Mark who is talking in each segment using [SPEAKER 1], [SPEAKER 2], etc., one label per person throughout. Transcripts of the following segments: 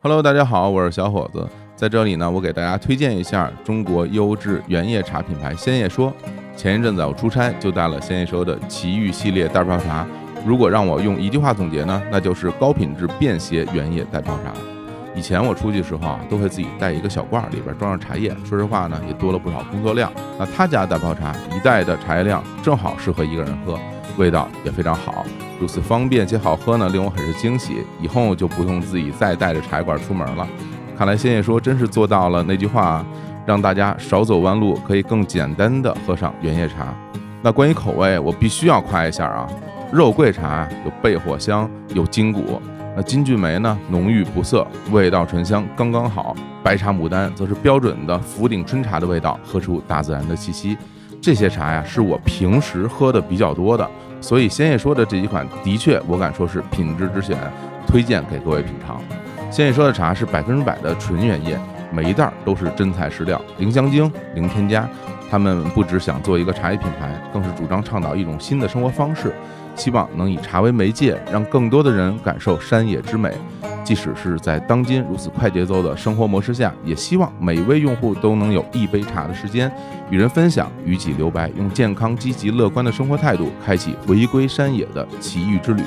[SPEAKER 1] Hello，大家好，我是小伙子，在这里呢，我给大家推荐一下中国优质原叶茶品牌鲜叶说。前一阵子我出差就带了鲜叶说的奇遇系列袋泡茶，如果让我用一句话总结呢，那就是高品质便携原叶袋泡茶。以前我出去时候啊，都会自己带一个小罐儿，里边装上茶叶。说实话呢，也多了不少工作量。那他家袋泡茶一袋的茶叶量正好适合一个人喝，味道也非常好。如此方便且好喝呢，令我很是惊喜。以后就不用自己再带着茶叶罐出门了。看来仙叶说真是做到了那句话、啊，让大家少走弯路，可以更简单的喝上原叶茶。那关于口味，我必须要夸一下啊，肉桂茶有焙火香，有筋骨。那金骏眉呢，浓郁不涩，味道醇香，刚刚好。白茶牡丹则是标准的福鼎春茶的味道，喝出大自然的气息。这些茶呀，是我平时喝的比较多的，所以仙叶说的这几款，的确我敢说是品质之选，推荐给各位品尝。仙叶说的茶是百分之百的纯原叶，每一袋都是真材实料，零香精，零添加。他们不只想做一个茶叶品牌，更是主张倡导一种新的生活方式。希望能以茶为媒介，让更多的人感受山野之美。即使是在当今如此快节奏的生活模式下，也希望每位用户都能有一杯茶的时间，与人分享，与己留白，用健康、积极、乐观的生活态度，开启回归山野的奇遇之旅。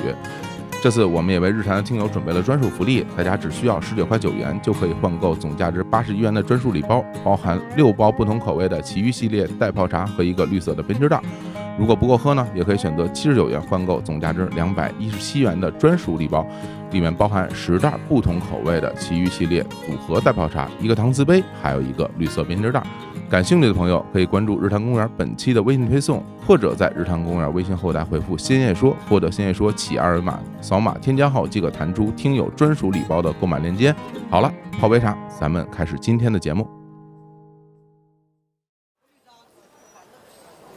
[SPEAKER 1] 这次我们也为日常的听友准备了专属福利，大家只需要十九块九元就可以换购总价值八十一元的专属礼包，包含六包不同口味的奇遇系列袋泡茶和一个绿色的编织袋。如果不够喝呢，也可以选择七十九元换购总价值两百一十七元的专属礼包，里面包含十袋不同口味的奇遇系列组合袋泡茶，一个搪瓷杯，还有一个绿色编织袋。感兴趣的朋友可以关注日坛公园本期的微信推送，或者在日坛公园微信后台回复“鲜叶说”获得“鲜叶说”起二维码，扫码添加后即可弹出听友专属礼包的购买链接。好了，泡杯茶，咱们开始今天的节目。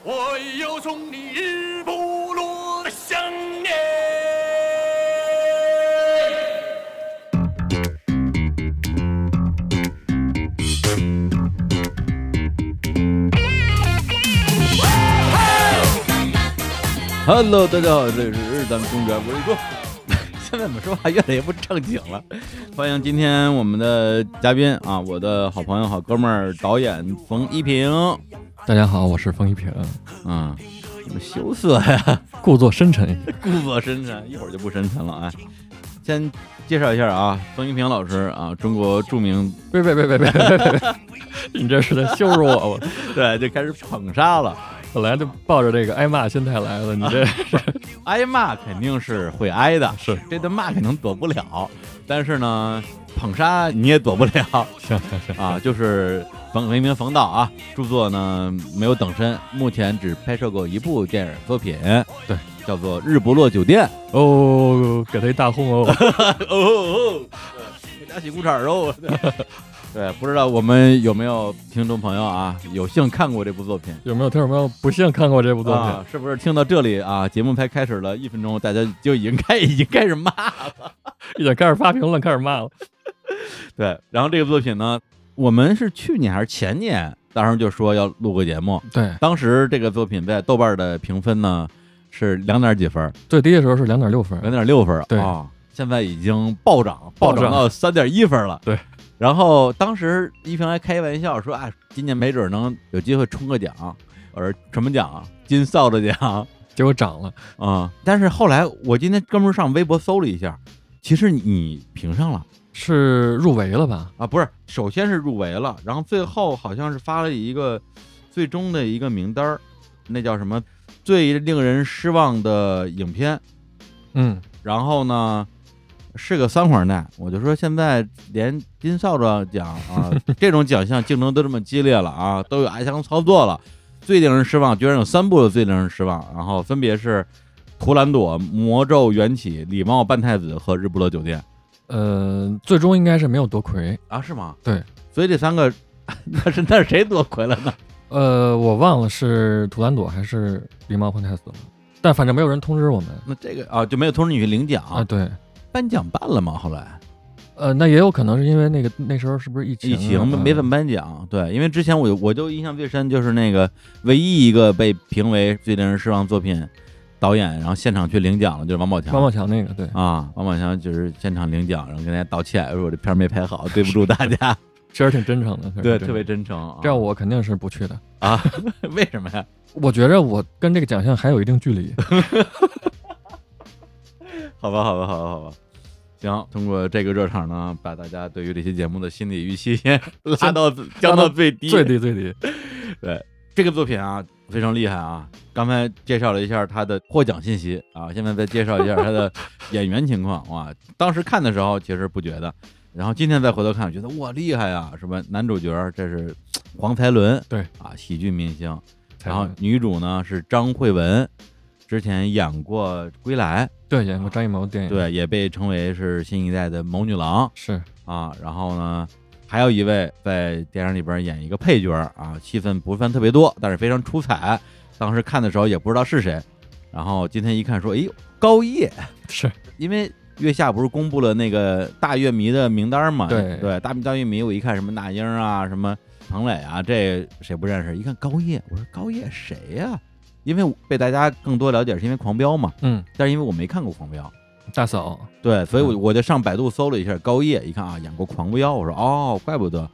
[SPEAKER 2] 我要送你日不落的想念。
[SPEAKER 3] Hello，大家好，这里是日坛公园，我是哥。 现在我们说话越来越不正经了，欢迎今天我们的嘉宾啊，我的好朋友、好哥们儿导演冯一平
[SPEAKER 4] 大家好，我是冯一平，
[SPEAKER 3] 啊，怎么羞涩呀？
[SPEAKER 4] 故作深沉。
[SPEAKER 3] 故作深沉，一会儿就不深沉了啊。先介绍一下啊，冯一平老师啊，中国著名
[SPEAKER 4] 别别别别别别别！ 你这是在羞辱我！我
[SPEAKER 3] 对，就开始捧杀了。
[SPEAKER 4] 本来就抱着这个挨骂心态来的，你这
[SPEAKER 3] 挨骂肯定是会挨的，
[SPEAKER 4] 是
[SPEAKER 3] 这顿骂肯定躲不了，但是呢，捧杀你也躲不了
[SPEAKER 4] 行行行
[SPEAKER 3] 啊。就是冯文明冯导啊，著作呢没有等身，目前只拍摄过一部电影作品，
[SPEAKER 4] 对，
[SPEAKER 3] 叫做《日不落酒店
[SPEAKER 4] 哦，给他一大轰哦！》。
[SPEAKER 3] 哦哦，给大家起鼓掌哦。对，不知道我们有没有听众朋友啊，有幸看过这部作品。
[SPEAKER 4] 有没有听众朋友不幸看过这部作品？
[SPEAKER 3] 啊，是不是听到这里啊？节目才开始了一分钟，大家就已经开已经开始骂
[SPEAKER 4] 已经开始发评论，开始骂了。
[SPEAKER 3] 对，然后这个作品呢，我们是去年还是前年，当时就说要录个节目。
[SPEAKER 4] 对，
[SPEAKER 3] 当时这个作品在豆瓣的评分呢是两点几分儿，
[SPEAKER 4] 最低的时候是两点六分，
[SPEAKER 3] 两点六分儿。
[SPEAKER 4] 对
[SPEAKER 3] 啊现在已经暴涨，
[SPEAKER 4] 暴
[SPEAKER 3] 暴
[SPEAKER 4] 涨
[SPEAKER 3] 涨到三点一分了。
[SPEAKER 4] 对。
[SPEAKER 3] 然后当时一平还开玩笑说啊，今年没准能有机会冲个奖，我说什么奖？金扫帚奖。
[SPEAKER 4] 结果涨了。
[SPEAKER 3] 啊、但是后来我今天哥们儿上微博搜了一下，其实你评上了
[SPEAKER 4] 是入围了吧？
[SPEAKER 3] 啊，不是，首先是入围了，然后最后好像是发了一个最终的一个名单儿，那叫什么最令人失望的影片，
[SPEAKER 4] 嗯，
[SPEAKER 3] 然后呢是个三环内，我就说现在连金扫帚奖啊这种奖项竞争都这么激烈了啊，都有暗箱操作了。最令人失望，居然有三部最令人失望，然后分别是《图兰朵》《魔咒缘起》《礼貌半太子》和《日不落酒店》
[SPEAKER 4] 呃，最终应该是没有夺魁。
[SPEAKER 3] 啊，是吗？
[SPEAKER 4] 对，
[SPEAKER 3] 所以这三个 那是那是谁夺魁了呢？
[SPEAKER 4] 呃，我忘了是图兰朵还是狸猫换太子了，但反正没有人通知我们
[SPEAKER 3] 那这个啊就没有通知你去领奖，
[SPEAKER 4] 啊。对，
[SPEAKER 3] 颁奖办了吗？后来
[SPEAKER 4] 呃，那也有可能是因为那个那时候是不是疫情
[SPEAKER 3] 疫
[SPEAKER 4] 啊？
[SPEAKER 3] 情没没怎么
[SPEAKER 4] 么
[SPEAKER 3] 颁奖，对，因为之前我就我就印象最深就是那个唯一一个被评为最令人失望作品，导演，然后现场去领奖了，就是王宝强。
[SPEAKER 4] 王宝强那个对，
[SPEAKER 3] 啊，王宝强就是现场领奖，然后跟大家道歉，说我这片儿没拍好，对不住大家。
[SPEAKER 4] 确实挺真诚的，确实
[SPEAKER 3] 对，
[SPEAKER 4] 挺
[SPEAKER 3] 特别真诚啊。
[SPEAKER 4] 这样我肯定是不去的。
[SPEAKER 3] 啊，为什么呀？
[SPEAKER 4] 我觉着我跟这个奖项还有一定距 离。
[SPEAKER 3] 好吧，好吧，好吧，好吧。行，通过这个热场呢，把大家对于这期节目的心理预期先 拉到降到最低。
[SPEAKER 4] 最低最低，
[SPEAKER 3] 这个作品啊，非常厉害啊。刚才介绍了一下他的获奖信息啊，现在再介绍一下他的 演员情况哇。当时看的时候其实不觉得，然后今天再回头看，我觉得哇厉害啊！什么男主角儿这是黄才伦，
[SPEAKER 4] 对
[SPEAKER 3] 啊，喜剧明星，
[SPEAKER 4] 才
[SPEAKER 3] 然后
[SPEAKER 4] 能
[SPEAKER 3] 女主呢是张慧雯，之前演过《归来
[SPEAKER 4] 对演过张艺谋的电》，影，
[SPEAKER 3] 对，也被称为是新一代的谋女郎
[SPEAKER 4] 是
[SPEAKER 3] 啊。然后呢，还有一位在电影里边演一个配角啊，戏份不算特别多，但是非常出彩。当时看的时候也不知道是谁，然后今天一看说，哎呦，高叶，
[SPEAKER 4] 是
[SPEAKER 3] 因为。月下不是公布了那个大乐迷的名单嘛？
[SPEAKER 4] 对
[SPEAKER 3] 对，大大乐迷，我一看什么那英啊，什么彭磊啊，这谁不认识？一看高叶，我说高叶谁呀、因为我被大家更多了解是因为《狂飙》嘛，
[SPEAKER 4] 嗯
[SPEAKER 3] 但是因为我没看过《狂飙》，
[SPEAKER 4] 大嫂，
[SPEAKER 3] 对，所以我
[SPEAKER 4] 嗯
[SPEAKER 3] 我就上百度搜了一下高叶，一看啊，演过《狂飙》，我说哦，怪不得。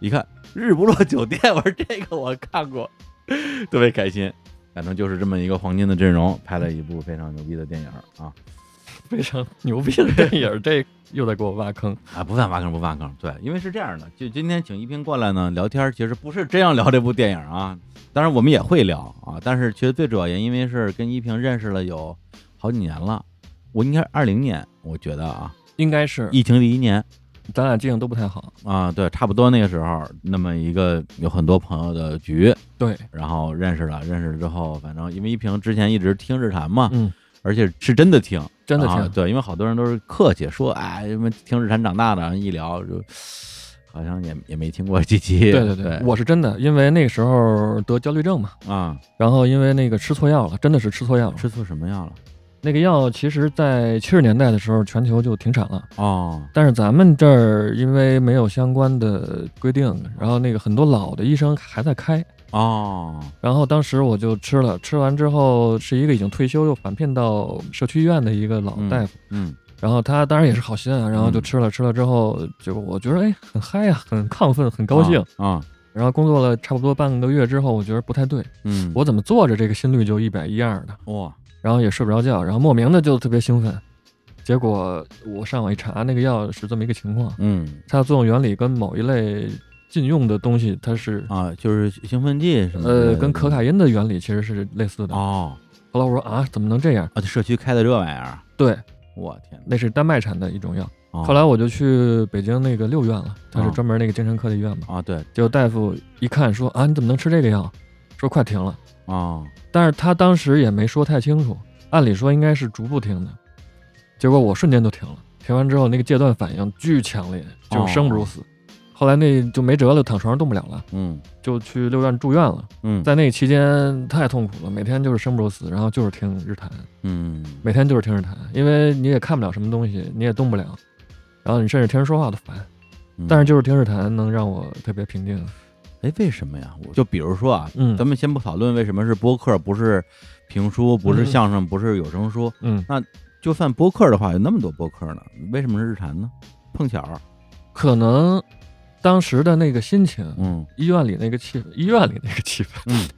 [SPEAKER 3] 一看《日不落酒店》，我说这个我看过，特别开心。反正就是这么一个黄金的阵容，拍了一部非常牛逼的电影啊
[SPEAKER 4] 非常牛逼的电 影，这又在给我挖坑。
[SPEAKER 3] 啊！不犯挖坑不犯坑，对，因为是这样的，就今天请一平过来呢聊天，其实不是真要聊这部电影啊，当然我们也会聊啊，但是其实最主要原因因为是跟一平认识了有好几年了，我应该是二零年，我觉得啊，
[SPEAKER 4] 应该是
[SPEAKER 3] 疫情第一年，
[SPEAKER 4] 咱俩记性都不太好，
[SPEAKER 3] 啊，对，差不多那个时候，那么一个有很多朋友的局，
[SPEAKER 4] 对，
[SPEAKER 3] 然后认识了，认识了之后，反正因为一平之前一直听日谈嘛，
[SPEAKER 4] 嗯，
[SPEAKER 3] 而且是真的听，
[SPEAKER 4] 真的
[SPEAKER 3] 然后
[SPEAKER 4] 挺
[SPEAKER 3] 对，因为好多人都是客气说，哎，什么听日谈长大的，然后一聊就好像也也没听过几期，
[SPEAKER 4] 对
[SPEAKER 3] 对
[SPEAKER 4] 对对，我是真的，因为那时候得焦虑症嘛，
[SPEAKER 3] 啊，
[SPEAKER 4] 然后因为那个吃错药了，真的是吃错药了。
[SPEAKER 3] 吃错什么药了？
[SPEAKER 4] 那个药其实，在七十年代的时候，全球就停产了。
[SPEAKER 3] 哦，
[SPEAKER 4] 但是咱们这儿因为没有相关的规定，然后那个很多老的医生还在开。
[SPEAKER 3] 哦，
[SPEAKER 4] 然后当时我就吃了，吃完之后是一个已经退休又返聘到社区医院的一个老大夫，
[SPEAKER 3] 嗯，
[SPEAKER 4] 然后他当然也是好心啊，然后就
[SPEAKER 3] 嗯
[SPEAKER 4] 吃了，吃了之后，结果我觉得哎很嗨呀、很亢奋，很高兴。
[SPEAKER 3] 啊，啊
[SPEAKER 4] 然后工作了差不多半个月之后，我觉得不太对，
[SPEAKER 3] 嗯，
[SPEAKER 4] 我怎么坐着这个心率就一百一二的，
[SPEAKER 3] 哇，
[SPEAKER 4] 然后也睡不着觉，然后莫名的就特别兴奋。结果我上网一查，那个药是这么一个情况，
[SPEAKER 3] 嗯。
[SPEAKER 4] 它的作用原理跟某一类禁用的东西，它是
[SPEAKER 3] 啊，就是兴奋剂什么的，
[SPEAKER 4] 呃跟可卡因的原理其实是类似的。
[SPEAKER 3] 哦
[SPEAKER 4] 后来我说啊，怎么能这样？
[SPEAKER 3] 啊，这社区开的这玩意儿，
[SPEAKER 4] 对，
[SPEAKER 3] 我天哪！
[SPEAKER 4] 那是丹麦产的一种药。
[SPEAKER 3] 哦
[SPEAKER 4] 后来我就去北京那个六院了，它是
[SPEAKER 3] 哦
[SPEAKER 4] 专门那个精神科的医院嘛。
[SPEAKER 3] 啊，对啊
[SPEAKER 4] 结果大夫一看说啊，你怎么能吃这个药？说快停了。，
[SPEAKER 3] 哦
[SPEAKER 4] 但是他当时也没说太清楚，按理说应该是逐步停的，结果我瞬间就停了。停完之后，那个戒断反应巨强烈，就是生不如
[SPEAKER 3] 哦
[SPEAKER 4] 死。后来那就没辙了，躺床上动不了了，
[SPEAKER 3] 嗯
[SPEAKER 4] 就去六院住院了。
[SPEAKER 3] 嗯，
[SPEAKER 4] 在那期间太痛苦了，每天就是生不如死，然后就是听日坛，
[SPEAKER 3] 嗯
[SPEAKER 4] 每天就是听日坛，因为你也看不了什么东西，你也动不了，然后你甚至听人说话都烦。
[SPEAKER 3] 嗯
[SPEAKER 4] 但是就是听日坛能让我特别平静。
[SPEAKER 3] 哎，为什么呀？我就比如说啊，
[SPEAKER 4] 嗯
[SPEAKER 3] 咱们先不讨论为什么是播客，不是评书，不是
[SPEAKER 4] 嗯
[SPEAKER 3] 相声，不是有声书，
[SPEAKER 4] 嗯，
[SPEAKER 3] 就算播客的话，有那么多播客呢，为什么是日坛呢？碰巧儿，
[SPEAKER 4] 可能当时的那个心情，
[SPEAKER 3] 嗯
[SPEAKER 4] 医院里那个气氛，医院里那个气氛，
[SPEAKER 3] 嗯，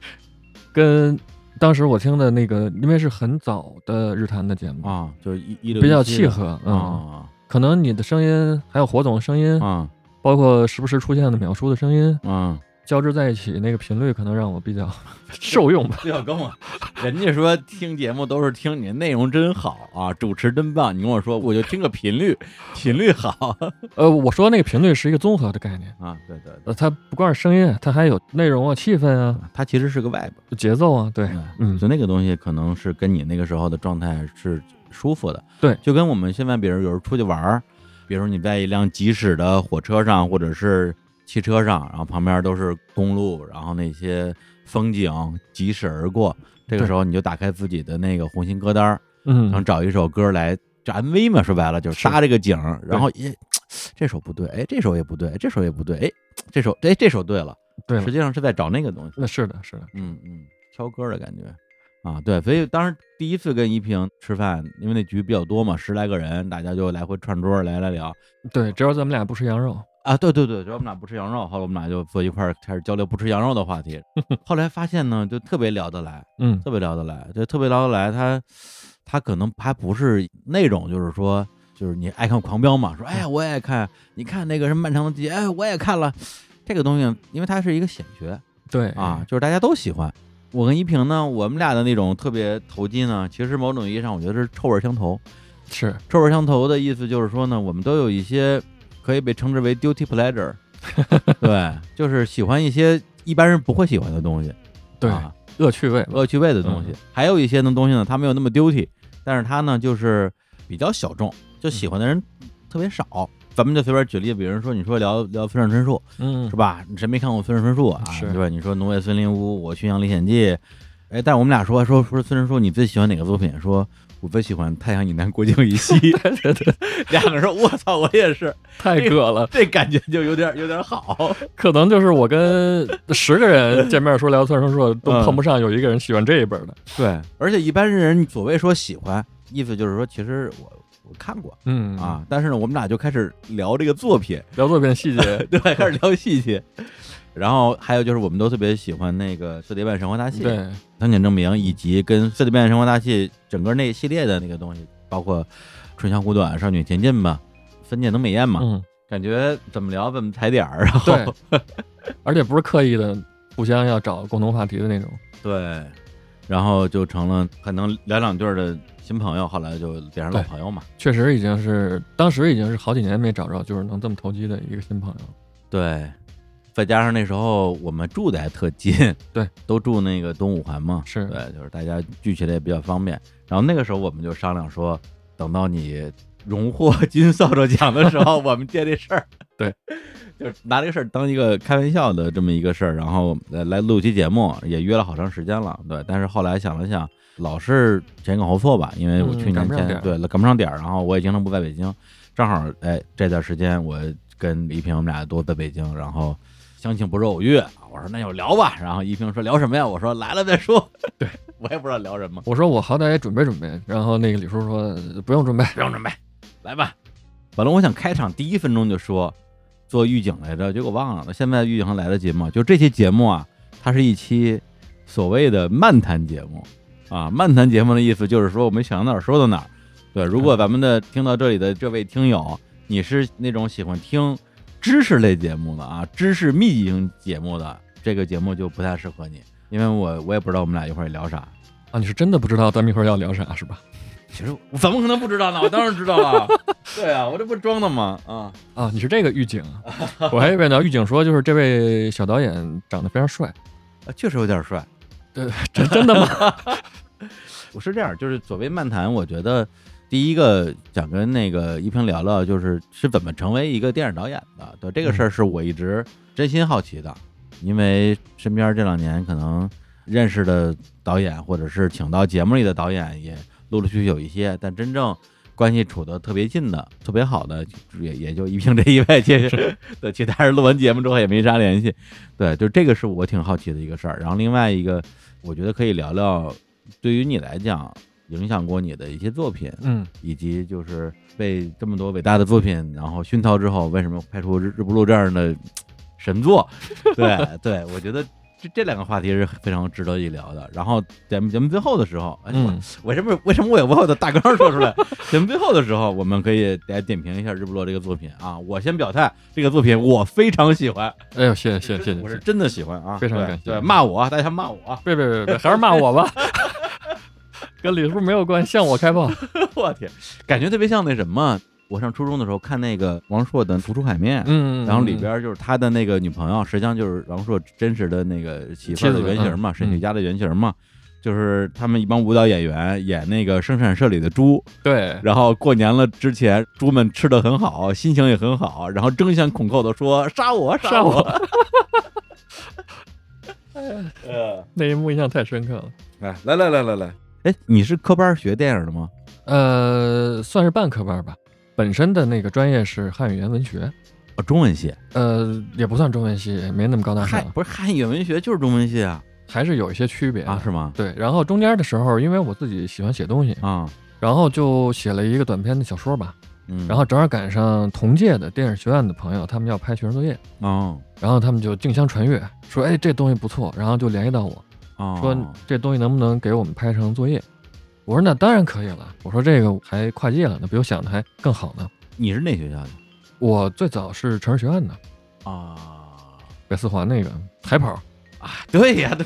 [SPEAKER 4] 跟当时我听的那个，因为是很早的日坛的节目，
[SPEAKER 3] 啊，就是一一六
[SPEAKER 4] 比
[SPEAKER 3] 一
[SPEAKER 4] 较
[SPEAKER 3] 七
[SPEAKER 4] 契
[SPEAKER 3] 的
[SPEAKER 4] 合，嗯，
[SPEAKER 3] 啊
[SPEAKER 4] 可能你的声音还有火总的声音，
[SPEAKER 3] 啊
[SPEAKER 4] 包括时不时出现的秒叔的声音
[SPEAKER 3] 啊！
[SPEAKER 4] 交织在一起，那个频率可能让我比较 受用吧。
[SPEAKER 3] 这小跟我， 人家说听节目都是听你内容真好啊，主持真棒，你跟我说我就听个频率，频率好
[SPEAKER 4] 呃，我说那个频率是一个综合的概念，
[SPEAKER 3] 啊，对对对，
[SPEAKER 4] 呃，它不光是声音，它还有内容啊、气氛啊、
[SPEAKER 3] 它其实是个外部。
[SPEAKER 4] 节奏啊，对，
[SPEAKER 3] 嗯，
[SPEAKER 4] 嗯
[SPEAKER 3] 就那个东西可能是跟你那个时候的状态是舒服的，
[SPEAKER 4] 对
[SPEAKER 3] 就跟我们现在，比如有时候出去玩儿，比如说你在一辆疾驶的火车上或者是汽车上，然后旁边都是公路，然后那些风景疾驶而过，这个
[SPEAKER 4] 对
[SPEAKER 3] 时候你就打开自己的那个红心歌单儿，然后
[SPEAKER 4] 嗯，
[SPEAKER 3] 找一首歌来，就 MV 嘛，说白了就是
[SPEAKER 4] 是
[SPEAKER 3] 搭这个景儿，然后也这首不对，哎，这首也不对，这首也不对，哎，这首哎这首对了，
[SPEAKER 4] 对了
[SPEAKER 3] 实际上是在找那个东西。
[SPEAKER 4] 那是的，是的，
[SPEAKER 3] 嗯，嗯，挑歌的感觉啊，对，所以当时第一次跟依萍吃饭，因为那局比较多嘛，十来个人，大家就来回串桌来来聊
[SPEAKER 4] 对，只要咱们俩不吃羊肉，
[SPEAKER 3] 啊，对对对，主要我们俩不吃羊肉，后来我们俩就坐一块儿开始交流不吃羊肉的话题，后来发现呢，就特别聊得来，
[SPEAKER 4] 嗯，
[SPEAKER 3] 特别聊得来，就特别聊得来。他他可能还不是那种，就是说，就是你爱看《狂飙》嘛，说哎呀我也爱看，你看那个什么《漫长的季节》，哎我也看了。这个东西，因为它是一个显学
[SPEAKER 4] 对
[SPEAKER 3] 啊，，就是大家都喜欢。我跟依萍呢，我们俩的那种特别投机呢，其实某种意义上我觉得是臭味相投。
[SPEAKER 4] 是
[SPEAKER 3] 臭味相投的意思就是说呢，我们都有一些可以被称之为 duty pleasure，对，就是喜欢一些一般人不会喜欢的东西，
[SPEAKER 4] 对
[SPEAKER 3] 啊
[SPEAKER 4] 恶趣味嘛，
[SPEAKER 3] 恶趣味的东西。还有一些呢东西呢，它没有那么 duty，但是它呢就是比较小众，就喜欢的人特别少。咱们就随便举例，比如说你说聊聊村上春树
[SPEAKER 4] 嗯
[SPEAKER 3] 是，吧？你谁没看过村上春树啊？
[SPEAKER 4] 是
[SPEAKER 3] 对吧？你说《挪威森林屋》，我《驯养历险记》，哎，但是我们俩说说说村上春树，你最喜欢哪个作品？说。我最喜欢《太阳以南，国境以西》 两个人说：“我操，我也是。
[SPEAKER 4] 太硌了”。
[SPEAKER 3] 这感觉就有点有点好。
[SPEAKER 4] 可能就是我跟十个人见面的时候聊村上春树，都
[SPEAKER 3] 嗯
[SPEAKER 4] 碰不上有一个人喜欢这一本的。
[SPEAKER 3] 对，而且一般人所谓说喜欢，意思就是说，其实我我看过，
[SPEAKER 4] 嗯，
[SPEAKER 3] 啊，但是呢，我们俩就开始聊这个作品，，
[SPEAKER 4] 聊作品细 节
[SPEAKER 3] 对，开始聊细节。然后还有就是，我们都特别喜欢那个《四叠半神话大戏》《
[SPEAKER 4] 对，
[SPEAKER 3] 汤浅证明》，以及跟《四叠半神话大戏》整个那系列的那个东西，包括《春香苦短》《少女前进》吧，《分界能美艳》嘛，
[SPEAKER 4] 嗯，
[SPEAKER 3] 感觉怎么聊怎么踩点儿，然后
[SPEAKER 4] 对，而且不是刻意的，互相要找共同话题的那种。
[SPEAKER 3] 对，然后就成了可能聊两句儿的新朋友，后来就变成老
[SPEAKER 4] 对
[SPEAKER 3] 朋友嘛。
[SPEAKER 4] 确实已经是当时已经是好几年没找着，就是能这么投机的一个新朋友。
[SPEAKER 3] 对，再加上那时候我们住的还特近，
[SPEAKER 4] 对，
[SPEAKER 3] 都住那个东五环嘛，
[SPEAKER 4] 是
[SPEAKER 3] 对，就是大家聚起来也比较方便。然后那个时候我们就商量说，等到你荣获金扫帚奖的时 候，我们接这事儿。
[SPEAKER 4] 对，
[SPEAKER 3] 就是拿这个事儿当一个开玩笑的这么一个事儿，然后呃来录期节目，也约了好长时间了。对，但是后来想了想，老是前赶后错吧，因为我
[SPEAKER 4] 嗯
[SPEAKER 3] 去
[SPEAKER 4] 赶
[SPEAKER 3] 年
[SPEAKER 4] 不上
[SPEAKER 3] 前、
[SPEAKER 4] 点儿
[SPEAKER 3] 对赶不上点儿，然后我也经常不在北京，正好哎这段时间我跟李平我们俩都在北京，然后相敬不如偶遇。我说那就聊吧，然后一平说聊什么呀？我说来了再说。
[SPEAKER 4] 对
[SPEAKER 3] 我也不知道聊什么，
[SPEAKER 4] 我说我好歹也准备准备，然后那个李叔说呃不用准备，
[SPEAKER 3] 不用准备，来吧。本来我想开场第一分钟就说做预警来着，结果忘了。现在预警还来得及吗？就这期节目啊，它是一期所谓的漫谈节目啊。漫谈节目的意思就是说我们想到哪儿说到哪儿。对，如果咱们的听到这里的这位听友，你是那种喜欢听知识类节目的啊，知识密集节目的，这个节目就不太适合你，因为我我也不知道我们俩一会儿聊啥。
[SPEAKER 4] 啊，你是真的不知道咱们一会儿要聊啥是吧？
[SPEAKER 3] 其实我怎么可能不知道呢？我当然知道了。 对啊，我这不是装的吗？啊，
[SPEAKER 4] 啊，你是这个狱警，我还以为呢。狱警说就是这位小导演长得非常帅，
[SPEAKER 3] 呃确实有点帅。
[SPEAKER 4] 对，真真的吗？
[SPEAKER 3] 我是这样，就是所谓漫谈，我觉得第一个想跟那个一平聊聊，就是是怎么成为一个电影导演的。对这个事儿，是我一直真心好奇的，因为身边这两年可能认识的导演，或者是请到节目里的导演，也陆陆续续有一些，但真正。关系处得特别近的、特别好的，也也就一平这一位，其实 对其他人录完节目之后也没啥联系。对，就这个是我挺好奇的一个事儿。然后另外一个，我觉得可以聊聊对于你来讲影响过你的一些作品，
[SPEAKER 4] 嗯，
[SPEAKER 3] 以及就是被这么多伟大的作品然后熏陶之后，为什么拍出日日不落这样的嘖神作？ 对对，我觉得这这两个话题是非常值得一聊的。然后咱们节目最后的时候，哎
[SPEAKER 4] 嗯，
[SPEAKER 3] 为什么为什么我也把我的大纲说出来？ 节目最后的时候，我们可以来点评一下《日不落》这个作品啊。我先表态，这个作品我非常喜欢，
[SPEAKER 4] 哎呦，谢谢谢谢谢谢
[SPEAKER 3] 我
[SPEAKER 4] 谢
[SPEAKER 3] 是
[SPEAKER 4] 谢，
[SPEAKER 3] 真的喜欢啊，
[SPEAKER 4] 非常
[SPEAKER 3] 对
[SPEAKER 4] 感谢
[SPEAKER 3] 对，骂我啊，大家骂我 啊，
[SPEAKER 4] 别别别别，还是骂我吧， 跟李叔没有关系，向我开炮。
[SPEAKER 3] 我天，感觉特别像那什么，我上初中的时候看那个王朔的《浮出海面》。
[SPEAKER 4] 嗯，
[SPEAKER 3] 然后里边就是他的那个女朋友，实际上就是王朔真实的那个媳妇儿的
[SPEAKER 4] 妻子
[SPEAKER 3] 原型嘛，
[SPEAKER 4] 嗯
[SPEAKER 3] 沈雪佳的原型嘛，就是他们一帮舞蹈演员演那个生产社里的猪，
[SPEAKER 4] 对，
[SPEAKER 3] 然后过年了之前，猪们吃的很好，心情也很好，然后争先恐后的说杀我
[SPEAKER 4] 杀
[SPEAKER 3] 我
[SPEAKER 4] 我，
[SPEAKER 3] 呃，
[SPEAKER 4] 哎那一幕印象太深刻了。
[SPEAKER 3] 哎，来来来来来， 哎，你是科班学电影的吗？
[SPEAKER 4] 呃，算是半科班吧，本身的那个专业是汉语言文学，
[SPEAKER 3] 哦，中文系，
[SPEAKER 4] 呃，也不算中文系，没那么高大
[SPEAKER 3] 汉
[SPEAKER 4] 上。
[SPEAKER 3] 不是汉语文学就是中文系啊，
[SPEAKER 4] 还是有一些区别的
[SPEAKER 3] 啊？是吗？
[SPEAKER 4] 对，然后中间的时候，因为我自己喜欢写东西，
[SPEAKER 3] 啊，
[SPEAKER 4] 然后就写了一个短篇的小说吧。
[SPEAKER 3] 嗯，
[SPEAKER 4] 然后正好赶上同届的电影学院的朋友，他们要拍学生作业，
[SPEAKER 3] 哦
[SPEAKER 4] 然后他们就竞相传阅，说：“哎，这东西不错。”然后就联系到我
[SPEAKER 3] 哦，
[SPEAKER 4] 说：“哎这东西能不能给我们拍成作业？”我说：“那当然可以了。”我说：“这个还跨界了，那比我想的还更好呢。
[SPEAKER 3] 你是哪学校的”
[SPEAKER 4] 我最早是城市学院的
[SPEAKER 3] 啊？
[SPEAKER 4] 北四环那个海跑，
[SPEAKER 3] 对呀，对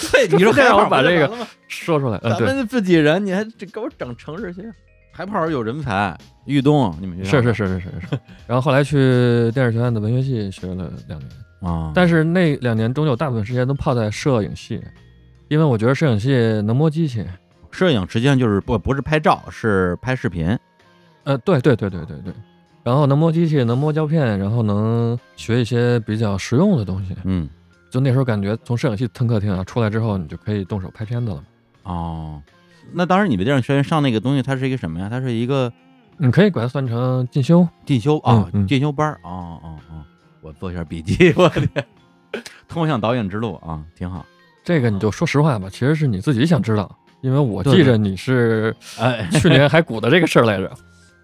[SPEAKER 3] 对， 你说
[SPEAKER 4] 这样
[SPEAKER 3] 海
[SPEAKER 4] 我
[SPEAKER 3] 跑不
[SPEAKER 4] 把
[SPEAKER 3] 就
[SPEAKER 4] 这个
[SPEAKER 3] 完了吗
[SPEAKER 4] 说出来，嗯，
[SPEAKER 3] 咱
[SPEAKER 4] 对，
[SPEAKER 3] 们自己人，你还这给我整城市学校？海跑有人才，玉东你们学校
[SPEAKER 4] 是是是是是是。然后后来去电影学院的文学系学了两年。
[SPEAKER 3] 啊，
[SPEAKER 4] 但是那两年中间，有大部分时间都泡在摄影系，因为我觉得摄影系能摸机器。
[SPEAKER 3] 摄影实际上就是不不是拍照，是拍视频。
[SPEAKER 4] 呃，对对对对对对，然后能摸机器，能摸胶片，然后能学一些比较实用的东西。
[SPEAKER 3] 嗯，
[SPEAKER 4] 就那时候感觉从摄影系喷客厅啊出来之后，你就可以动手拍片子了。
[SPEAKER 3] 哦，那当时你们电影学院上那个东西，它是一个什么呀？它是一个
[SPEAKER 4] 你可以把它算成进修，
[SPEAKER 3] 进修啊，
[SPEAKER 4] 嗯嗯
[SPEAKER 3] 进修班儿。哦哦哦，我做一下笔记，我 天，通向导演之路啊，挺好。
[SPEAKER 4] 这个你就说实话吧，其实是你自己想知道，因为我
[SPEAKER 3] 对
[SPEAKER 4] 记
[SPEAKER 3] 对
[SPEAKER 4] 着 你是
[SPEAKER 3] 哎
[SPEAKER 4] 去年还鼓捣这个事儿来着，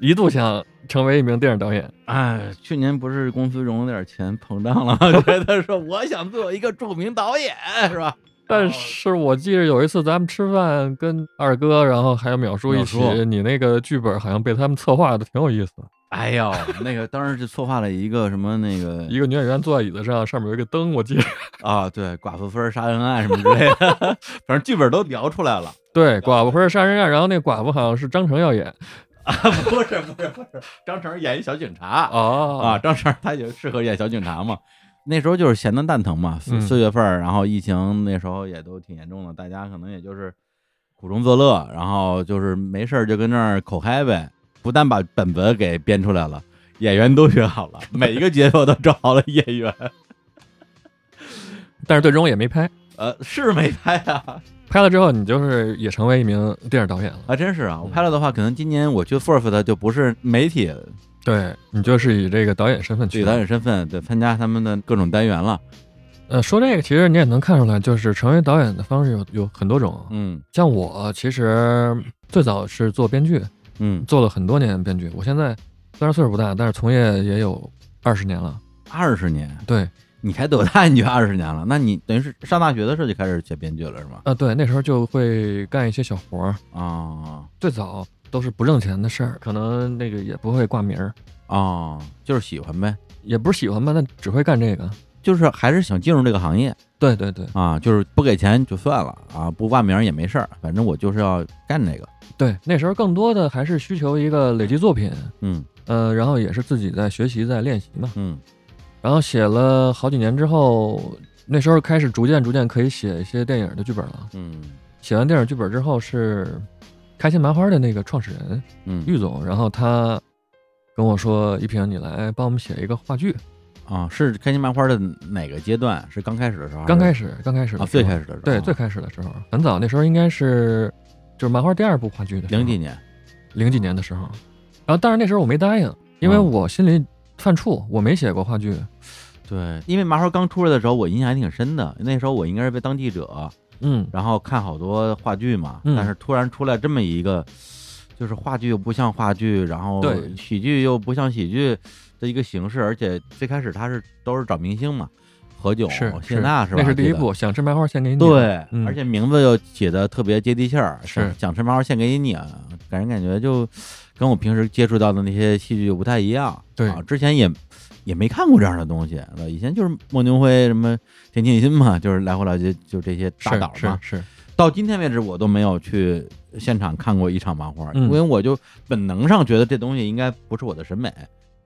[SPEAKER 4] 一度想成为一名电影导演。
[SPEAKER 3] 哎，去年不是公司融了点钱膨胀 了吗？觉得说我想做一个著名导演，是吧？
[SPEAKER 4] 但是我记得有一次咱们吃饭，跟二哥，然后还有淼叔一起
[SPEAKER 3] 淼叔，
[SPEAKER 4] 你那个剧本好像被他们策划的挺有意思的。
[SPEAKER 3] 哎呦，那个当时就策划了一个什么那个
[SPEAKER 4] 一个女演员坐在椅子上，上面有一个灯，我记得。
[SPEAKER 3] 啊，对，寡妇分儿杀人案什么之类的， 反正剧本都聊出来了。
[SPEAKER 4] 对，寡妇不是杀人案，然后那寡妇好像是张成要演。
[SPEAKER 3] 不是不是不是，张成演一小警察
[SPEAKER 4] 哦
[SPEAKER 3] 啊，，张成他也适合演小警察嘛。那时候就是闲的蛋疼嘛，四
[SPEAKER 4] 嗯
[SPEAKER 3] 四月份儿，然后疫情那时候也都挺严重的，大家可能也就是苦中作乐，然后就是没事儿就跟那儿口嗨呗。不但把本子给编出来了，演员都学 好了，每一个节奏都找好了演员。
[SPEAKER 4] 但是最终也没拍。
[SPEAKER 3] 呃，是没拍啊，
[SPEAKER 4] 拍了之后，你就是也成为一名电影导演了。
[SPEAKER 3] 还真是啊。
[SPEAKER 4] 嗯
[SPEAKER 3] 我拍了的话，可能今年我去 Force 的就不是媒体
[SPEAKER 4] 对你就是以这个导演身份去
[SPEAKER 3] 对
[SPEAKER 4] 的。
[SPEAKER 3] 导演身份，对参加他们的各种单元了。
[SPEAKER 4] 呃，说这个其实你也能看出来，就是成为导演的方式有有很多种。
[SPEAKER 3] 嗯
[SPEAKER 4] 像我其实最早是做编剧，
[SPEAKER 3] 嗯，
[SPEAKER 4] 做了很多年编剧，我现在虽然岁数不大，但是从业也有二十年了。
[SPEAKER 3] 二十年，
[SPEAKER 4] 对，
[SPEAKER 3] 你才多大你就二十年了？那你等于是上大学的时候就开始写编剧了是吗？
[SPEAKER 4] 啊，对，那时候就会干一些小活儿，
[SPEAKER 3] 啊
[SPEAKER 4] 最早都是不挣钱的事儿，可能那个也不会挂名儿，
[SPEAKER 3] 啊，就是喜欢呗，
[SPEAKER 4] 也不是喜欢吧，但只会干这个。
[SPEAKER 3] 就是还是想进入这个行业
[SPEAKER 4] 对对对
[SPEAKER 3] 啊，就是不给钱就算了啊，不挂名也没事儿，反正我就是要干这个。
[SPEAKER 4] 对，那时候更多的还是需求一个累积作品，
[SPEAKER 3] 嗯
[SPEAKER 4] 呃，然后也是自己在学习在练习嘛。
[SPEAKER 3] 嗯
[SPEAKER 4] 然后写了好几年之后，那时候开始逐渐逐渐可以写一些电影的剧本了。
[SPEAKER 3] 嗯
[SPEAKER 4] 写完电影剧本之后是开心麻花的那个创始人
[SPEAKER 3] 嗯
[SPEAKER 4] 玉总，然后他跟我说：“一平，你来帮我们写一个话剧。
[SPEAKER 3] 啊，是开心麻花的哪个阶段？是刚开始的时候还是？
[SPEAKER 4] 刚开始，刚开始
[SPEAKER 3] 啊，
[SPEAKER 4] 的时
[SPEAKER 3] 最
[SPEAKER 4] 候
[SPEAKER 3] 开始的时候，
[SPEAKER 4] 对最开始的时候，很早那时候应该是就是麻花第二部话剧的时候
[SPEAKER 3] 零几年
[SPEAKER 4] 零几年的时候。然后，但是那时候我没答应，因为
[SPEAKER 3] 嗯
[SPEAKER 4] 我心里犯怵，我没写过话剧。
[SPEAKER 3] 对，因为麻花刚出来的时候，我印象还挺深的。那时候我应该是被当记者，
[SPEAKER 4] 嗯，
[SPEAKER 3] 然后看好多话剧嘛，
[SPEAKER 4] 嗯
[SPEAKER 3] 但是突然出来这么一个，就是话剧又不像话剧，然后
[SPEAKER 4] 对
[SPEAKER 3] 喜剧又不像喜剧的一个形式，而且最开始他是都是找明星嘛，何炅、
[SPEAKER 4] 是
[SPEAKER 3] 谢娜是吧？
[SPEAKER 4] 那是第一
[SPEAKER 3] 我记得。
[SPEAKER 4] 部，想吃麻花献给你。
[SPEAKER 3] 对，
[SPEAKER 4] 嗯
[SPEAKER 3] 而且名字又起的特别接地气儿，
[SPEAKER 4] 是
[SPEAKER 3] 想想吃麻花献给你啊，感觉感觉就跟我平时接触到的那些戏剧不太一样。
[SPEAKER 4] 对
[SPEAKER 3] 啊，之前也也没看过这样的东西，对吧以前就是莫宁辉什么田沁鑫嘛，就是来回来去就这些大
[SPEAKER 4] 是
[SPEAKER 3] 导嘛
[SPEAKER 4] 是，是，
[SPEAKER 3] 到今天为止，我都没有去现场看过一场麻花，
[SPEAKER 4] 嗯
[SPEAKER 3] 因为我就本能上觉得这东西应该不是我的审美。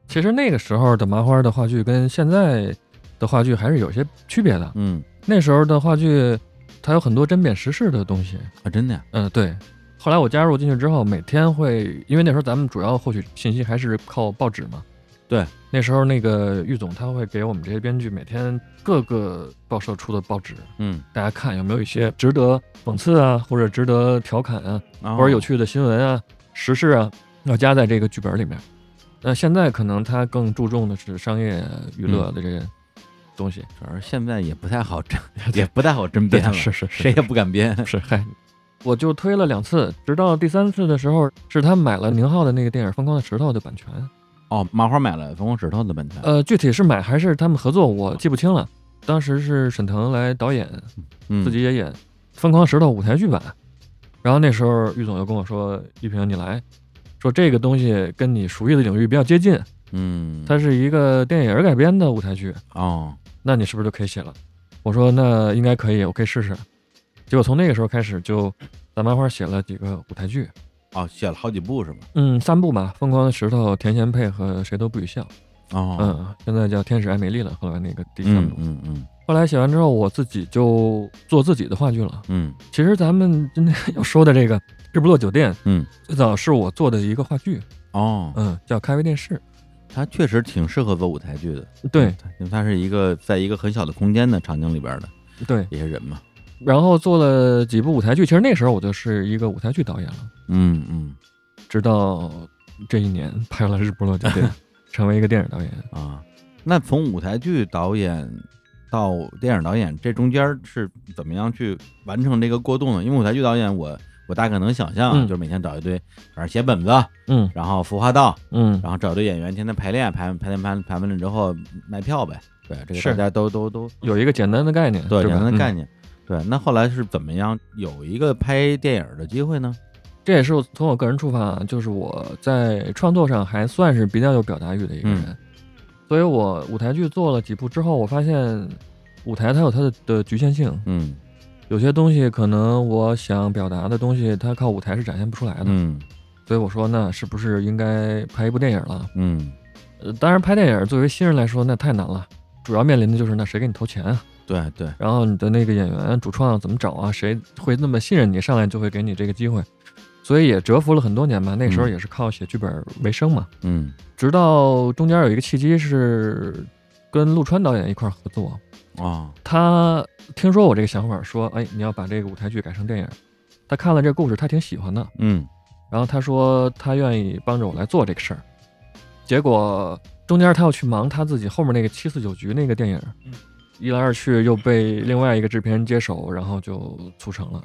[SPEAKER 4] 其实那个时候的麻花的话剧跟现在的话剧还是有些区别的。
[SPEAKER 3] 嗯，
[SPEAKER 4] 那时候的话剧，它有很多针砭时事的东西。
[SPEAKER 3] 啊，真的呀，
[SPEAKER 4] 嗯，对。后来我加入进去之后，每天会，因为那时候咱们主要获取信息还是靠报纸嘛。
[SPEAKER 3] 对，
[SPEAKER 4] 那时候那个玉总他会给我们这些编剧每天各个报社出的报纸，
[SPEAKER 3] 嗯，
[SPEAKER 4] 大家看有没有一些值得讽刺啊，或者值得调侃啊，
[SPEAKER 3] 啊
[SPEAKER 4] 或者有趣的新闻啊、时事啊，要加在这个嗯剧本里面。那现在可能他更注重的是商业娱乐的这些东西。
[SPEAKER 3] 主要是现在也不太好真， 也不太好真 编了，
[SPEAKER 4] 是是是
[SPEAKER 3] 谁也不敢编。
[SPEAKER 4] 是，嗨，我就推了两次，直到第三次的时候，是他买了宁浩的那个电影《疯狂的石头》的版权。
[SPEAKER 3] 哦，麻花买了《疯狂石头》的版权，
[SPEAKER 4] 呃，具体是买还是他们合作，我记不清了。当时是沈腾来导演，
[SPEAKER 3] 嗯
[SPEAKER 4] 自己也演《疯狂石头》舞台剧版。然后那时候于总又跟我说：“玉萍，你来说这个东西跟你熟悉的领域比较接近，
[SPEAKER 3] 嗯，
[SPEAKER 4] 它是一个电影改编的舞台剧，
[SPEAKER 3] 哦，
[SPEAKER 4] 那你是不是就可以写了？”我说：“那应该可以，我可以试试。”结果从那个时候开始，就在漫画写了几个舞台剧，
[SPEAKER 3] 哦，写了好几部是吗？
[SPEAKER 4] 嗯，三部吧，《疯狂的石头》《甜咸配》和《谁都不许笑》。
[SPEAKER 3] 哦，
[SPEAKER 4] 嗯，现在叫《天使爱美丽》了，后来那个第三
[SPEAKER 3] 嗯
[SPEAKER 4] 部。
[SPEAKER 3] 嗯嗯
[SPEAKER 4] 后来写完之后，我自己就做自己的话剧了。
[SPEAKER 3] 嗯
[SPEAKER 4] 其实咱们今天 要说的这个《日不落酒店》，
[SPEAKER 3] 嗯，
[SPEAKER 4] 最早是我做的一个话剧，
[SPEAKER 3] 哦，
[SPEAKER 4] 嗯，叫《开胃电视
[SPEAKER 3] 它确实挺适合做舞台剧的。》。
[SPEAKER 4] 对
[SPEAKER 3] 因为它是一个在一个很小的空间的场景里边的
[SPEAKER 4] 对，
[SPEAKER 3] 一些人嘛。
[SPEAKER 4] 然后做了几部舞台剧。其实那时候我就是一个舞台剧导演了，
[SPEAKER 3] 嗯嗯
[SPEAKER 4] 直到这一年拍了《日不落酒店》， 成为一个电影导演。
[SPEAKER 3] 啊，那从舞台剧导演到电影导演，这中间是怎么样去完成这个过渡呢？因为舞台剧导演我，我大概能想象啊，
[SPEAKER 4] 嗯
[SPEAKER 3] 就是每天找一堆，反正写本子，
[SPEAKER 4] 嗯
[SPEAKER 3] 然后服化道，
[SPEAKER 4] 嗯，
[SPEAKER 3] 然后找一堆演员天天排练，排排练排排完了之后卖票呗。对，这个
[SPEAKER 4] 是
[SPEAKER 3] 大家都都都
[SPEAKER 4] 有一个简单的概念，
[SPEAKER 3] 对
[SPEAKER 4] 吧
[SPEAKER 3] 简单的概
[SPEAKER 4] 嗯
[SPEAKER 3] 念。对，那后来是怎么样有一个拍电影的机会呢？
[SPEAKER 4] 这也是我从我个人出发，啊，就是我在创作上还算是比较有表达欲的一个人，所以我舞台剧做了几部之后，我发现舞台它有它的的局限性，
[SPEAKER 3] 嗯
[SPEAKER 4] 有些东西可能我想表达的东西，它靠舞台是展现不出来的，
[SPEAKER 3] 嗯
[SPEAKER 4] 所以我说那是不是应该拍一部电影了？
[SPEAKER 3] 嗯，
[SPEAKER 4] 呃，当然拍电影作为新人来说那太难了，主要面临的就是那谁给你投钱啊，
[SPEAKER 3] 对对，
[SPEAKER 4] 然后你的那个演员主创怎么找啊？谁会那么信任你，上来就会给你这个机会？所以也蛰伏了很多年嘛。那时候
[SPEAKER 3] 嗯
[SPEAKER 4] 也是靠写剧本为生嘛。
[SPEAKER 3] 嗯
[SPEAKER 4] 直到中间有一个契机是跟陆川导演一块儿合作，
[SPEAKER 3] 哦，
[SPEAKER 4] 他听说我这个想法，说：“哎，你要把这个舞台剧改成电影。”他看了这个故事，他挺喜欢的，
[SPEAKER 3] 嗯
[SPEAKER 4] 然后他说他愿意帮着我来做这个事儿。结果中间他要去忙他自己后面那个七四九局那个电影，
[SPEAKER 3] 嗯
[SPEAKER 4] 一来二去又被另外一个制片人接手，然后就促成了。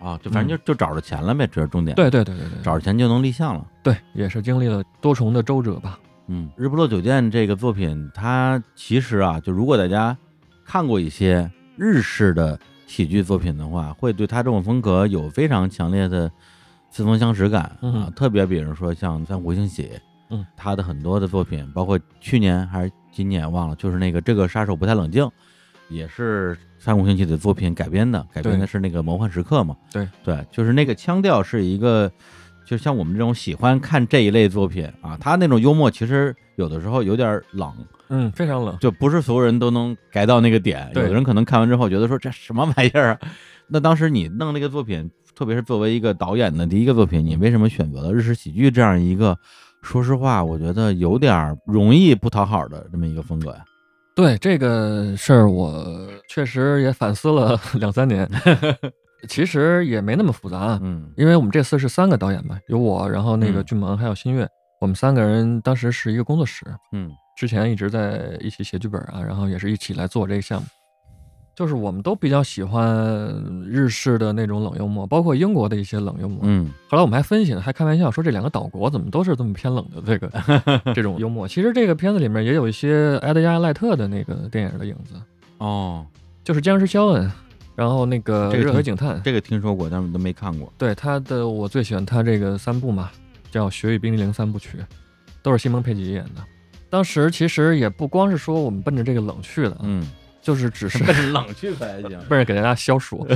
[SPEAKER 3] 啊，就反正就就找着钱了呗，这是重点。，
[SPEAKER 4] 对对对对对，
[SPEAKER 3] 找着钱就能立项了。
[SPEAKER 4] 对也是经历了多重的周折吧。
[SPEAKER 3] 嗯，《日不落酒店》这个作品，它其实啊，就如果大家看过一些日式的喜剧作品的话，会对它这种风格有非常强烈的似曾相识感、
[SPEAKER 4] 嗯
[SPEAKER 3] 啊。特别比如说像三浦幸喜，
[SPEAKER 4] 嗯，
[SPEAKER 3] 他的很多的作品，包括去年还是今年忘了，就是那个《这个杀手不太冷静》，也是三浦幸喜的作品改编的，改编的是那个《魔幻时刻》嘛。
[SPEAKER 4] 对
[SPEAKER 3] 对，就是那个腔调是一个。就像我们这种喜欢看这一类作品啊，他那种幽默其实有的时候有点冷，
[SPEAKER 4] 嗯，非常冷。
[SPEAKER 3] 就不是所有人都能 get 到那个点。有
[SPEAKER 4] 对
[SPEAKER 3] 的人可能看完之后觉得说这什么玩意儿啊？那当时你弄那个作品，特别是作为一个导演的第一个作品，你为什么选择了日式喜剧这样一个？说实话，我觉得有点儿容易不讨好的这么一个风格呀。
[SPEAKER 4] 对这个事儿，我确实也反思了 两 三年。其实也没那么复杂啊，
[SPEAKER 3] 嗯
[SPEAKER 4] 因为我们这次是三个导演嘛，有我，然后那个
[SPEAKER 3] 嗯
[SPEAKER 4] 俊萌还有新月，我们三个人当时是一个工作室，
[SPEAKER 3] 嗯
[SPEAKER 4] 之前一直在一起写剧本啊，然后也是一起来做这个项目。就是我们都比较喜欢日式的那种冷幽默，包括英国的一些冷幽默。
[SPEAKER 3] 嗯
[SPEAKER 4] 后来我们还分析呢，还开玩笑说这两个岛国怎么都是这么偏冷的 这个这种幽默。其实这个片子里面也有一些埃德加·赖特的那个电影的影子，
[SPEAKER 3] 哦，
[SPEAKER 4] 就是僵尸肖恩，然后那个
[SPEAKER 3] 这个
[SPEAKER 4] 热血
[SPEAKER 3] 挺
[SPEAKER 4] 警探，
[SPEAKER 3] 这个听说过，但是都没看过。
[SPEAKER 4] 对他的我最喜欢他这个三部嘛，叫《雪与冰激凌》三部曲，都是西蒙佩吉演的。当时其实也不光是说我们奔着这个冷去的，啊，
[SPEAKER 3] 嗯，
[SPEAKER 4] 就是只是
[SPEAKER 3] 奔 冷去可还行。
[SPEAKER 4] 奔着给大家消暑，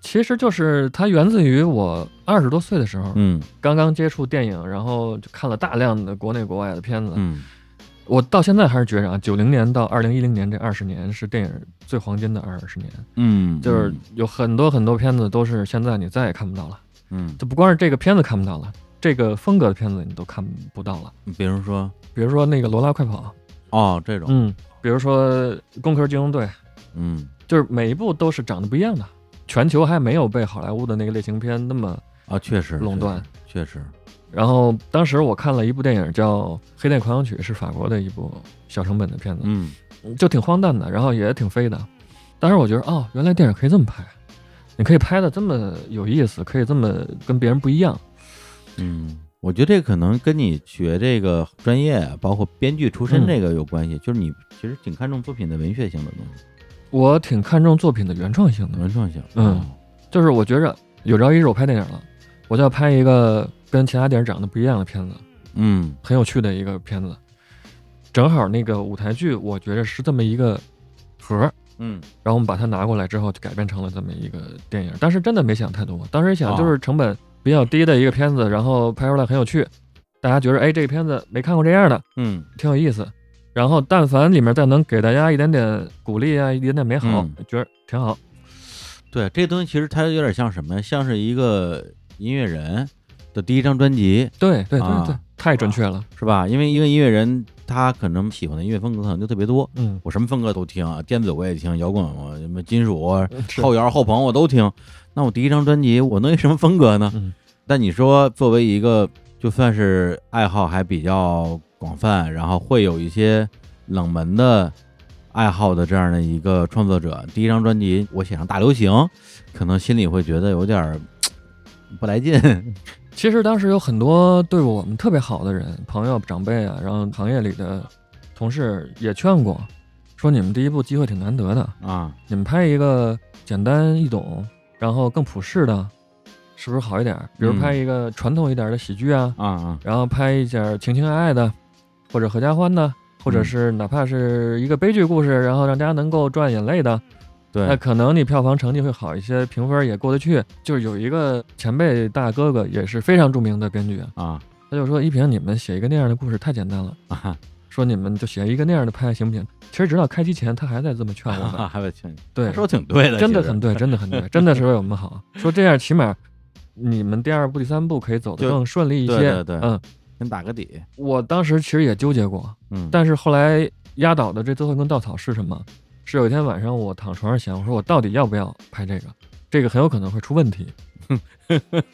[SPEAKER 4] 其实就是它源自于我二十多岁的时 候，
[SPEAKER 3] 嗯
[SPEAKER 4] 刚刚接触电影，然后就看了大量的国内国外的片子。
[SPEAKER 3] 嗯
[SPEAKER 4] 我到现在还是觉着啊，九零年到二零一零年这二十年是电影最黄金的二十年，
[SPEAKER 3] 嗯，
[SPEAKER 4] 就是有很多很多片子都是现在你再也看不到了。
[SPEAKER 3] 嗯，
[SPEAKER 4] 就不光是这个片子看不到了，这个风格的片子你都看不到了。
[SPEAKER 3] 嗯比如说
[SPEAKER 4] 比如说那个《罗拉快跑》，
[SPEAKER 3] 哦，这种，
[SPEAKER 4] 嗯，比如说《工科机动队》，
[SPEAKER 3] 嗯
[SPEAKER 4] 就是每一部都是长得不一样的。全球还没有被好莱坞的那个类型片那么
[SPEAKER 3] 啊，确实
[SPEAKER 4] 垄断。，
[SPEAKER 3] 确实，
[SPEAKER 4] 然后当时我看了一部电影叫《黑店狂想曲》，是法国的一部小成本的片子。
[SPEAKER 3] 嗯
[SPEAKER 4] 就挺荒诞的，然后也挺飞的。当时我觉得，哦，原来电影可以这么拍，你可以拍的这么有意思，可以这么跟别人不一样。
[SPEAKER 3] 嗯，我觉得这可能跟你学这个专业，包括编剧出身
[SPEAKER 4] 嗯
[SPEAKER 3] 这个有关系，就是你其实挺看重作品的文学性的东西，
[SPEAKER 4] 我挺看重作品的原创性的，
[SPEAKER 3] 文创性。
[SPEAKER 4] 嗯就是我觉着有朝一日我拍电影了，我就要拍一个跟其他电影长得不一样的片子，
[SPEAKER 3] 嗯
[SPEAKER 4] 很有趣的一个片子。正好那个舞台剧，我觉着是这么一个盒儿，
[SPEAKER 3] 嗯
[SPEAKER 4] 然后我们把它拿过来之后，就改编成了这么一个电影。当时真的没想太多，当时一想
[SPEAKER 3] 哦
[SPEAKER 4] 就是成本比较低的一个片子，然后拍出来很有趣，大家觉得哎这个片子没看过这样的，
[SPEAKER 3] 嗯
[SPEAKER 4] 挺有意思。然后但凡里面再能给大家一点点鼓励啊，一点点美好，
[SPEAKER 3] 嗯
[SPEAKER 4] 觉得挺好。
[SPEAKER 3] 对，这东西其实它有点像什么呀？像是一个音乐人的第一张专辑，
[SPEAKER 4] 对对对对
[SPEAKER 3] 啊，
[SPEAKER 4] 太准确了。
[SPEAKER 3] 是吧？因为一个音乐人他可能喜欢的音乐风格可能就特别多，
[SPEAKER 4] 嗯，
[SPEAKER 3] 我什么风格都听，啊，电子我也听，摇滚我什么金属啊
[SPEAKER 4] 是
[SPEAKER 3] 后摇后朋我都听。那我第一张专辑我能有什么风格呢？
[SPEAKER 4] 嗯
[SPEAKER 3] 但你说作为一个就算是爱好还比较广泛，然后会有一些冷门的爱好的这样的一个创作者，第一张专辑我写上大流行，可能心里会觉得有点儿不来 劲。
[SPEAKER 4] 其实当时有很多对我们特别好的人、朋友、长辈啊，然后行业里的同事也劝过，说你们第一部机会挺难得的，
[SPEAKER 3] 啊，
[SPEAKER 4] 你们拍一个简单易懂，然后更普世的，是不是好一点儿？比如
[SPEAKER 3] 嗯
[SPEAKER 4] 拍一个传统一点儿的喜剧啊，
[SPEAKER 3] 啊啊，
[SPEAKER 4] 然后拍一点儿情情爱爱的，或者合家欢的，或者
[SPEAKER 3] 嗯
[SPEAKER 4] 是哪怕是一个悲剧故事，然后让大家能够赚眼泪的，那
[SPEAKER 3] 对，
[SPEAKER 4] 可能你票房成绩会好一些，评分也过得去。就是有一个前辈大哥哥也是非常著名的编剧啊，
[SPEAKER 3] 啊
[SPEAKER 4] 他就说：“一平，你们写一个那样的故事太简单了，
[SPEAKER 3] 啊，
[SPEAKER 4] 说你们就写一个那样的拍行不行？”其实直到开机前，他还在这么劝我 们。
[SPEAKER 3] 啊还有请，
[SPEAKER 4] 对
[SPEAKER 3] 他，说挺对的，
[SPEAKER 4] 真的
[SPEAKER 3] 其实
[SPEAKER 4] 很对，真的很对，真的是为我们好。说这样起码你们第二部、第三部可以走得
[SPEAKER 3] 就
[SPEAKER 4] 更顺利一些。
[SPEAKER 3] 对对对
[SPEAKER 4] 嗯，
[SPEAKER 3] 先打个底，
[SPEAKER 4] 我当时其实也纠结过，
[SPEAKER 3] 嗯，
[SPEAKER 4] 但是后来压倒的这最后一根稻草是什么？是有一天晚上我躺床上想，我说我到底要不要拍这个？这个很有可能会出问 题。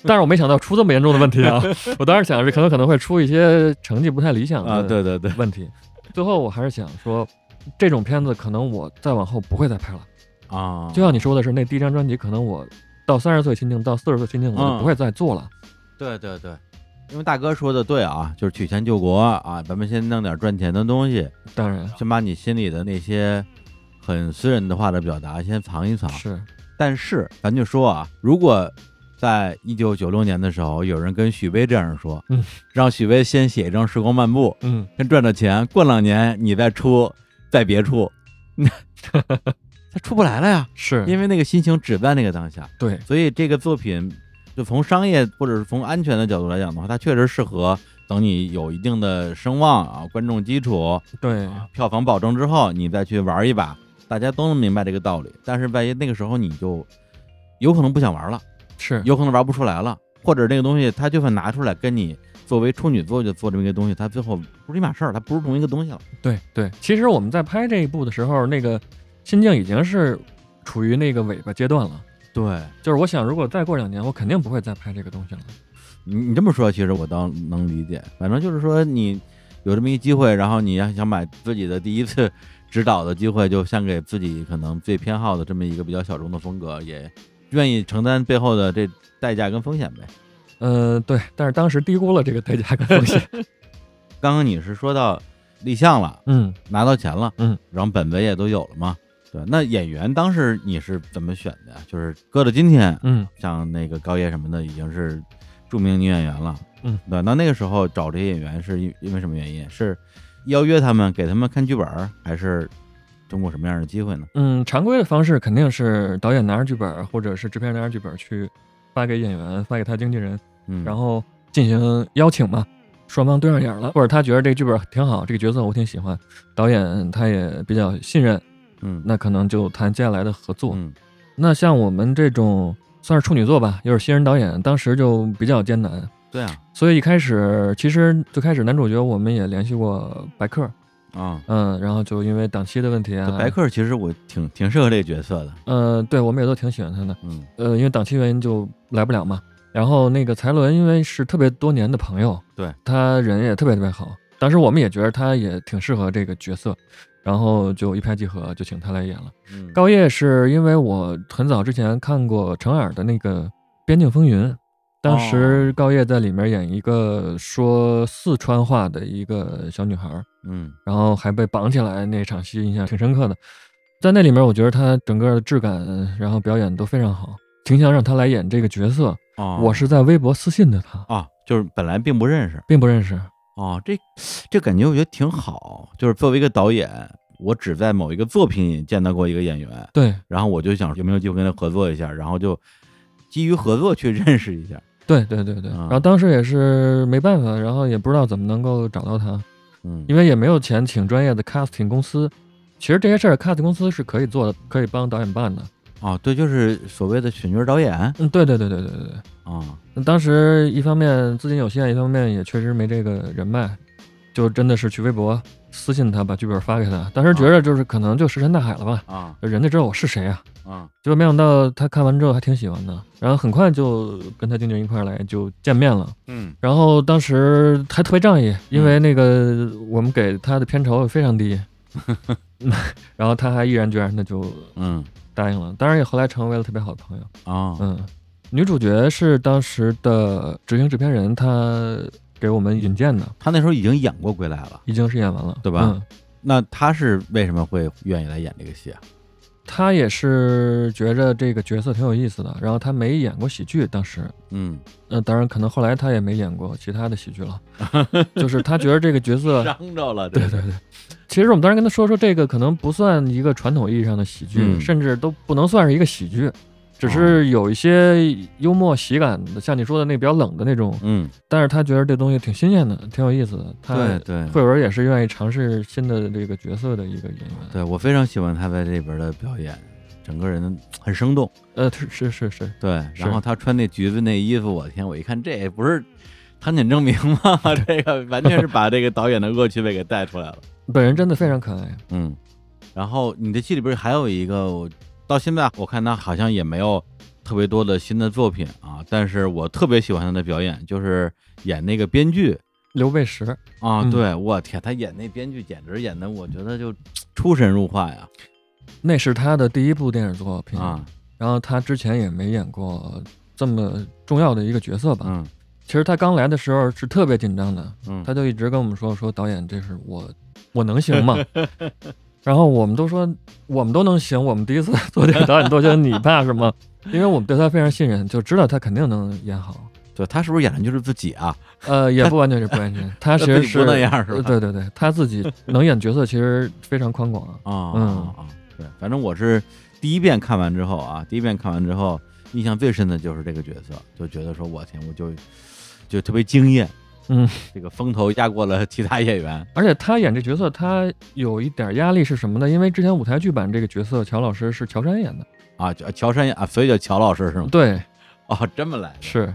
[SPEAKER 4] 但是我没想到出这么严重的问题啊！我当时想是很有可能会出一些成绩不太理想
[SPEAKER 3] 啊，
[SPEAKER 4] 的
[SPEAKER 3] 对对 对，
[SPEAKER 4] 问题。最后我还是想说，这种片子可能我再往后不会再拍了。
[SPEAKER 3] 啊，
[SPEAKER 4] 就像你说的是，那第一张专辑可能我到三十岁心境，到四十岁心境，我
[SPEAKER 3] 嗯
[SPEAKER 4] 就不会再做了。
[SPEAKER 3] 对对对，因为大哥说的对啊，就是取钱救国啊，咱们先弄点赚钱的东西，
[SPEAKER 4] 当然
[SPEAKER 3] 先把你心里的那些很私人的话的表达先藏一藏。
[SPEAKER 4] 是，
[SPEAKER 3] 但是咱就说啊，如果在一九九六年的时候，有人跟许巍这样说，
[SPEAKER 4] 嗯
[SPEAKER 3] 让许巍先写一张《时光漫步
[SPEAKER 4] 嗯，》，
[SPEAKER 3] 先赚着钱，过两年你再出，在别 处，他出不来了呀，
[SPEAKER 4] 是，
[SPEAKER 3] 因为那个心情只在那个当下。
[SPEAKER 4] 对，
[SPEAKER 3] 所以这个作品，就从商业或者是从安全的角度来讲的话，它确实适合等你有一定的声望啊、观众基础、
[SPEAKER 4] 对，
[SPEAKER 3] 票房保证之后，你再去玩一把，大家都能明白这个道理。但是万一那个时候你就有可能不想玩了，
[SPEAKER 4] 是，
[SPEAKER 3] 有可能玩不出来了，或者这个东西它就算拿出来跟你作为处女作就做这么一个东西，它最后不是一码事儿，它不是同一个东西了。
[SPEAKER 4] 对对。其实我们在拍这一部的时候，那个心境已经是处于那个尾巴阶段了。
[SPEAKER 3] 对
[SPEAKER 4] 就是我想，如果再过两年，我肯定不会再拍这个东西了。
[SPEAKER 3] 你你这么说，其实我倒能理解。反正就是说，你有这么一机会，然后你要想把自己的第一次指导的机会，就献给自己可能最偏好的这么一个比较小众的风格，也愿意承担背后的这代价跟风险呗。
[SPEAKER 4] 嗯、对。但是当时低估了这个代价跟风险。
[SPEAKER 3] 刚刚你是说到立项了，
[SPEAKER 4] 嗯，
[SPEAKER 3] 拿到钱了，
[SPEAKER 4] 嗯，
[SPEAKER 3] 然后本子也都有了嘛。对，那演员当时你是怎么选的呀？就是搁到今天，
[SPEAKER 4] 嗯
[SPEAKER 3] 像那个高叶什么的，已经是著名女演员了。
[SPEAKER 4] 嗯，
[SPEAKER 3] 对。那那个时候找这些演员是因因为什么原因？是邀约他们，给他们看剧本儿，还是通过什么样的机会呢？
[SPEAKER 4] 嗯，常规的方式肯定是导演拿着剧本，或者是制片人拿着剧本去发给演员，发给他经纪人，
[SPEAKER 3] 嗯，
[SPEAKER 4] 然后进行邀请嘛，双方对上眼了，或者他觉得这个剧本挺好，这个角色我挺喜欢，导演他也比较信任，
[SPEAKER 3] 嗯，
[SPEAKER 4] 那可能就谈接下来的合作。
[SPEAKER 3] 嗯
[SPEAKER 4] 那像我们这种算是处女作吧，又是新人导演，当时就比较艰难，
[SPEAKER 3] 对啊
[SPEAKER 4] 所以一开始其实最开始男主角我们也联系过白客，
[SPEAKER 3] 啊。
[SPEAKER 4] 嗯，然后就因为档期的问题啊
[SPEAKER 3] 这，白，客其实我挺挺适合这个角色的，
[SPEAKER 4] 呃，对我们也都挺喜欢他的，
[SPEAKER 3] 嗯
[SPEAKER 4] 呃，因为档期原因就来不了嘛。然后那个才伦，因为是特别多年的朋友，
[SPEAKER 3] 对
[SPEAKER 4] 他人也特别特别好，当时我们也觉得他也挺适合这个角色，然后就一拍即合，就请他来演了。
[SPEAKER 3] 嗯
[SPEAKER 4] 高叶是因为我很早之前看过程耳的那个《边境风云》，当时高叶在里面演一个说四川话的一个小女孩儿，
[SPEAKER 3] 嗯
[SPEAKER 4] 然后还被绑起来那场戏，印象挺深刻的。在那里面，我觉得她整个的质感，然后表演都非常好，挺想让她来演这个角色。
[SPEAKER 3] 啊，
[SPEAKER 4] 我是在微博私信的她，
[SPEAKER 3] 啊，就是本来并不认识
[SPEAKER 4] 并不认识。
[SPEAKER 3] 哦，这这感觉我觉得挺好，就是作为一个导演。我只在某一个作品里见到过一个演员，
[SPEAKER 4] 对
[SPEAKER 3] 然后我就想有没有机会跟他合作一下，然后就基于合作去 认识一下。
[SPEAKER 4] 对对对对。
[SPEAKER 3] 啊
[SPEAKER 4] 然后当时也是没办法，然后也不知道怎么能够找到她。
[SPEAKER 3] 嗯，
[SPEAKER 4] 因为也没有钱请专业的 casting 公司。其实这些事儿 casting 公司是可以做的，可以帮导演办的。
[SPEAKER 3] 哦，对，就是所谓的选角导演啊、
[SPEAKER 4] 嗯，对对对对对对对。那当时一方面资金有限，一方面也确实没这个人脉，就真的是去微博私信他，把剧本发给他。当时觉着就是可能就石沉大海了吧，
[SPEAKER 3] 啊
[SPEAKER 4] 人家知道我是谁啊。
[SPEAKER 3] 啊
[SPEAKER 4] 结果没想到他看完之后还挺喜欢的，然后很快就跟他经纪人一块儿来就见面了。
[SPEAKER 1] 嗯
[SPEAKER 4] 然后当时还特别仗义，因
[SPEAKER 3] 嗯
[SPEAKER 4] 为那个我们给他的片酬非 常低， 然后他还毅然决然的就
[SPEAKER 3] 嗯
[SPEAKER 4] 答应了。当然也后来成为了特别好的朋友。
[SPEAKER 3] 啊
[SPEAKER 4] 嗯，女主角是当时的执行制片人，她给我们引荐的，
[SPEAKER 3] 他那时候已经演过《归来》了，
[SPEAKER 4] 已经是演完了，
[SPEAKER 3] 对吧
[SPEAKER 4] 嗯，
[SPEAKER 3] 那他是为什么会愿意来演这个戏啊？
[SPEAKER 4] 她也是觉着这个角色挺有意思的，然后她没演过喜剧，当时
[SPEAKER 3] 嗯，
[SPEAKER 4] 那、呃当然可能后来她也没演过其他的喜剧了， 就是她觉得这个角 色。
[SPEAKER 3] 伤着了，
[SPEAKER 4] 对对对。其实我们当时跟他说说，这个可能不算一个传统意义上的喜剧，
[SPEAKER 3] 嗯哦
[SPEAKER 4] 甚至都不能算是一个喜剧，只是有一些幽默喜感的，像你说的那比较冷的那种。
[SPEAKER 3] 嗯，
[SPEAKER 4] 但是他觉得这东西挺新鲜的，挺有意思的。他
[SPEAKER 3] 对对
[SPEAKER 4] 慧文也是愿意尝试新的这个角色的一个演员。
[SPEAKER 3] 对，我非常喜欢他在这边的表演，整个人很生动。
[SPEAKER 4] 呃，是是是是，
[SPEAKER 3] 对，然
[SPEAKER 4] 是
[SPEAKER 3] 后他穿那橘子那衣服，我天，我一看这不是汤浅证明吗？ 这个完全是把这个导演的恶趣味给带出来了。
[SPEAKER 4] 本人真的非常可爱。
[SPEAKER 3] 嗯，然后你的戏里边还有一个，我到现在我看他好像也没有特别多的新的作品啊，但是我特别喜欢他的表演，就是演那个编剧
[SPEAKER 4] 刘贝石，
[SPEAKER 3] 啊，
[SPEAKER 4] 嗯
[SPEAKER 3] 对我天，他演那编剧简直演的，我觉得就出神入化呀
[SPEAKER 4] 那是他的第一部电影作品，
[SPEAKER 3] 啊，
[SPEAKER 4] 然后他之前也没演过这么重要的一个角色吧。
[SPEAKER 3] 嗯
[SPEAKER 4] 其实他刚来的时候是特别紧张的，
[SPEAKER 3] 嗯，
[SPEAKER 4] 他就一直跟我们说说导演，这是我我能行 吗？然后我们都说我们都能行，我们第一次做这个导演都觉得你怕什么？因为我们对他非常信任，就知道他肯定能演好。
[SPEAKER 3] 对他是不是演的就是自己啊？
[SPEAKER 4] 呃，也不完全是不完全，他其
[SPEAKER 3] 自
[SPEAKER 4] 实
[SPEAKER 3] 己
[SPEAKER 4] 是
[SPEAKER 3] 不那样是吧
[SPEAKER 4] 呃对对对，他自己能演角色其实非常宽广。
[SPEAKER 3] 啊
[SPEAKER 4] 嗯
[SPEAKER 3] 啊，啊对，反正我是第一遍看完之后啊，第一遍看完之后，印象最深的就是这个角色，就觉得说我天，我就就特别惊艳，
[SPEAKER 4] 嗯，
[SPEAKER 3] 这个风头压过了其他演员，
[SPEAKER 4] 而且他演这角色，他有一点压力是什么呢？因为之前舞台剧版这个角色，乔老师是乔杉演的，
[SPEAKER 3] 啊，叫乔杉啊，所以叫乔老师是吗？
[SPEAKER 4] 对，
[SPEAKER 3] 哦，这么来的，
[SPEAKER 4] 是。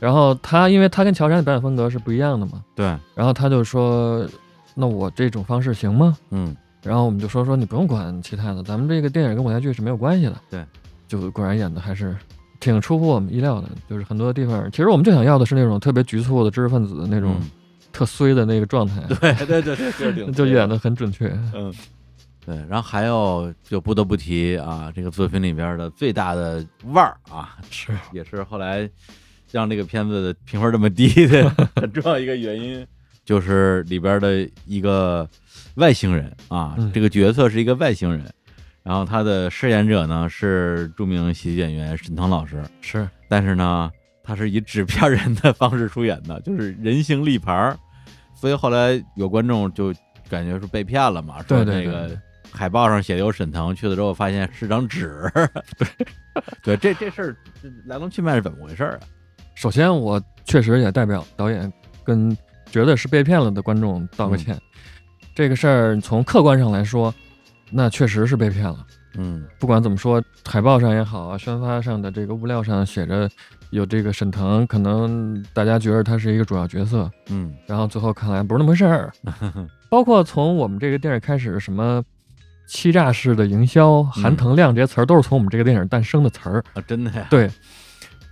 [SPEAKER 4] 然后他，因为他跟乔杉的表演风格是不一样的嘛，
[SPEAKER 3] 对，
[SPEAKER 4] 然后他就说：“那我这种方式行吗
[SPEAKER 3] 嗯，？”
[SPEAKER 4] 然后我们就说：“说你不用管其他的，咱们这个电影跟舞台剧是没有关系的。”
[SPEAKER 3] 对，
[SPEAKER 4] 就果然演的还是挺出乎我们意料的，就是很多地方，其实我们就想要的是那种特别局促的知识分子的那种
[SPEAKER 3] 嗯
[SPEAKER 4] 特衰的那个状态，
[SPEAKER 3] 对对对对，就是这种
[SPEAKER 4] 就演的很准确。
[SPEAKER 3] 嗯。对，然后还有就不得不提啊，这个作品里边的最大的腕儿啊，
[SPEAKER 4] 是，
[SPEAKER 3] 也是后来让这个片子的评分这么低的很重要一个原因，就是里边的一个外星人啊，
[SPEAKER 4] 嗯
[SPEAKER 3] 这个角色是一个外星人，然后他的饰演者呢是著名喜剧演员沈腾老师，
[SPEAKER 4] 是，
[SPEAKER 3] 但是呢，他是以纸片人的方式出演的， 就是人形立牌儿，所以后来有观众就感觉是被骗了嘛，说
[SPEAKER 4] 对对
[SPEAKER 3] 那
[SPEAKER 4] 对
[SPEAKER 3] 个海报上写的有沈腾，去了之后发现是张纸， 对对，这这事儿这来龙去脉是怎么回事儿啊？
[SPEAKER 4] 首先我确实也代表导演跟觉得是被骗了的观众道个
[SPEAKER 3] 嗯
[SPEAKER 4] 歉。这个事儿从客观上来说，那确实是被骗了。
[SPEAKER 3] 嗯
[SPEAKER 4] 不管怎么说，海报上也好啊，宣发上的这个物料上写着有这个沈腾，可能大家觉得他是一个主要角色，
[SPEAKER 3] 嗯
[SPEAKER 4] 然后最后看来不是那么回事儿。包括从我们这个电影开始，什么欺诈式的营销、含腾量这些词儿，都是从我们这个电影诞生的词儿。
[SPEAKER 3] 啊，真的呀，
[SPEAKER 4] 对，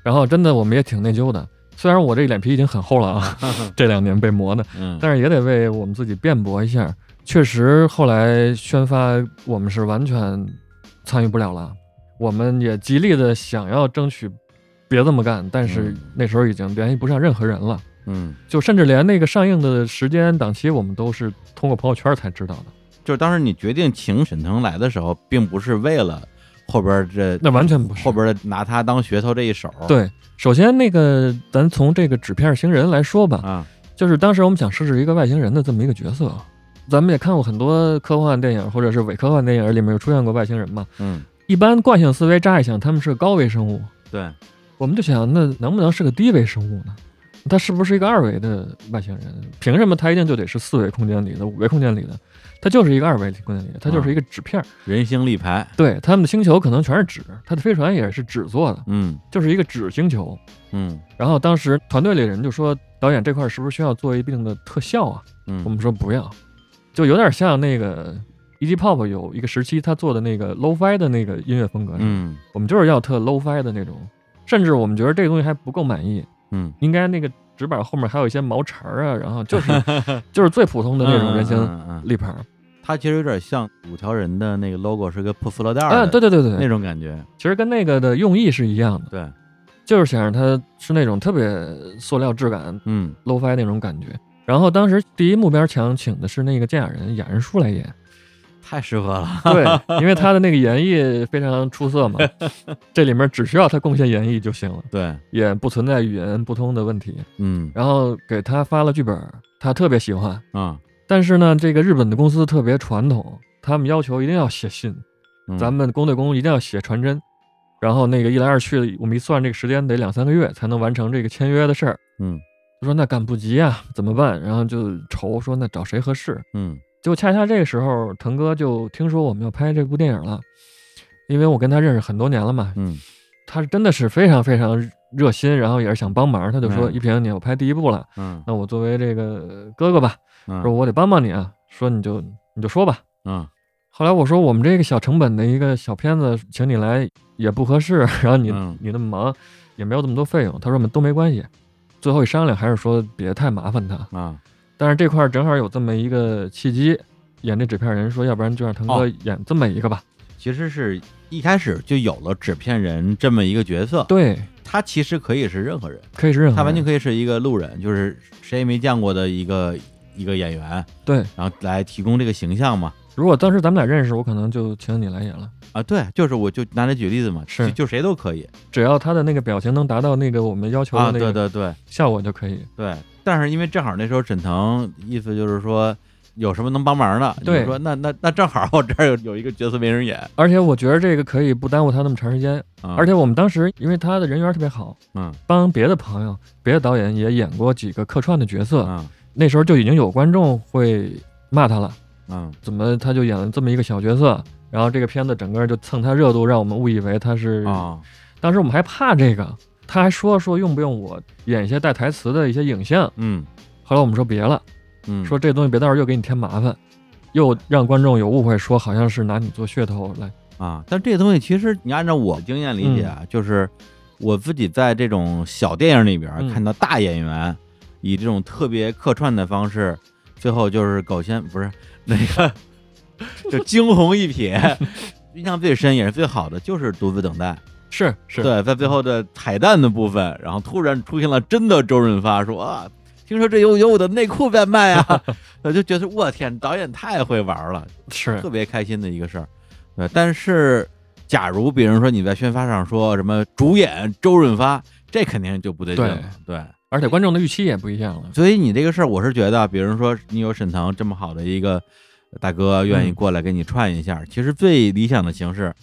[SPEAKER 4] 然后真的我们也挺内疚的。虽然我这脸皮已经很厚了啊，这两年被磨的，
[SPEAKER 3] 嗯
[SPEAKER 4] 但是也得为我们自己辩驳一下，确实后来宣发我们是完全参与不了了，我们也极力的想要争取别这么干，但是
[SPEAKER 3] 嗯
[SPEAKER 4] 那时候已经联系不上任何人了。
[SPEAKER 3] 嗯，
[SPEAKER 4] 就甚至连那个上映的时间档期，我们都是通过朋友圈才知道的。
[SPEAKER 3] 就是当时你决定请沈腾来的时候，并不是为了后边这
[SPEAKER 4] 那完全不是
[SPEAKER 3] 后边的拿他当噱头这一手，
[SPEAKER 4] 对，首先那个咱从这个纸片星人来说吧，
[SPEAKER 3] 啊，
[SPEAKER 4] 就是当时我们想设置一个外星人的这么一个角色。咱们也看过很多科幻电影或者是伪科幻电影里面有出现过外星人嘛。
[SPEAKER 3] 嗯，
[SPEAKER 4] 一般惯性思维乍一想他们是高维生物，
[SPEAKER 3] 对，
[SPEAKER 4] 我们就想那能不能是个低维生物呢？它是不是一个二维的外星人？凭什么它一定就得是四维空间里的、五维空间里的？它就是一个二维空间里的，它就是一个纸片儿。
[SPEAKER 3] 人形立牌，
[SPEAKER 4] 对，他们的星球可能全是纸，他的飞船也是纸做的，
[SPEAKER 3] 嗯
[SPEAKER 4] 就是一个纸星球。
[SPEAKER 3] 嗯
[SPEAKER 4] 然后当时团队里人就说，导演这块是不是需要做一定的特效啊？
[SPEAKER 3] 嗯，
[SPEAKER 4] 我们说不要，就有点像那个 E.G. Pop 有一个时期他做的那个 low-fi 的那个音乐风格，
[SPEAKER 3] 嗯
[SPEAKER 4] 我们就是要特 low-fi 的那种，甚至我们觉得这个东西还不够满意，
[SPEAKER 3] 嗯，
[SPEAKER 4] 应该那个纸板后面还有一些毛茬儿啊，然后 就是就是最普通的那种
[SPEAKER 3] 嗯
[SPEAKER 4] 人形
[SPEAKER 3] 嗯嗯嗯
[SPEAKER 4] 立牌儿。
[SPEAKER 3] 它其实有点像五条人的那个 logo 是个破塑料袋儿
[SPEAKER 4] 啊，
[SPEAKER 3] 的
[SPEAKER 4] 对对对嗯
[SPEAKER 3] 那
[SPEAKER 4] 对，
[SPEAKER 3] 种感觉，
[SPEAKER 4] 其实跟那个的用意是一样的。
[SPEAKER 3] 对，
[SPEAKER 4] 就是想让它是那种特别塑料质感、
[SPEAKER 3] 嗯
[SPEAKER 4] low-fi 那种感觉。然后当时第一目标墙请的是那个剑雅人雅人叔来演，
[SPEAKER 3] 太适合了，
[SPEAKER 4] 对，因为他的那个演绎非常出色嘛，这里面只需要他贡献演绎就行了，
[SPEAKER 3] 对，
[SPEAKER 4] 也不存在语言不通的问题。
[SPEAKER 3] 嗯
[SPEAKER 4] 然后给他发了剧本，他特别喜欢，
[SPEAKER 3] 啊，
[SPEAKER 4] 但是呢，这个日本的公司特别传统，他们要求一定要写信，
[SPEAKER 3] 嗯
[SPEAKER 4] 咱们公对公一定要写传真。然后那个一来二去，我们一算这个时间得两三个月才能完成这个签约的事儿。
[SPEAKER 3] 嗯
[SPEAKER 4] 就说那赶不及啊，怎么办？然后就愁说那找谁合适？
[SPEAKER 3] 嗯
[SPEAKER 4] 结果恰恰这个时候，腾哥就听说我们要拍这部电影了，因为我跟他认识很多年了嘛，
[SPEAKER 3] 嗯
[SPEAKER 4] 他是真的是非常非常热心，然后也是想帮忙，他就说
[SPEAKER 3] 嗯
[SPEAKER 4] 一平，你要拍第一部了，
[SPEAKER 3] 嗯
[SPEAKER 4] 那我作为这个哥哥吧，
[SPEAKER 3] 嗯
[SPEAKER 4] 说我得帮帮你啊，说你就你就说吧。
[SPEAKER 3] 嗯
[SPEAKER 4] 后来我说我们这个小成本的一个小片子，请你来也不合适， 然后你
[SPEAKER 3] 嗯
[SPEAKER 4] 你那么忙，也没有这么多费用。他说我们都没关系。最后一商量，还是说别太麻烦他，
[SPEAKER 3] 啊，
[SPEAKER 4] 但是这块儿正好有这么一个契机，演这纸片人说，要不然就让腾哥
[SPEAKER 3] 哦
[SPEAKER 4] 演这么一个吧。
[SPEAKER 3] 其实是一开始就有了纸片人这么一个角色，
[SPEAKER 4] 对，
[SPEAKER 3] 他其实可以是任何人，
[SPEAKER 4] 可以是任何人。
[SPEAKER 3] 他完全可以是一个路人，就是谁也没见过的一个一个演员，
[SPEAKER 4] 对。
[SPEAKER 3] 然后来提供这个形象嘛。
[SPEAKER 4] 如果当时咱们俩认识，我可能就请你来演了。
[SPEAKER 3] 啊，对，就是我就拿来举例子嘛，
[SPEAKER 4] 是
[SPEAKER 3] 就就谁都可以
[SPEAKER 4] 只要他的那个表情能达到那个我们要求
[SPEAKER 3] 啊，
[SPEAKER 4] 的那
[SPEAKER 3] 对
[SPEAKER 4] 个
[SPEAKER 3] 对对
[SPEAKER 4] 效果就可以。
[SPEAKER 3] 对。但是因为正好那时候沈腾意思就是说有什么能帮忙的，
[SPEAKER 4] 对
[SPEAKER 3] 你说那那那正好我这儿有有一个角色没人演，
[SPEAKER 4] 而且我觉得这个可以不耽误他那么长时间。
[SPEAKER 3] 啊、
[SPEAKER 4] 而且我们当时因为他的人缘特别好，
[SPEAKER 3] 嗯
[SPEAKER 4] 帮别的朋友、别的导演也演过几个客串的角色，
[SPEAKER 3] 嗯
[SPEAKER 4] 那时候就已经有观众会骂他了。
[SPEAKER 3] 嗯
[SPEAKER 4] 怎么他就演了这么一个小角色？然后这个片子整个就蹭他热度，让我们误以为他是。
[SPEAKER 3] 啊
[SPEAKER 4] 当时我们还怕这个，他还说说用不用我演一些带台词的一些影像。
[SPEAKER 3] 嗯
[SPEAKER 4] 后来我们说别了，
[SPEAKER 3] 嗯，
[SPEAKER 4] 说这东西别到时候又给你添麻烦，又让观众有误会，说好像是拿你做噱头来。
[SPEAKER 3] 啊，但这东西其实你按照我经验理解
[SPEAKER 4] 嗯
[SPEAKER 3] 啊，就是我自己在这种小电影里边儿
[SPEAKER 4] 嗯
[SPEAKER 3] 看到大演员、以这种特别客串的方式，最后就是狗先不是那 个就惊鸿一瞥， 印象最深也是最好的就是《独自等待》。
[SPEAKER 4] 是是，
[SPEAKER 3] 对，在最后的彩蛋的部分，然后突然出现了真的周润发，说啊，听说这有有我的内裤在卖 啊，我就觉得我天，导演太会玩儿了。
[SPEAKER 4] 是
[SPEAKER 3] 特别开心的一个事儿。对，但是假如比如说你在宣发上说什么主演周润发，这肯定就不对劲了。对，
[SPEAKER 4] 而且观众的预期也不一样了。
[SPEAKER 3] 所以你这个事儿，我是觉得啊，比如说你有沈腾这么好的一个大哥愿意
[SPEAKER 4] 嗯
[SPEAKER 3] 过来给你串一下，其实最理想的形式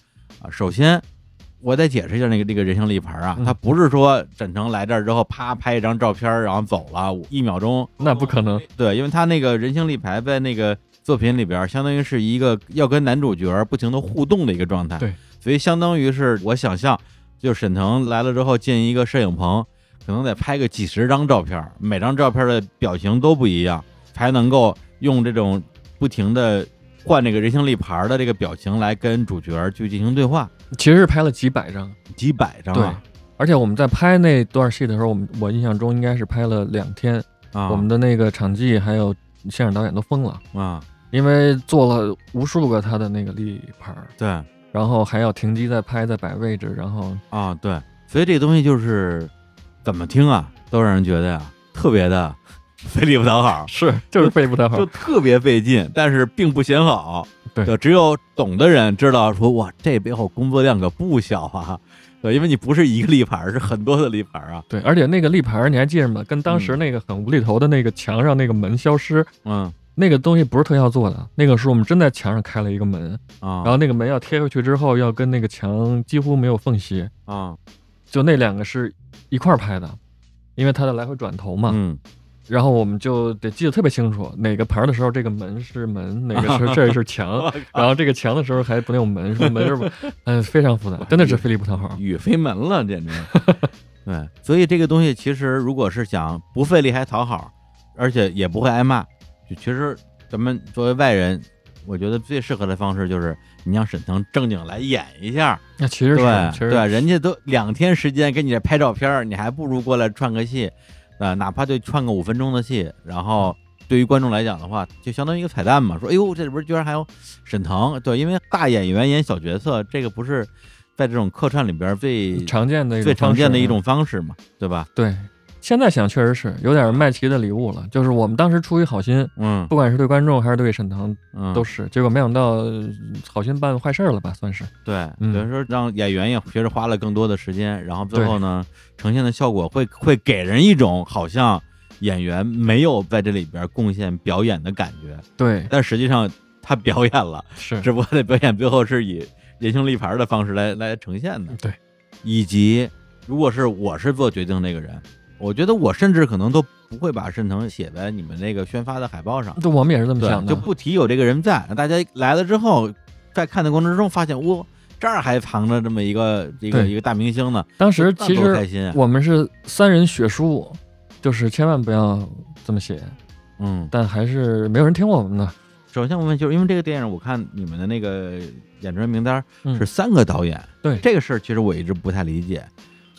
[SPEAKER 3] 啊，首先。我得解释一下那个那个人形立牌啊，
[SPEAKER 4] 嗯
[SPEAKER 3] 他不是说沈腾来这儿之后啪拍一张照片儿然后走了，一秒钟
[SPEAKER 4] 那不可能，
[SPEAKER 3] 对，因为他那个人形立牌在那个作品里边儿，相当于是一个要跟男主角儿不停的互动的一个状态。
[SPEAKER 4] 对，
[SPEAKER 3] 所以相当于是我想象，就是沈腾来了之后进一个摄影棚，可能得拍个几十张照片儿，每张照片儿的表情都不一样，才能够用这种不停的换这个人形立牌儿的这个表情来跟主角儿去进行对话，
[SPEAKER 4] 其实是拍了几百张。
[SPEAKER 3] 几百张
[SPEAKER 4] 对
[SPEAKER 3] 啊。，
[SPEAKER 4] 而且我们在拍那段戏的时候，我们我印象中应该是拍了两天，
[SPEAKER 3] 啊，
[SPEAKER 4] 我们的那个场记还有现场导演都疯了。
[SPEAKER 3] 啊，
[SPEAKER 4] 因为做了无数个他的那个立牌儿，
[SPEAKER 3] 对
[SPEAKER 4] 然后还要停机再拍再摆位置，然后
[SPEAKER 3] 啊，对，所以这个东西就是怎么听啊，都让人觉得呀、特别的 费力不讨 好，
[SPEAKER 4] 是就是背不太好
[SPEAKER 3] 就，特别费劲，但是并不显好。
[SPEAKER 4] 对
[SPEAKER 3] 就只有懂的人知道说，哇，这背后工作量可不小啊。 对，因为你不是一个立牌儿，是很多的立牌儿啊。
[SPEAKER 4] 对，而且那个立牌儿你还记着吗？跟当时那个很无厘头的那个墙上那个门消失，
[SPEAKER 3] 嗯
[SPEAKER 4] 那个东西不是特效做的，那个是我们真在墙上开了一个门，
[SPEAKER 3] 啊，
[SPEAKER 4] 然后那个门要贴回去之后，要跟那个墙几乎没有缝隙，
[SPEAKER 3] 啊，
[SPEAKER 4] 就那两个是一块儿拍的，因为它的来回转头嘛。
[SPEAKER 3] 嗯
[SPEAKER 4] 然后我们就得记得特别清楚，哪个牌儿的时候这个门是门，哪 个是这是墙，然后这个墙的时候还不能有门，什么门是不， 嗯，非常复杂，真的是费力不讨好。
[SPEAKER 3] 宇飞门了，简直。 对，所以这个东西其实如果是想不费力还讨好，而且也不会挨骂，就其实咱们作为外人，我觉得最适合的方式就是你让沈腾正经来演一下，
[SPEAKER 4] 那其实是其
[SPEAKER 3] 对
[SPEAKER 4] 实
[SPEAKER 3] 对，人家都两天时间跟你这拍照片儿，你还不如过来串个戏，呃，哪怕就串个五分钟的戏，然后对于观众来讲的话，就相当于一个彩蛋嘛。说，哎呦，这里边居然还有沈腾，对，因为大演员演小角色，这个不是在这种客串里边最
[SPEAKER 4] 常见的一种
[SPEAKER 3] 最常见的
[SPEAKER 4] 方式
[SPEAKER 3] 一种方式嘛，对吧？
[SPEAKER 4] 对。现在想确实是有点麦琪的礼物了，就是我们当时出于好心，
[SPEAKER 3] 嗯
[SPEAKER 4] 不管是对观众还是对沈腾
[SPEAKER 3] 嗯，
[SPEAKER 4] 都是，结果没想到呃好心办坏事儿了吧，算是。
[SPEAKER 3] 对，
[SPEAKER 4] 嗯
[SPEAKER 3] 等于说让演员也确实花了更多的时间，然后最
[SPEAKER 4] 对
[SPEAKER 3] 后呢，呈现的效果会会给人一种好像演员没有在这里边贡献表演的感觉，
[SPEAKER 4] 对，
[SPEAKER 3] 但实际上他表演了，
[SPEAKER 4] 是
[SPEAKER 3] 只不过他表演最后是以人形立牌的方式来来呈现的。
[SPEAKER 4] 对，
[SPEAKER 3] 以及如果是我是做决定那个人，我觉得我甚至可能都不会把沈腾写在你们那个宣发的海报上。
[SPEAKER 4] 对，我们也是这么
[SPEAKER 3] 对，
[SPEAKER 4] 想的，
[SPEAKER 3] 就不提有这个人在。大家来了之后，在看的过程中发现，哇，这儿还藏着这么一个一个
[SPEAKER 4] 对
[SPEAKER 3] 一个大明星呢。
[SPEAKER 4] 当时其
[SPEAKER 3] 那多开
[SPEAKER 4] 实
[SPEAKER 3] 心啊，
[SPEAKER 4] 我们是三人血书，就是千万不要这么写，
[SPEAKER 3] 嗯。
[SPEAKER 4] 但还是没有人听我们的。
[SPEAKER 3] 首先我问，就是因为这个电影，我看你们的那个演职人名单
[SPEAKER 4] 嗯
[SPEAKER 3] 是三个导演，
[SPEAKER 4] 对
[SPEAKER 3] 这个事儿，其实我一直不太理解。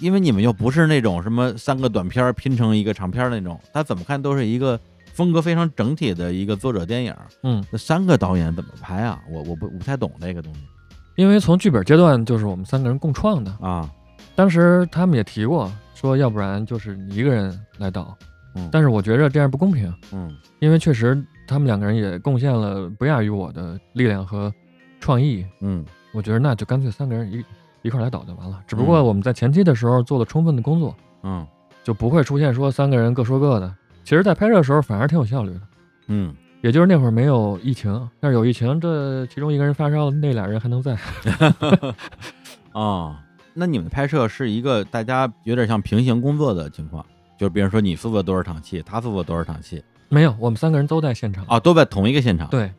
[SPEAKER 3] 因为你们又不是那种什么三个短片儿拼成一个长片儿那种，它怎么看都是一个风格非常整体的一个作者电影。
[SPEAKER 4] 嗯，
[SPEAKER 3] 那三个导演怎么拍啊？我我不我不太懂这个东西
[SPEAKER 4] 因为从剧本阶段就是我们三个人共创的，
[SPEAKER 3] 啊。
[SPEAKER 4] 当时他们也提过说，要不然就是你一个人来导，
[SPEAKER 3] 嗯
[SPEAKER 4] 但是我觉着这样不公平，
[SPEAKER 3] 嗯
[SPEAKER 4] 因为确实他们两个人也贡献了不亚于我的力量和创意，
[SPEAKER 3] 嗯
[SPEAKER 4] 我觉得那就干脆三个人一一块儿来导就完了。只不过我们在前期的时候做了充分的工作，
[SPEAKER 3] 嗯
[SPEAKER 4] 就不会出现说三个人各说各的。其实，在拍摄的时候反而挺有效率的。
[SPEAKER 3] 嗯，
[SPEAKER 4] 也就是那会儿没有疫情，要是有疫情，这其中一个人发烧了，那俩人还能在。
[SPEAKER 3] 哦，那你们拍摄是一个大家有点像平行工作的情况，就是比如说你负责多少场戏，他负责多少场戏，
[SPEAKER 4] 没有，我们三个人都在现场。
[SPEAKER 3] 啊，都在同一个现场，，
[SPEAKER 4] 对，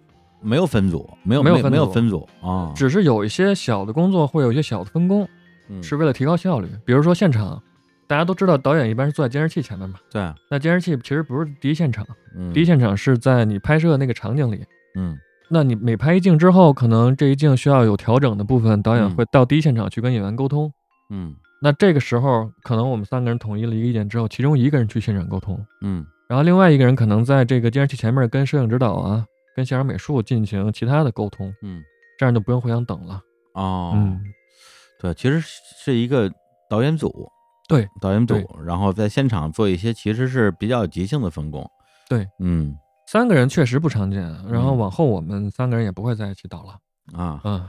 [SPEAKER 3] 没有分组，没有
[SPEAKER 4] 没有
[SPEAKER 3] 没
[SPEAKER 4] 分
[SPEAKER 3] 没
[SPEAKER 4] 组
[SPEAKER 3] 有分组啊，
[SPEAKER 4] 只是有一些小的工作会有一些小的分工，
[SPEAKER 3] 嗯
[SPEAKER 4] 是为了提高效率。比如说现场，大家都知道导演一般是坐在监视器前面嘛，
[SPEAKER 3] 对，
[SPEAKER 4] 那监视器其实不是第一现场，
[SPEAKER 3] 嗯
[SPEAKER 4] 第一现场是在你拍摄那个场景里，
[SPEAKER 3] 嗯
[SPEAKER 4] 那你每拍一镜之后，可能这一镜需要有调整的部分，导演
[SPEAKER 3] 嗯
[SPEAKER 4] 会到第一现场去跟演员沟通。
[SPEAKER 3] 嗯
[SPEAKER 4] 那这个时候，可能我们三个人统一了一个意见之后，其中一个人去现场沟通，
[SPEAKER 3] 嗯
[SPEAKER 4] 然后另外一个人可能在这个监视器前面跟摄影指导啊、跟现场美术进行其他的沟通，
[SPEAKER 3] 嗯，
[SPEAKER 4] 这样就不用互相等了。
[SPEAKER 3] 哦，
[SPEAKER 4] 嗯，
[SPEAKER 3] 对，其实是一个导演组，
[SPEAKER 4] 对，
[SPEAKER 3] 导演组
[SPEAKER 4] 对，
[SPEAKER 3] 然后在现场做一些其实是比较即兴的分工，
[SPEAKER 4] 对，
[SPEAKER 3] 嗯
[SPEAKER 4] 三个人确实不常见，然后
[SPEAKER 3] 嗯
[SPEAKER 4] 往后我们三个人也不会在一起导了。
[SPEAKER 3] 啊，
[SPEAKER 4] 嗯，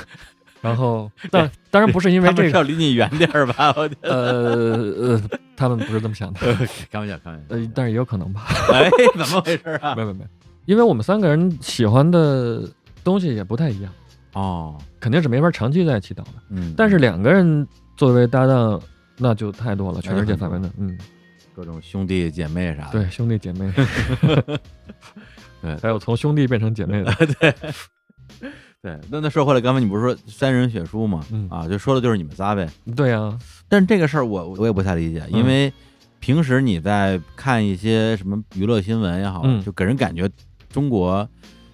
[SPEAKER 4] 然后但当然不是因为
[SPEAKER 3] 他们
[SPEAKER 4] 这
[SPEAKER 3] 是要
[SPEAKER 4] 个，
[SPEAKER 3] 离你远点儿吧，我觉得，
[SPEAKER 4] 呃呃，他们不是这么想 的，
[SPEAKER 3] 开玩笑，开玩笑，
[SPEAKER 4] 呃，但是也有可能吧。
[SPEAKER 3] 哎，怎么回事啊？
[SPEAKER 4] 没没没，因为我们三个人喜欢的东西也不太一样，
[SPEAKER 3] 哦，
[SPEAKER 4] 肯定是没法长期在一起导的。
[SPEAKER 3] 嗯，
[SPEAKER 4] 但是两个人作为搭档，那就太多了，
[SPEAKER 3] 那就
[SPEAKER 4] 全世界范围内，嗯，
[SPEAKER 3] 各种兄弟姐妹啥的，，
[SPEAKER 4] 对，兄弟姐妹
[SPEAKER 3] 啊对
[SPEAKER 4] 还有从兄弟变成姐妹的，
[SPEAKER 3] 对，那那说回来，刚才你不是说三人血书吗？
[SPEAKER 4] 嗯
[SPEAKER 3] 啊，就说的就是你们仨呗。
[SPEAKER 4] 对啊呀、
[SPEAKER 3] 但是这个事儿我我也不太理解，因
[SPEAKER 4] 嗯
[SPEAKER 3] 为平时你在看一些什么娱乐新闻也好，
[SPEAKER 4] 嗯
[SPEAKER 3] 就给人感觉中国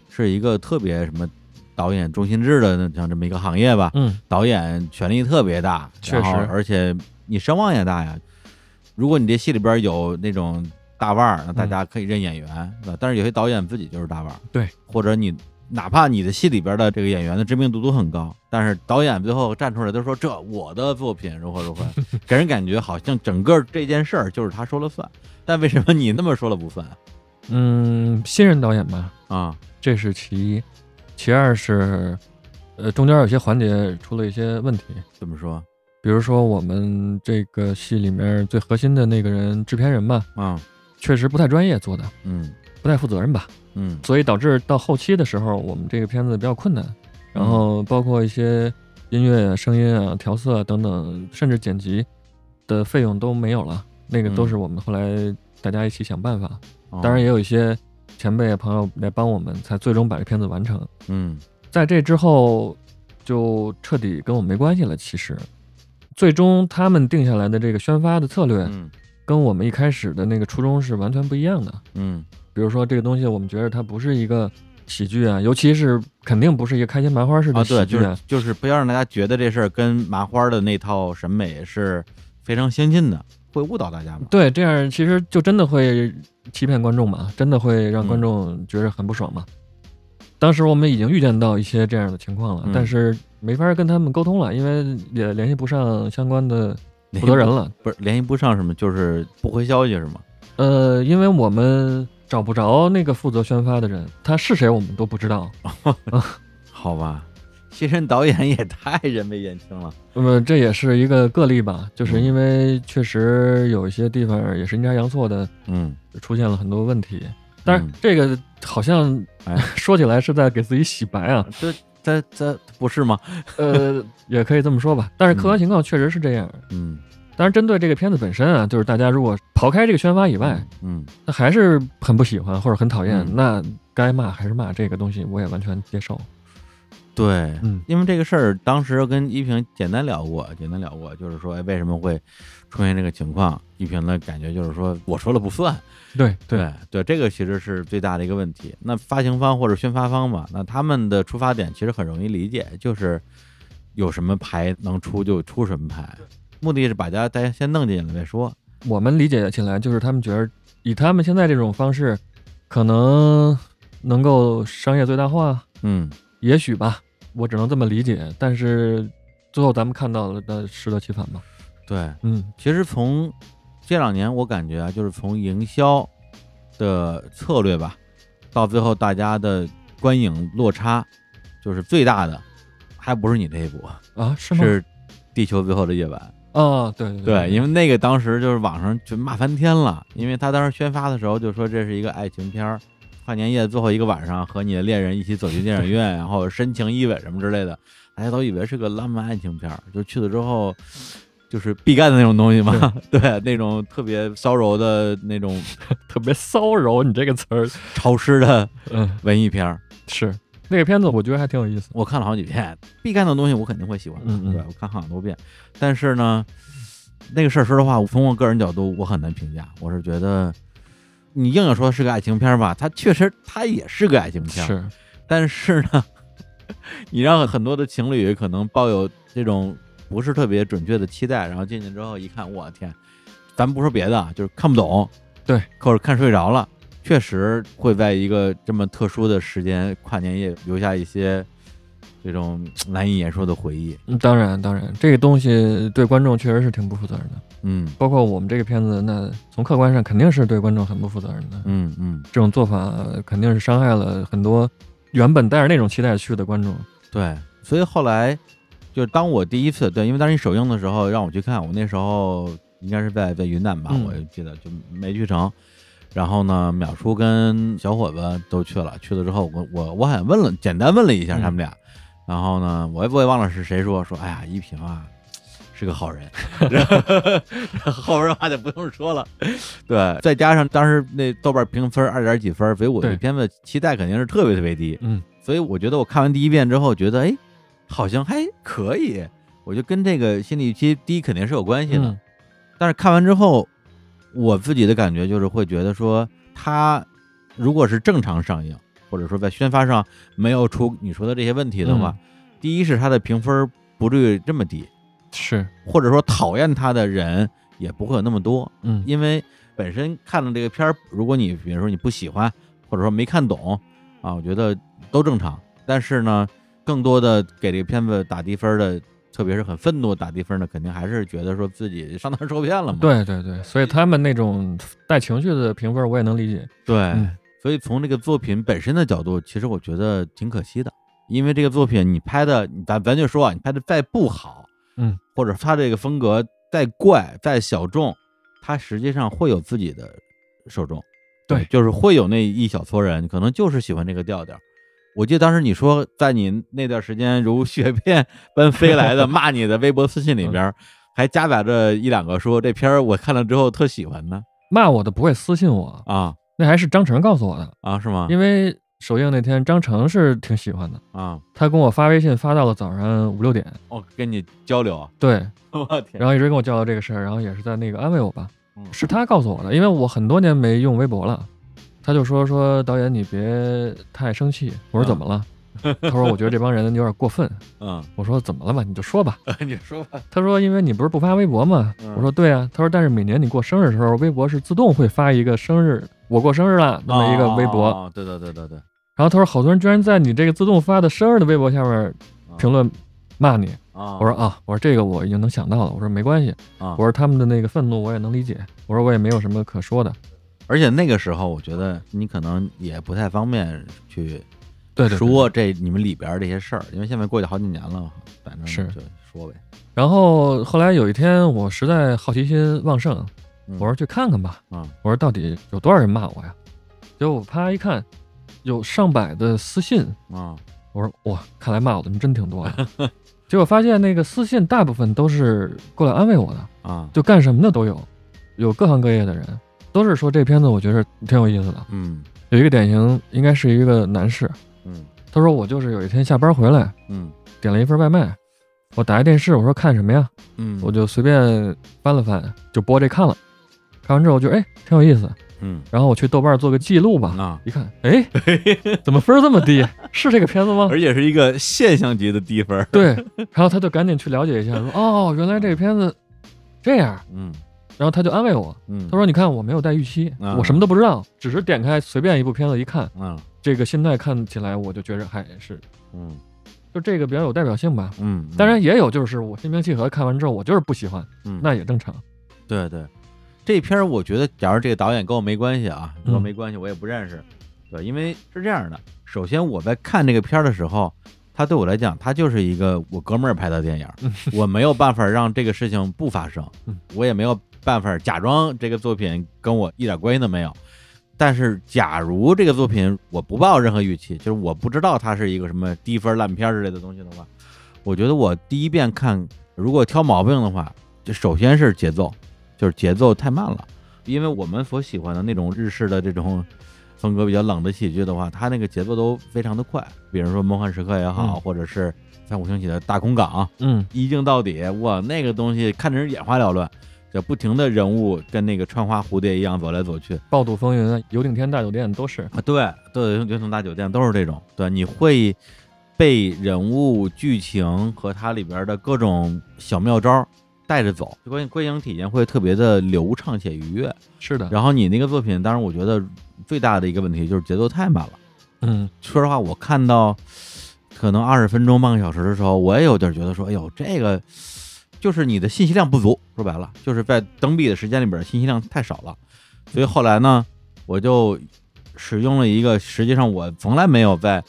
[SPEAKER 3] 是一个特别什么导演中心制的那像这么一个行业吧，
[SPEAKER 4] 嗯，
[SPEAKER 3] 导演权力特别大，
[SPEAKER 4] 确
[SPEAKER 3] 然后
[SPEAKER 4] 实
[SPEAKER 3] 而且你声望也大呀。如果你这戏里边有那种大腕儿，那大家可以认演员，对吧？但是有些导演自己就是大腕儿，
[SPEAKER 4] 嗯对，
[SPEAKER 3] 或者你哪怕你的戏里边的这个演员的知名度都很高，但是导演最后站出来都说这我的作品如何如 何，给人感觉好像整个这件事儿就是他说了算，但为什么你那么说了不算
[SPEAKER 4] 嗯，新人导演吧，
[SPEAKER 3] 啊？
[SPEAKER 4] 这是其一，其二是，呃，中间有些环节出了一些问题，
[SPEAKER 3] 怎么说？
[SPEAKER 4] 比如说我们这个戏里面最核心的那个人，制片人吧，
[SPEAKER 3] 啊，
[SPEAKER 4] 确实不太专业做的，
[SPEAKER 3] 嗯
[SPEAKER 4] 不太负责任吧，
[SPEAKER 3] 嗯
[SPEAKER 4] 所以导致到后期的时候，我们这个片子比较困难，
[SPEAKER 3] 嗯
[SPEAKER 4] 然后包括一些音乐、声音啊、调色啊等等，甚至剪辑的费用都没有了，那个都
[SPEAKER 3] 嗯
[SPEAKER 4] 是我们后来大家一起想办法，
[SPEAKER 3] 哦
[SPEAKER 4] 当然也有一些前辈啊朋友来帮我们，才最终把这片子完成。
[SPEAKER 3] 嗯
[SPEAKER 4] 在这之后，就彻底跟我没关系了。其实，最终他们定下来的这个宣发的策略，
[SPEAKER 3] 嗯
[SPEAKER 4] 跟我们一开始的那个初衷是完全不一样的。
[SPEAKER 3] 嗯
[SPEAKER 4] 比如说，这个东西我们觉得它不是一个喜剧啊，尤其是肯定不是一个开心麻花式
[SPEAKER 3] 啊，
[SPEAKER 4] 的
[SPEAKER 3] 对，
[SPEAKER 4] 喜
[SPEAKER 3] 就
[SPEAKER 4] 剧
[SPEAKER 3] 是就是不要让大家觉得这事儿跟麻花的那套审美是非常相近的，会误导大家嘛。
[SPEAKER 4] 对，这样其实就真的会欺骗观众嘛，真的会
[SPEAKER 3] 嗯
[SPEAKER 4] 让观众觉得很不爽嘛。当时我们已经预见到一些这样的情况了，
[SPEAKER 3] 嗯
[SPEAKER 4] 但是没法跟他们沟通了，因为也联系不上相关的负责人了。
[SPEAKER 3] 不是联系不上什么，就是不回消息是吗？
[SPEAKER 4] 呃，因为我们找不着那个负责宣发的人，他是谁我们都不知道。
[SPEAKER 3] 好吧， 新人导演也太人微言轻了。
[SPEAKER 4] 那么这也是一个个例吧，就是
[SPEAKER 3] 嗯
[SPEAKER 4] 因为确实有一些地方也是阴差阳错的
[SPEAKER 3] 嗯，
[SPEAKER 4] 出现了很多问题，但是
[SPEAKER 3] 嗯
[SPEAKER 4] 这个好像
[SPEAKER 3] 哎
[SPEAKER 4] 说起来是在给自己洗白 啊。
[SPEAKER 3] 这这这不是吗？
[SPEAKER 4] 呃，也可以这么说吧。但是客观情况确实是这样。
[SPEAKER 3] 嗯，
[SPEAKER 4] 当然，针对这个片子本身啊，就是大家如果刨开这个宣发以外，
[SPEAKER 3] 嗯，
[SPEAKER 4] 那还是很不喜欢或者很讨厌，
[SPEAKER 3] 嗯
[SPEAKER 4] 那该骂还是骂，这个东西我也完全接受。
[SPEAKER 3] 对，
[SPEAKER 4] 嗯
[SPEAKER 3] 因为这个事儿当时跟依萍简单聊过，简单聊过，就是说，哎，为什么会出现这个情况？依萍的感觉就是说，我说了不算。
[SPEAKER 4] 对对，
[SPEAKER 3] 对对，这个其实是最大的一个问题。那发行方或者宣发方嘛，那他们的出发点其实很容易理解，就是有什么牌能出就出什么牌，目的是把大家大家先弄进来再说。
[SPEAKER 4] 我们理解起来就是他们觉得以他们现在这种方式，可能能够商业最大化，
[SPEAKER 3] 嗯
[SPEAKER 4] 也许吧，我只能这么理解。但是最后咱们看到了，那适得其反吧。，
[SPEAKER 3] 对，
[SPEAKER 4] 嗯
[SPEAKER 3] 其实从这两年我感觉啊，就是从营销的策略吧，到最后大家的观影落差，就是最大的，还不是你这一部，
[SPEAKER 4] 啊，是吗？
[SPEAKER 3] 是《地球最后的夜晚》。
[SPEAKER 4] 啊，对对
[SPEAKER 3] 对，因为那个当时就是网上就骂翻天了，因为他当时宣发的时候就说这是一个爱情片儿，跨年夜最后一个晚上和你的恋人一起走进电影院，然后深情依偎什么之类的，大家都以为是个浪漫爱情片儿，就去了之后。就是必干的那种东西嘛， 对，那种特别骚柔的那种
[SPEAKER 4] 特别骚扰你这个词儿，
[SPEAKER 3] 潮湿的
[SPEAKER 4] 嗯，
[SPEAKER 3] 文艺片儿，
[SPEAKER 4] 是那个片子，我觉得还挺有意思。
[SPEAKER 3] 我看了好几遍。必干的东西我肯定会喜欢的，
[SPEAKER 4] 嗯嗯
[SPEAKER 3] 对我看好多遍。但是呢，那个事儿说实话，从我个人角度，我很难评价。我是觉得，你硬要说是个爱情片儿吧，它确实它也是个爱情片儿，
[SPEAKER 4] 是，
[SPEAKER 3] 但是呢， 你让很多的情侣可能抱有这种不是特别准确的期待，然后进去之后一看，我天，咱不说别的啊，就是看不懂，
[SPEAKER 4] 对，
[SPEAKER 3] 或者看睡着了，确实会在一个这么特殊的时间跨年夜留下一些这种难以言说的回忆。
[SPEAKER 4] 嗯当然当然，这个东西对观众确实是挺不负责任的。
[SPEAKER 3] 嗯
[SPEAKER 4] 包括我们这个片子，那从客观上肯定是对观众很不负责任的。
[SPEAKER 3] 嗯嗯，
[SPEAKER 4] 这种做法呃肯定是伤害了很多原本带着那种期待去的观众。
[SPEAKER 3] 对，所以后来就是当我第一次对，因为当时你首映的时候让我去看，我那时候应该是在在云南吧，
[SPEAKER 4] 嗯
[SPEAKER 3] 我记得就没去成。然后呢，淼叔跟小伙子都去了，去了之后我我我好像问了，简单问了一下
[SPEAKER 4] 嗯
[SPEAKER 3] 他们俩，然后呢，我也我也忘了是谁说说，哎呀，依萍啊。是个好人， 然后然后后边的话就不用说了。对，再加上当时那豆瓣评分二点几分，所以我对
[SPEAKER 4] 对
[SPEAKER 3] 片子期待肯定是特别特别低。
[SPEAKER 4] 嗯，
[SPEAKER 3] 所以我觉得我看完第一遍之后，觉得哎，好像还可以。我觉得跟这个心理预期低肯定是有关系的。
[SPEAKER 4] 嗯
[SPEAKER 3] 但是看完之后，我自己的感觉就是会觉得说，它如果是正常上映，或者说在宣发上没有出你说的这些问题的
[SPEAKER 4] 嗯
[SPEAKER 3] 话，第一是它的评分不至于这么低，
[SPEAKER 4] 是，
[SPEAKER 3] 或者说讨厌它的人也不会有那么多，
[SPEAKER 4] 嗯
[SPEAKER 3] 因为。本身看了这个片儿，如果你比如说你不喜欢，或者说没看懂啊，我觉得都正常。但是呢，更多的给这个片子打低分儿的，特别是很愤怒地打低分儿的，肯定还是觉得说自己上当受骗了嘛。
[SPEAKER 4] 对对对，所以他们那种带情绪的评分我也能理解。
[SPEAKER 3] 对，
[SPEAKER 4] 嗯
[SPEAKER 3] 所以从这个作品本身的角度，其实我觉得挺可惜的，因为这个作品你拍的，你咱咱就说啊，你拍的再不好，
[SPEAKER 4] 嗯，
[SPEAKER 3] 或者他这个风格再怪再小众，他实际上会有自己的受众，
[SPEAKER 4] 对
[SPEAKER 3] 就是会有那一小撮人，可能就是喜欢这个调调。我记得当时你说，在你那段时间如雪片般飞来 的骂你的微博私信
[SPEAKER 4] 嗯
[SPEAKER 3] 里边儿，还夹杂着一两个说这片儿我看了之后特喜欢呢，
[SPEAKER 4] 骂我的不会私信我，
[SPEAKER 3] 啊
[SPEAKER 4] 那还是张成告诉我的，
[SPEAKER 3] 啊是吗？
[SPEAKER 4] 因为首映那天张成是挺喜欢的，
[SPEAKER 3] 啊，
[SPEAKER 4] 他跟我发微信发到了早上五六点，
[SPEAKER 3] 哦，跟你交流啊，
[SPEAKER 4] 对，
[SPEAKER 3] 我天，
[SPEAKER 4] 然后一直跟我交流这个事儿，然后也是在那个安慰我吧
[SPEAKER 3] 嗯，
[SPEAKER 4] 是他告诉我的，因为我很多年没用微博了，他就说说导演你别太生气，我说怎么了？他说我觉得这帮人有点过分，
[SPEAKER 3] 嗯，
[SPEAKER 4] 我说怎么了嘛，你就说吧。
[SPEAKER 3] 呃你说吧，
[SPEAKER 4] 他说因为你不是不发微博吗
[SPEAKER 3] 嗯？
[SPEAKER 4] 我说对啊。他说但是每年你过生日的时候，微博是自动会发一个生日我过生日了那么一个微博。
[SPEAKER 3] 哦，对对对对对，
[SPEAKER 4] 然后他说好多人居然在你这个自动发的生日的微博下面
[SPEAKER 3] 嗯哦
[SPEAKER 4] 评论骂你。
[SPEAKER 3] 啊，
[SPEAKER 4] 我说啊，我说这个我已经能想到了。我说没关系，
[SPEAKER 3] 啊
[SPEAKER 4] 我说他们的那个愤怒我也能理解。我说我也没有什么可说的。
[SPEAKER 3] 而且那个时候我觉得你可能也不太方便去
[SPEAKER 4] 对对对
[SPEAKER 3] 说这你们里边这些事儿，因为现在过去好几年了，反正
[SPEAKER 4] 是
[SPEAKER 3] 就说呗，
[SPEAKER 4] 然后后来有一天，我实在好奇心旺盛，
[SPEAKER 3] 嗯
[SPEAKER 4] 我说去看看吧。
[SPEAKER 3] 嗯
[SPEAKER 4] 我说到底有多少人骂我呀？结果我啪一看，有上百的私信。
[SPEAKER 3] 啊
[SPEAKER 4] 我说哇，看来骂我的人真挺多 的。结果发现那个私信大部分都是过来安慰我的，
[SPEAKER 3] 啊，
[SPEAKER 4] 就干什么的都有，有各行各业的人，都是说这片子我觉得挺有意思的。
[SPEAKER 3] 嗯
[SPEAKER 4] 有一个典型应该是一个男士，
[SPEAKER 3] 嗯
[SPEAKER 4] 他说我就是有一天下班回来
[SPEAKER 3] 嗯
[SPEAKER 4] 点了一份外卖，我打开电视，我说看什么呀？
[SPEAKER 3] 嗯，
[SPEAKER 4] 我就随便翻了翻，就播这看了。看完之后我觉得哎挺有意思，
[SPEAKER 3] 嗯
[SPEAKER 4] 然后我去豆瓣做个记录吧，
[SPEAKER 3] 啊，
[SPEAKER 4] 一看 哎怎么分儿这么低？啊是这个片子吗？
[SPEAKER 3] 而且是一个现象级的低分儿，
[SPEAKER 4] 对，然后他就赶紧去了解一下，说哦，原来这个片子这样。
[SPEAKER 3] 嗯
[SPEAKER 4] 然后他就安慰我，
[SPEAKER 3] 嗯，
[SPEAKER 4] 他说：“你看，我没有带预期，
[SPEAKER 3] 啊
[SPEAKER 4] 我什么都不知道，只是点开随便一部片子一看，
[SPEAKER 3] 嗯
[SPEAKER 4] 这个心态看起来我就觉着还是
[SPEAKER 3] 嗯
[SPEAKER 4] 就这个比较有代表性吧。
[SPEAKER 3] 嗯，
[SPEAKER 4] 当然也有就是我心平气和看完之后我就是不喜欢，
[SPEAKER 3] 嗯
[SPEAKER 4] 那也正常。
[SPEAKER 3] 对对，这片儿我觉得，假如这个导演跟我没关系啊，跟我
[SPEAKER 4] 嗯
[SPEAKER 3] 没关系，我也不认识。对，因为是这样的，首先我在看这个片儿的时候，它对我来讲，它就是一个我哥们儿拍的电影儿，我没有办法让这个事情不发生
[SPEAKER 4] 嗯，
[SPEAKER 3] 我也没有办法假装这个作品跟我一点关系都没有。但是，假如这个作品我不抱任何预期，就是我不知道它是一个什么低分烂片儿之类的东西的话，我觉得我第一遍看，如果挑毛病的话，就首先是节奏，就是节奏太慢了，因为我们所喜欢的那种日式的这种风格比较冷的喜剧的话，它那个节奏都非常的快，比如说《梦幻时刻》也好，
[SPEAKER 4] 嗯
[SPEAKER 3] 或者是三五兴起的《大空港》，
[SPEAKER 4] 嗯，
[SPEAKER 3] 一镜到底，哇，那个东西看着人眼花缭乱，就不停的人物跟那个穿花蝴蝶一样走来走去，
[SPEAKER 4] 暴赌风云、啊、游顶天大酒店都是，
[SPEAKER 3] 啊，对对，云城大酒店都是这种，对，你会被人物剧情和它里边的各种小妙招儿带着走，观观影体验会特别的流畅且愉悦。
[SPEAKER 4] 是的，
[SPEAKER 3] 然后你那个作品，当然我觉得最大的一个问题就是节奏太慢了。
[SPEAKER 4] 嗯，
[SPEAKER 3] 说实话，我看到可能二十分钟、半个小时的时候，我也有点觉得说，哎呦，这个就是你的信息量不足。说白了，就是在等比的时间里边，信息量太少了。所以后来呢，我就使用了一个实际上我从来没有在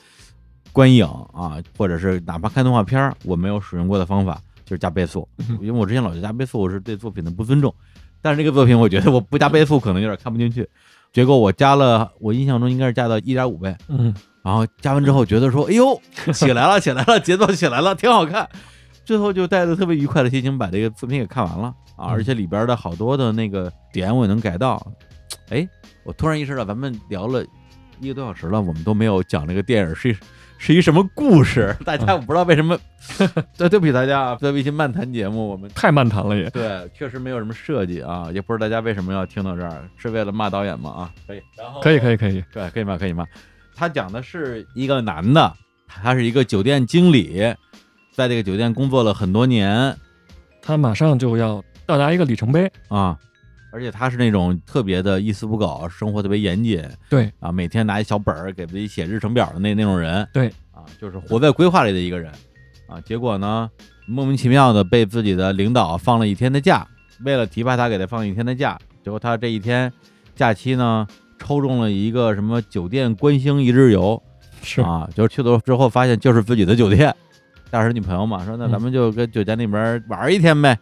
[SPEAKER 3] 观影啊，或者是哪怕看动画片儿，我没有使用过的方法，就是加倍速。因为我之前老觉得加倍速是对作品的不尊重，但是这个作品我觉得我不加倍速可能有点看不进去。结果我加了，我印象中应该是加到一点五倍，
[SPEAKER 4] 嗯，
[SPEAKER 3] 然后加完之后觉得 说，哎呦，起来了，起来了，节奏起来了，挺好看。最后就带着特别愉快的心情把这个作品给看完了啊，
[SPEAKER 4] 嗯
[SPEAKER 3] 而且里边的好多的那个点我也能改到。哎，我突然意识到，咱们聊了一个多小时了，我们都没有讲这个电影是一是一什么故 事，大家我
[SPEAKER 4] 嗯
[SPEAKER 3] 不知道为 什么，对对不起大家啊，在微信漫谈节目我们
[SPEAKER 4] 太漫谈了也。
[SPEAKER 3] 对，确实没有什么设计啊，也不知道大家为什么要听到这儿，是为了骂导演吗？啊，可以，然后
[SPEAKER 4] 可以可以可以，
[SPEAKER 3] 对，可以吗？可以吗？他讲的是一个男的，他是一个酒店经理，在这个酒店工作了很多年
[SPEAKER 4] 他马上就要到达一个里程碑，
[SPEAKER 3] 啊，而且他是那种特别的一丝不苟，生活特别严谨
[SPEAKER 4] 对
[SPEAKER 3] 啊，每天拿一小本儿给自己写日程表的那那种人，
[SPEAKER 4] 对
[SPEAKER 3] 啊，就是活在规划里的一个人啊。结果呢，莫名其妙的被自己的领导放了一天的假，为了提拔他，给他放一天的假。结果他这一天假期呢，抽中了一个什么酒店观星一日游，
[SPEAKER 4] 是
[SPEAKER 3] 啊，就是去了之后发现就是自己的酒店，当时女朋友嘛，说那
[SPEAKER 4] 嗯
[SPEAKER 3] 咱们就跟酒店里边玩一天呗，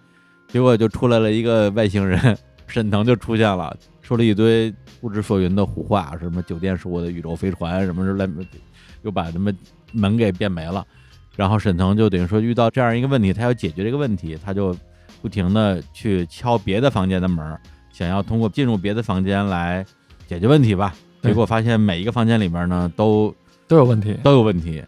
[SPEAKER 3] 结果就出来了一个外星人，沈腾就出现了，说了一堆不知所云的胡话，什么酒店是我的宇宙飞船，什么之类的，又把他们门给变没了，然后沈腾就等于说遇到这样一个问题，他要解决这个问题，他就不停的去敲别的房间的门儿，想要通过进入别的房间来解决问题吧。
[SPEAKER 4] 对
[SPEAKER 3] 结果发现每一个房间里面呢，都
[SPEAKER 4] 都有问题。
[SPEAKER 3] 都有问题。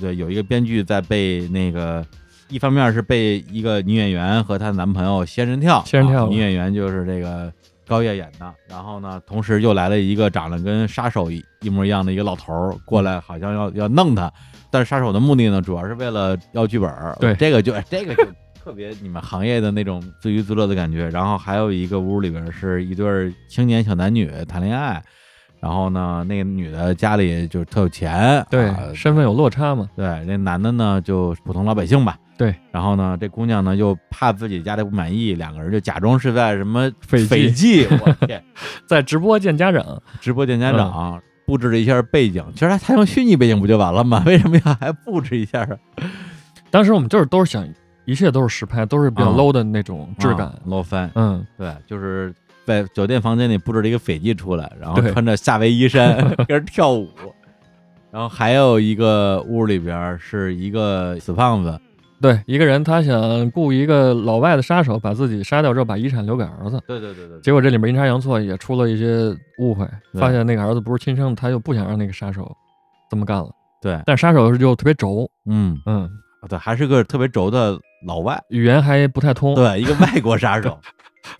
[SPEAKER 3] 对，有一个编剧在被那个，一方面是被一个女演员和她男朋友仙人跳，
[SPEAKER 4] 仙人跳
[SPEAKER 3] 啊
[SPEAKER 4] 了
[SPEAKER 3] 女演员就是这个高叶演的。然后呢，同时又来了一个长得跟杀手一一模一样的一个老头儿过来，好像要要弄他。但是杀手的目的呢，主要是为了要剧本儿。
[SPEAKER 4] 对
[SPEAKER 3] 这个就哎这个就特别你们行业的那种自娱自乐的感觉。然后还有一个屋里边是一对儿青年小男女谈恋爱。然后呢，那个女的家里就是特有钱，
[SPEAKER 4] 对
[SPEAKER 3] 啊，
[SPEAKER 4] 身份有落差嘛？
[SPEAKER 3] 对，那男的呢就普通老百姓吧。
[SPEAKER 4] 对，
[SPEAKER 3] 然后呢，这姑娘呢又怕自己家里不满意，两个人就假装是在什么
[SPEAKER 4] 斐济
[SPEAKER 3] 斐济，我天，
[SPEAKER 4] 在直播见家长，
[SPEAKER 3] 直播见家长。布置了一下背景，其实他他用虚拟背景不就完了吗？ 为什么要还布置一下啊？
[SPEAKER 4] 当时我们就是都是想，一切都是实拍，都是比较
[SPEAKER 3] 啊
[SPEAKER 4] low 的那种质感。
[SPEAKER 3] 啊，low 翻，
[SPEAKER 4] 嗯，
[SPEAKER 3] 对，就是在酒店房间里布置了一个斐济出来，然后
[SPEAKER 4] 对
[SPEAKER 3] 穿着夏威夷衫 跟人跳舞，然后还有一个屋里边是一个死胖子，
[SPEAKER 4] 对，一个人他想雇一个老外的杀手，把自己杀掉之后，把遗产留给儿子。
[SPEAKER 3] 对对对对
[SPEAKER 4] 结果这里面阴差阳错也出了一些误会，
[SPEAKER 3] 对
[SPEAKER 4] 发现那个儿子不是亲生的，他又不想让那个杀手这么干了。
[SPEAKER 3] 对，
[SPEAKER 4] 但杀手就特别轴，
[SPEAKER 3] 嗯，
[SPEAKER 4] 嗯，
[SPEAKER 3] 对，还是个特别轴的老外，
[SPEAKER 4] 语言还不太通。
[SPEAKER 3] 对，一个外国杀 手。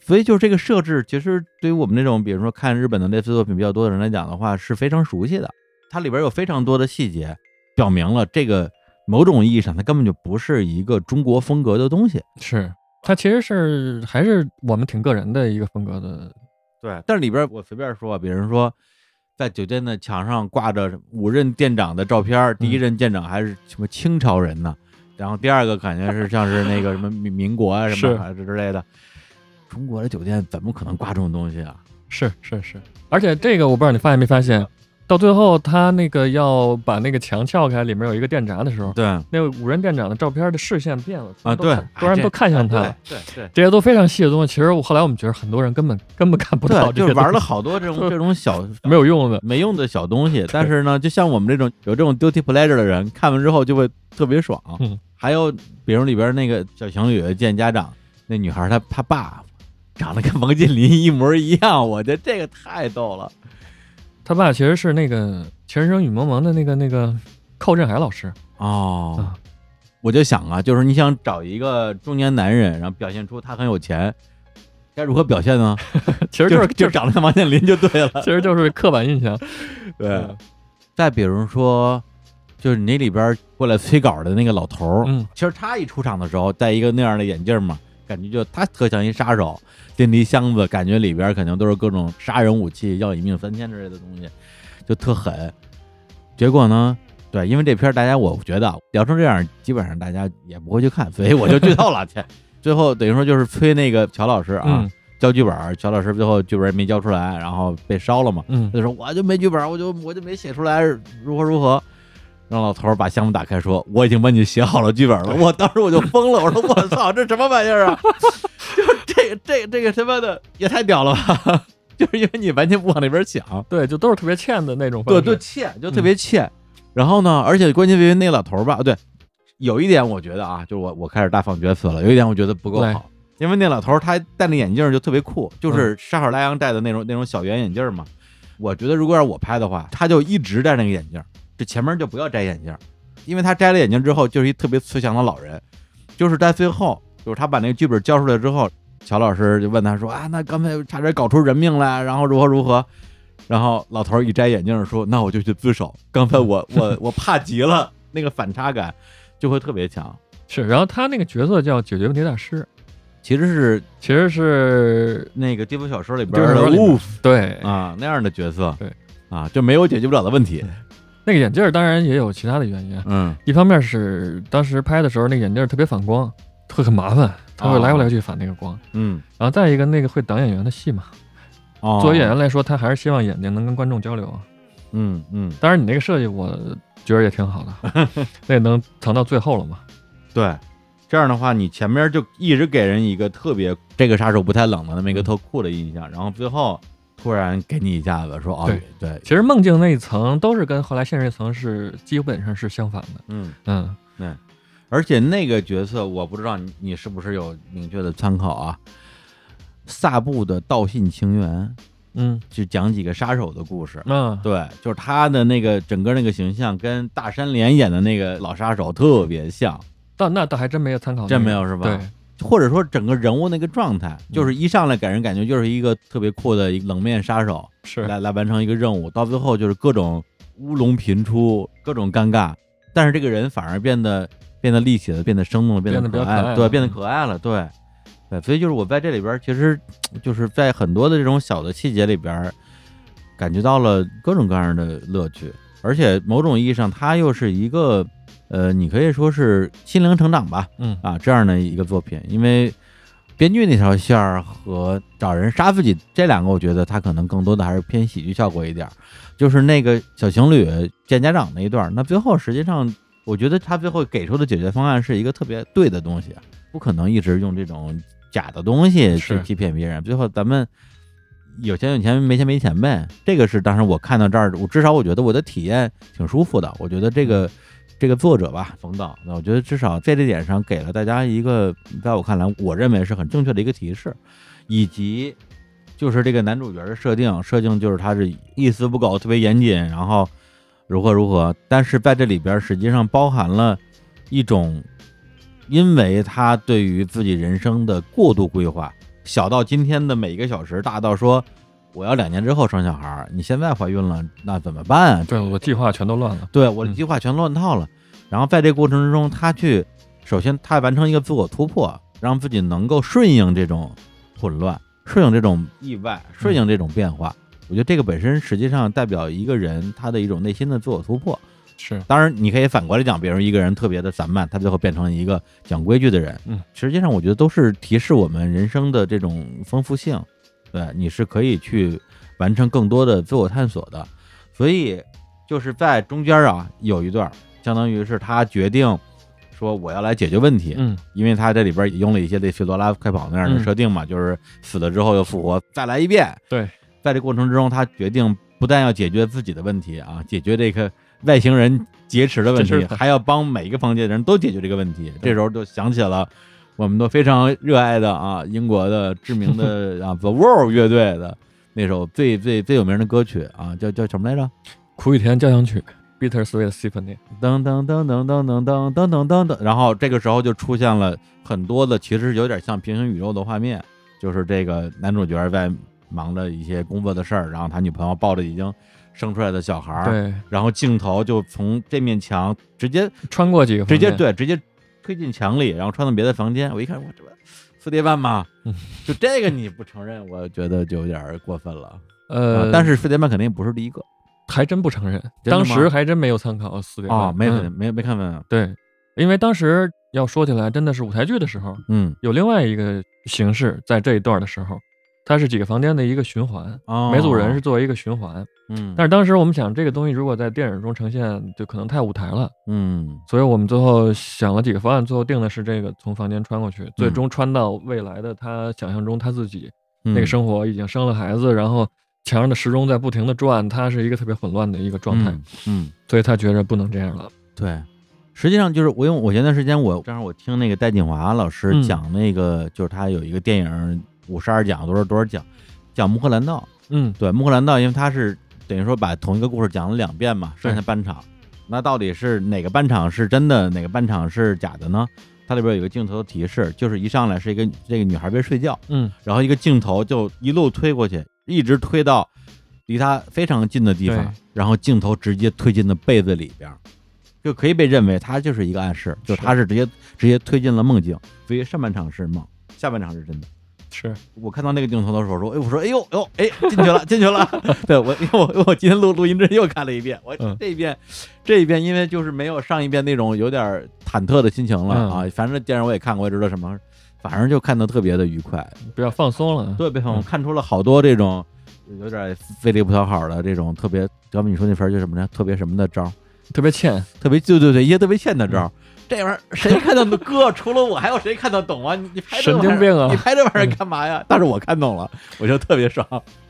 [SPEAKER 3] 所以就是这个设置，其实对于我们这种比如说看日本的类似作品比较多的人来讲的话，是非常熟悉的。它里边有非常多的细节，表明了这个某种意义上它根本就不是一个中国风格的东西。
[SPEAKER 4] 是他其实是还是我们挺个人的一个风格的，
[SPEAKER 3] 对，但是里边我随便说啊，比如说在酒店的墙上挂着五任店长的照片儿，
[SPEAKER 4] 嗯
[SPEAKER 3] 第一任店长还是什么清朝人呢，然后第二个感觉是像是那个什么民民国啊什
[SPEAKER 4] 是
[SPEAKER 3] 么啊之类的。中国的酒店怎么可能挂这种东西啊？
[SPEAKER 4] 是是是。而且这个我不知道你发现没发
[SPEAKER 3] 嗯
[SPEAKER 4] 现，到最后他那个要把那个墙撬开，里面有一个电闸的时候，
[SPEAKER 3] 对
[SPEAKER 4] 那五人店长的照片的视线变了
[SPEAKER 3] 啊，
[SPEAKER 4] 都
[SPEAKER 3] 对
[SPEAKER 4] 看，突然都看向他了。
[SPEAKER 3] 对对
[SPEAKER 4] 这些都非常细的东西，其实我后来我们觉得很多人根本根本看不
[SPEAKER 3] 对，
[SPEAKER 4] 到这
[SPEAKER 3] 就
[SPEAKER 4] 些
[SPEAKER 3] 是
[SPEAKER 4] 东西，
[SPEAKER 3] 玩了好多这 种这种小
[SPEAKER 4] 没有用的。
[SPEAKER 3] 没用的小东西。但是呢，就像我们这种有这种 duty pleasure 的人，看完之后就会特别爽。
[SPEAKER 4] 嗯
[SPEAKER 3] 还有，比如里边那个小情侣见家长，那女孩她她爸长得跟王健林一模一样，我觉得这个太逗了。
[SPEAKER 4] 他爸其实是那个《情深深雨蒙蒙》的那个那个寇振海老师，
[SPEAKER 3] 哦
[SPEAKER 4] 啊，
[SPEAKER 3] 我就想啊，就是你想找一个中年男人，然后表现出他很有钱，该如何表现呢？
[SPEAKER 4] 其实
[SPEAKER 3] 就
[SPEAKER 4] 就是
[SPEAKER 3] 就长得像王健林就对了。
[SPEAKER 4] 其实就是刻板印象。
[SPEAKER 3] 对，再比如说，就是你那里边过来催稿的那个老头儿，
[SPEAKER 4] 嗯，
[SPEAKER 3] 其实他一出场的时候戴一个那样的眼镜嘛，感觉就他特像一杀手，电离箱子感觉里边肯定都是各种杀人武器、要一命三千之类的东西，就特狠。结果呢，对，因为这片儿大家我觉得啊聊成这样，基本上大家也不会去看，所以我就剧透了。去，最后等于说就是催那个乔老师啊、
[SPEAKER 4] 嗯
[SPEAKER 3] 交剧本儿，乔老师最后剧本儿没交出来，然后被烧了嘛。
[SPEAKER 4] 嗯
[SPEAKER 3] 他就说我就没剧本，我就我就没写出来，如何如何。让老头儿把箱子打开，说：“我已经帮你写好了剧本了。”我当时我就疯了，我说：“我操，这什么玩意儿啊！ 就是这这这个他妈的也太屌了吧！ 就是因为你完全不往那边想，
[SPEAKER 4] 对，就都是特别欠的那种方
[SPEAKER 3] 对，
[SPEAKER 4] 式。
[SPEAKER 3] 就欠，就特别欠。然后呢，而且关键在于那老头儿吧，哦对，有一点我觉得啊，就是我我开始大放厥词了，有一点我觉得不够
[SPEAKER 4] 对
[SPEAKER 3] 好，因为那老头儿他戴那眼镜儿就特别酷，就是沙尔拉扬戴的那种那种小圆眼镜儿嘛。我觉得如果让我拍的话，他就一直戴那个眼镜儿，这前面就不要摘眼镜儿，因为他摘了眼镜之后就是一特别慈祥的老人，就是在最后，就是他把那个剧本交出来之后，乔老师就问他说啊，那刚才差点搞出人命来，然后如何如何。然后老头儿一摘眼镜儿说：“那我就去自首。刚才我我我怕极了，那个反差感就会特别强。
[SPEAKER 4] 是，然后他那个角色叫解决问题大师，
[SPEAKER 3] 其实是
[SPEAKER 4] 其实是
[SPEAKER 3] 那个地方小说里边
[SPEAKER 4] 就是
[SPEAKER 3] 的
[SPEAKER 4] 说里面
[SPEAKER 3] Wolf
[SPEAKER 4] 对
[SPEAKER 3] 啊那样的角色，
[SPEAKER 4] 对
[SPEAKER 3] 啊，就没有解决不了的问题。
[SPEAKER 4] 那个眼镜儿当然也有其他的原因啊，
[SPEAKER 3] 嗯，
[SPEAKER 4] 一方面是当时拍的时候那个眼镜儿特别反光，会很麻烦，它
[SPEAKER 3] 哦
[SPEAKER 4] 会来回来去反那个光。
[SPEAKER 3] 嗯，
[SPEAKER 4] 然后再一个，那个会挡演员的戏嘛。
[SPEAKER 3] 哦
[SPEAKER 4] 作为演员来说，他还是希望眼睛能跟观众交流啊。
[SPEAKER 3] 嗯嗯，
[SPEAKER 4] 当然，你那个设计我觉得也挺 好的，那也能藏到最后了嘛。
[SPEAKER 3] 对，这样的话，你前面就一直给人一个特别这个杀手不太冷的那么一个特酷的印象，然后最后突然给你一下子说，哦，
[SPEAKER 4] 嗯对
[SPEAKER 3] 对，
[SPEAKER 4] 其实梦境那一层都是跟后来现实一层是基本上是相反的。
[SPEAKER 3] 嗯，
[SPEAKER 4] 嗯，
[SPEAKER 3] 而且那个角色我不知道你你是不是有明确的参考啊？萨布的《道信情缘
[SPEAKER 4] 嗯》
[SPEAKER 3] 就讲几个杀手的故事。
[SPEAKER 4] 那
[SPEAKER 3] 对，就是他的那个整个那个形象跟大山连演的那个老杀手特别像，
[SPEAKER 4] 倒那倒还真没有参考那个，
[SPEAKER 3] 真没有是吧？
[SPEAKER 4] 对，
[SPEAKER 3] 或者说整个人物那个状态，就是一上来给人感觉就是一个特别酷的一个冷面杀手，
[SPEAKER 4] 是
[SPEAKER 3] 来来完成一个任务，到最后就是各种乌龙频出，各种尴尬，但是这个人反而变得变得立体了，变得生动了，变
[SPEAKER 4] 变得比
[SPEAKER 3] 可
[SPEAKER 4] 较
[SPEAKER 3] 爱
[SPEAKER 4] 可爱
[SPEAKER 3] 了，
[SPEAKER 4] 了嗯
[SPEAKER 3] 对，变得可爱了，对，对，所以就是我在这里边儿，其实就是在很多的这种小的细节里边儿，感觉到了各种各样的乐趣，而且某种意义上，它又是一个呃，你可以说是心灵成长吧，
[SPEAKER 4] 嗯
[SPEAKER 3] 啊这样的一个作品，因为编剧那条线儿和找人杀自己这两个，我觉得它可能更多的还是偏喜剧效果一点儿。就是那个小情侣见家长那一段儿，那最后实际上，我觉得他最后给出的解决方案是一个特别对的东西，不可能一直用这种假的东西去
[SPEAKER 4] 是
[SPEAKER 3] 欺骗别人。最后咱们有钱有钱，没钱没钱呗。这个是当时我看到这儿，我至少我觉得我的体验挺舒服的。我觉得这个这个作者吧，冯导，那我觉得至少在这点上给了大家一个，在我看来，我认为是很正确的一个提示，以及就是这个男主角的设定，设定就是他是一丝不苟，特别严谨，然后如何如何，但是在这里边实际上包含了一种，因为他对于自己人生的过度规划，小到今天的每一个小时，大到说我要两年之后生小孩儿，你现在怀孕了，那怎么办啊？
[SPEAKER 4] 对，我计划全都乱了。
[SPEAKER 3] 对我的
[SPEAKER 4] 嗯
[SPEAKER 3] 计划全乱套了。然后在这过程之中，他去首先他完成一个自我突破，让自己能够顺应这种混乱，顺应这种意外，
[SPEAKER 4] 嗯
[SPEAKER 3] 顺应这种变化。我觉得这个本身实际上代表一个人他的一种内心的自我突破。
[SPEAKER 4] 是
[SPEAKER 3] 当然，你可以反过来讲，比如一个人特别的散漫，他最后变成了一个讲规矩的人。
[SPEAKER 4] 嗯，
[SPEAKER 3] 实际上我觉得都是提示我们人生的这种丰富性，对，你是可以去完成更多的自我探索的。所以就是在中间啊，有一段相当于是他决定说我要来解决问题，
[SPEAKER 4] 嗯，
[SPEAKER 3] 因为他这里边也用了一些类似于罗拉快跑那样的
[SPEAKER 4] 嗯
[SPEAKER 3] 设定嘛，就是死了之后又复活，再来一遍。
[SPEAKER 4] 对，
[SPEAKER 3] 在这过程之中，他决定不但要解决自己的问题啊，解决这个外星人劫持的问
[SPEAKER 4] 劫
[SPEAKER 3] 题
[SPEAKER 4] 持，的
[SPEAKER 3] 还要帮每一个房间的人都解决这个问题。
[SPEAKER 4] 对
[SPEAKER 3] 这时候就想起了我们都非常热爱的啊，英国的知名的啊 The Wall 乐队的那首最最最有名的歌曲啊，叫叫什么来着？
[SPEAKER 4] 苦与甜交响曲，Bitter Sweet Symphony。
[SPEAKER 3] 噔噔噔噔噔噔噔噔噔噔噔，然后这个时候就出现了很多的，其实有点像平行宇宙的画面，就是这个男主角在忙着一些工作的事儿，然后他女朋友抱着已经生出来的小孩儿，
[SPEAKER 4] 对，
[SPEAKER 3] 然后镜头就从这面墙直接
[SPEAKER 4] 穿过几个
[SPEAKER 3] 直接
[SPEAKER 4] 房间，
[SPEAKER 3] 对直接推进墙里，然后穿到别的房间，我一看我这不四叠半嘛
[SPEAKER 4] 嗯，
[SPEAKER 3] 就这个你不承认，我觉得就有点儿过分了。啊
[SPEAKER 4] 呃，
[SPEAKER 3] 但是四叠半肯定不是第一个
[SPEAKER 4] 还真不承认，
[SPEAKER 3] 真的吗
[SPEAKER 4] 当时还真没有参考四点
[SPEAKER 3] 啊、没
[SPEAKER 4] 嗯
[SPEAKER 3] 没没看问啊，
[SPEAKER 4] 对，因为当时要说起来，真的是舞台剧的时候，
[SPEAKER 3] 嗯
[SPEAKER 4] 有另外一个形式，在这一段的时候，它是几个房间的一个循环，
[SPEAKER 3] 哦，
[SPEAKER 4] 每组人是作为一个循环。
[SPEAKER 3] 嗯，
[SPEAKER 4] 但是当时我们想，这个东西如果在电影中呈现，就可能太舞台了，
[SPEAKER 3] 嗯。
[SPEAKER 4] 所以我们最后想了几个方案，最后定的是这个从房间穿过去，
[SPEAKER 3] 嗯
[SPEAKER 4] 最终穿到未来的他想象中他自己
[SPEAKER 3] 那
[SPEAKER 4] 那个生活已经生了孩子，然后墙上的时钟在不停的转，他是一个特别混乱的一个状态，
[SPEAKER 3] 嗯。嗯，
[SPEAKER 4] 所以他觉着不能这样了。
[SPEAKER 3] 对。实际上就是我因为我前段时间我正好我听那个戴锦华老师
[SPEAKER 4] 嗯
[SPEAKER 3] 讲那个、就是他有一个电影五十二讲多少多少讲，讲穆赫兰道。
[SPEAKER 4] 嗯，
[SPEAKER 3] 对，穆赫兰道，因为他是等于说把同一个故事讲了两遍嘛，
[SPEAKER 4] 对
[SPEAKER 3] 上下半场。那到底是哪个半场是真的，哪个半场是假的呢？它里边有一个镜头提示，就是一上来是一个这个女孩边睡觉，
[SPEAKER 4] 嗯，
[SPEAKER 3] 然后一个镜头就一路推过去，一直推到离她非常近的地方
[SPEAKER 4] 对，
[SPEAKER 3] 然后镜头直接推进了被子里边，就可以被认为它就是一个暗示，就是它是直接直接推进了梦境，所以上半场是梦，下半场是真的。
[SPEAKER 4] 是
[SPEAKER 3] 我看到那个镜头的时候，我说，哎，我说，哎呦，哎呦，哎，进去了，进去 了。对我，因为我因为我今天录录音之前又看了一遍，我
[SPEAKER 4] 嗯
[SPEAKER 3] 这一遍，这一遍，因为就是没有上一遍那种有点忐忑的心情
[SPEAKER 4] 嗯
[SPEAKER 3] 了啊。反正电影我也看过，我也知道什么，反正就看得特别的愉快。
[SPEAKER 4] 比较放松了。
[SPEAKER 3] 对，北方我
[SPEAKER 4] 嗯
[SPEAKER 3] 看出了好多这种有点费力不讨好的这种特别，要不你说那词儿叫什么呢？特别什么的招儿，
[SPEAKER 4] 特别欠，
[SPEAKER 3] 特别对对对，一些特别欠的
[SPEAKER 4] 嗯
[SPEAKER 3] 招儿。这玩意儿谁看得懂？哥，除了我还有谁看得懂啊？你你拍这
[SPEAKER 4] 神
[SPEAKER 3] 玩意儿
[SPEAKER 4] 经病啊
[SPEAKER 3] 你拍这玩意儿干嘛呀？但是我看懂了，我就特别爽。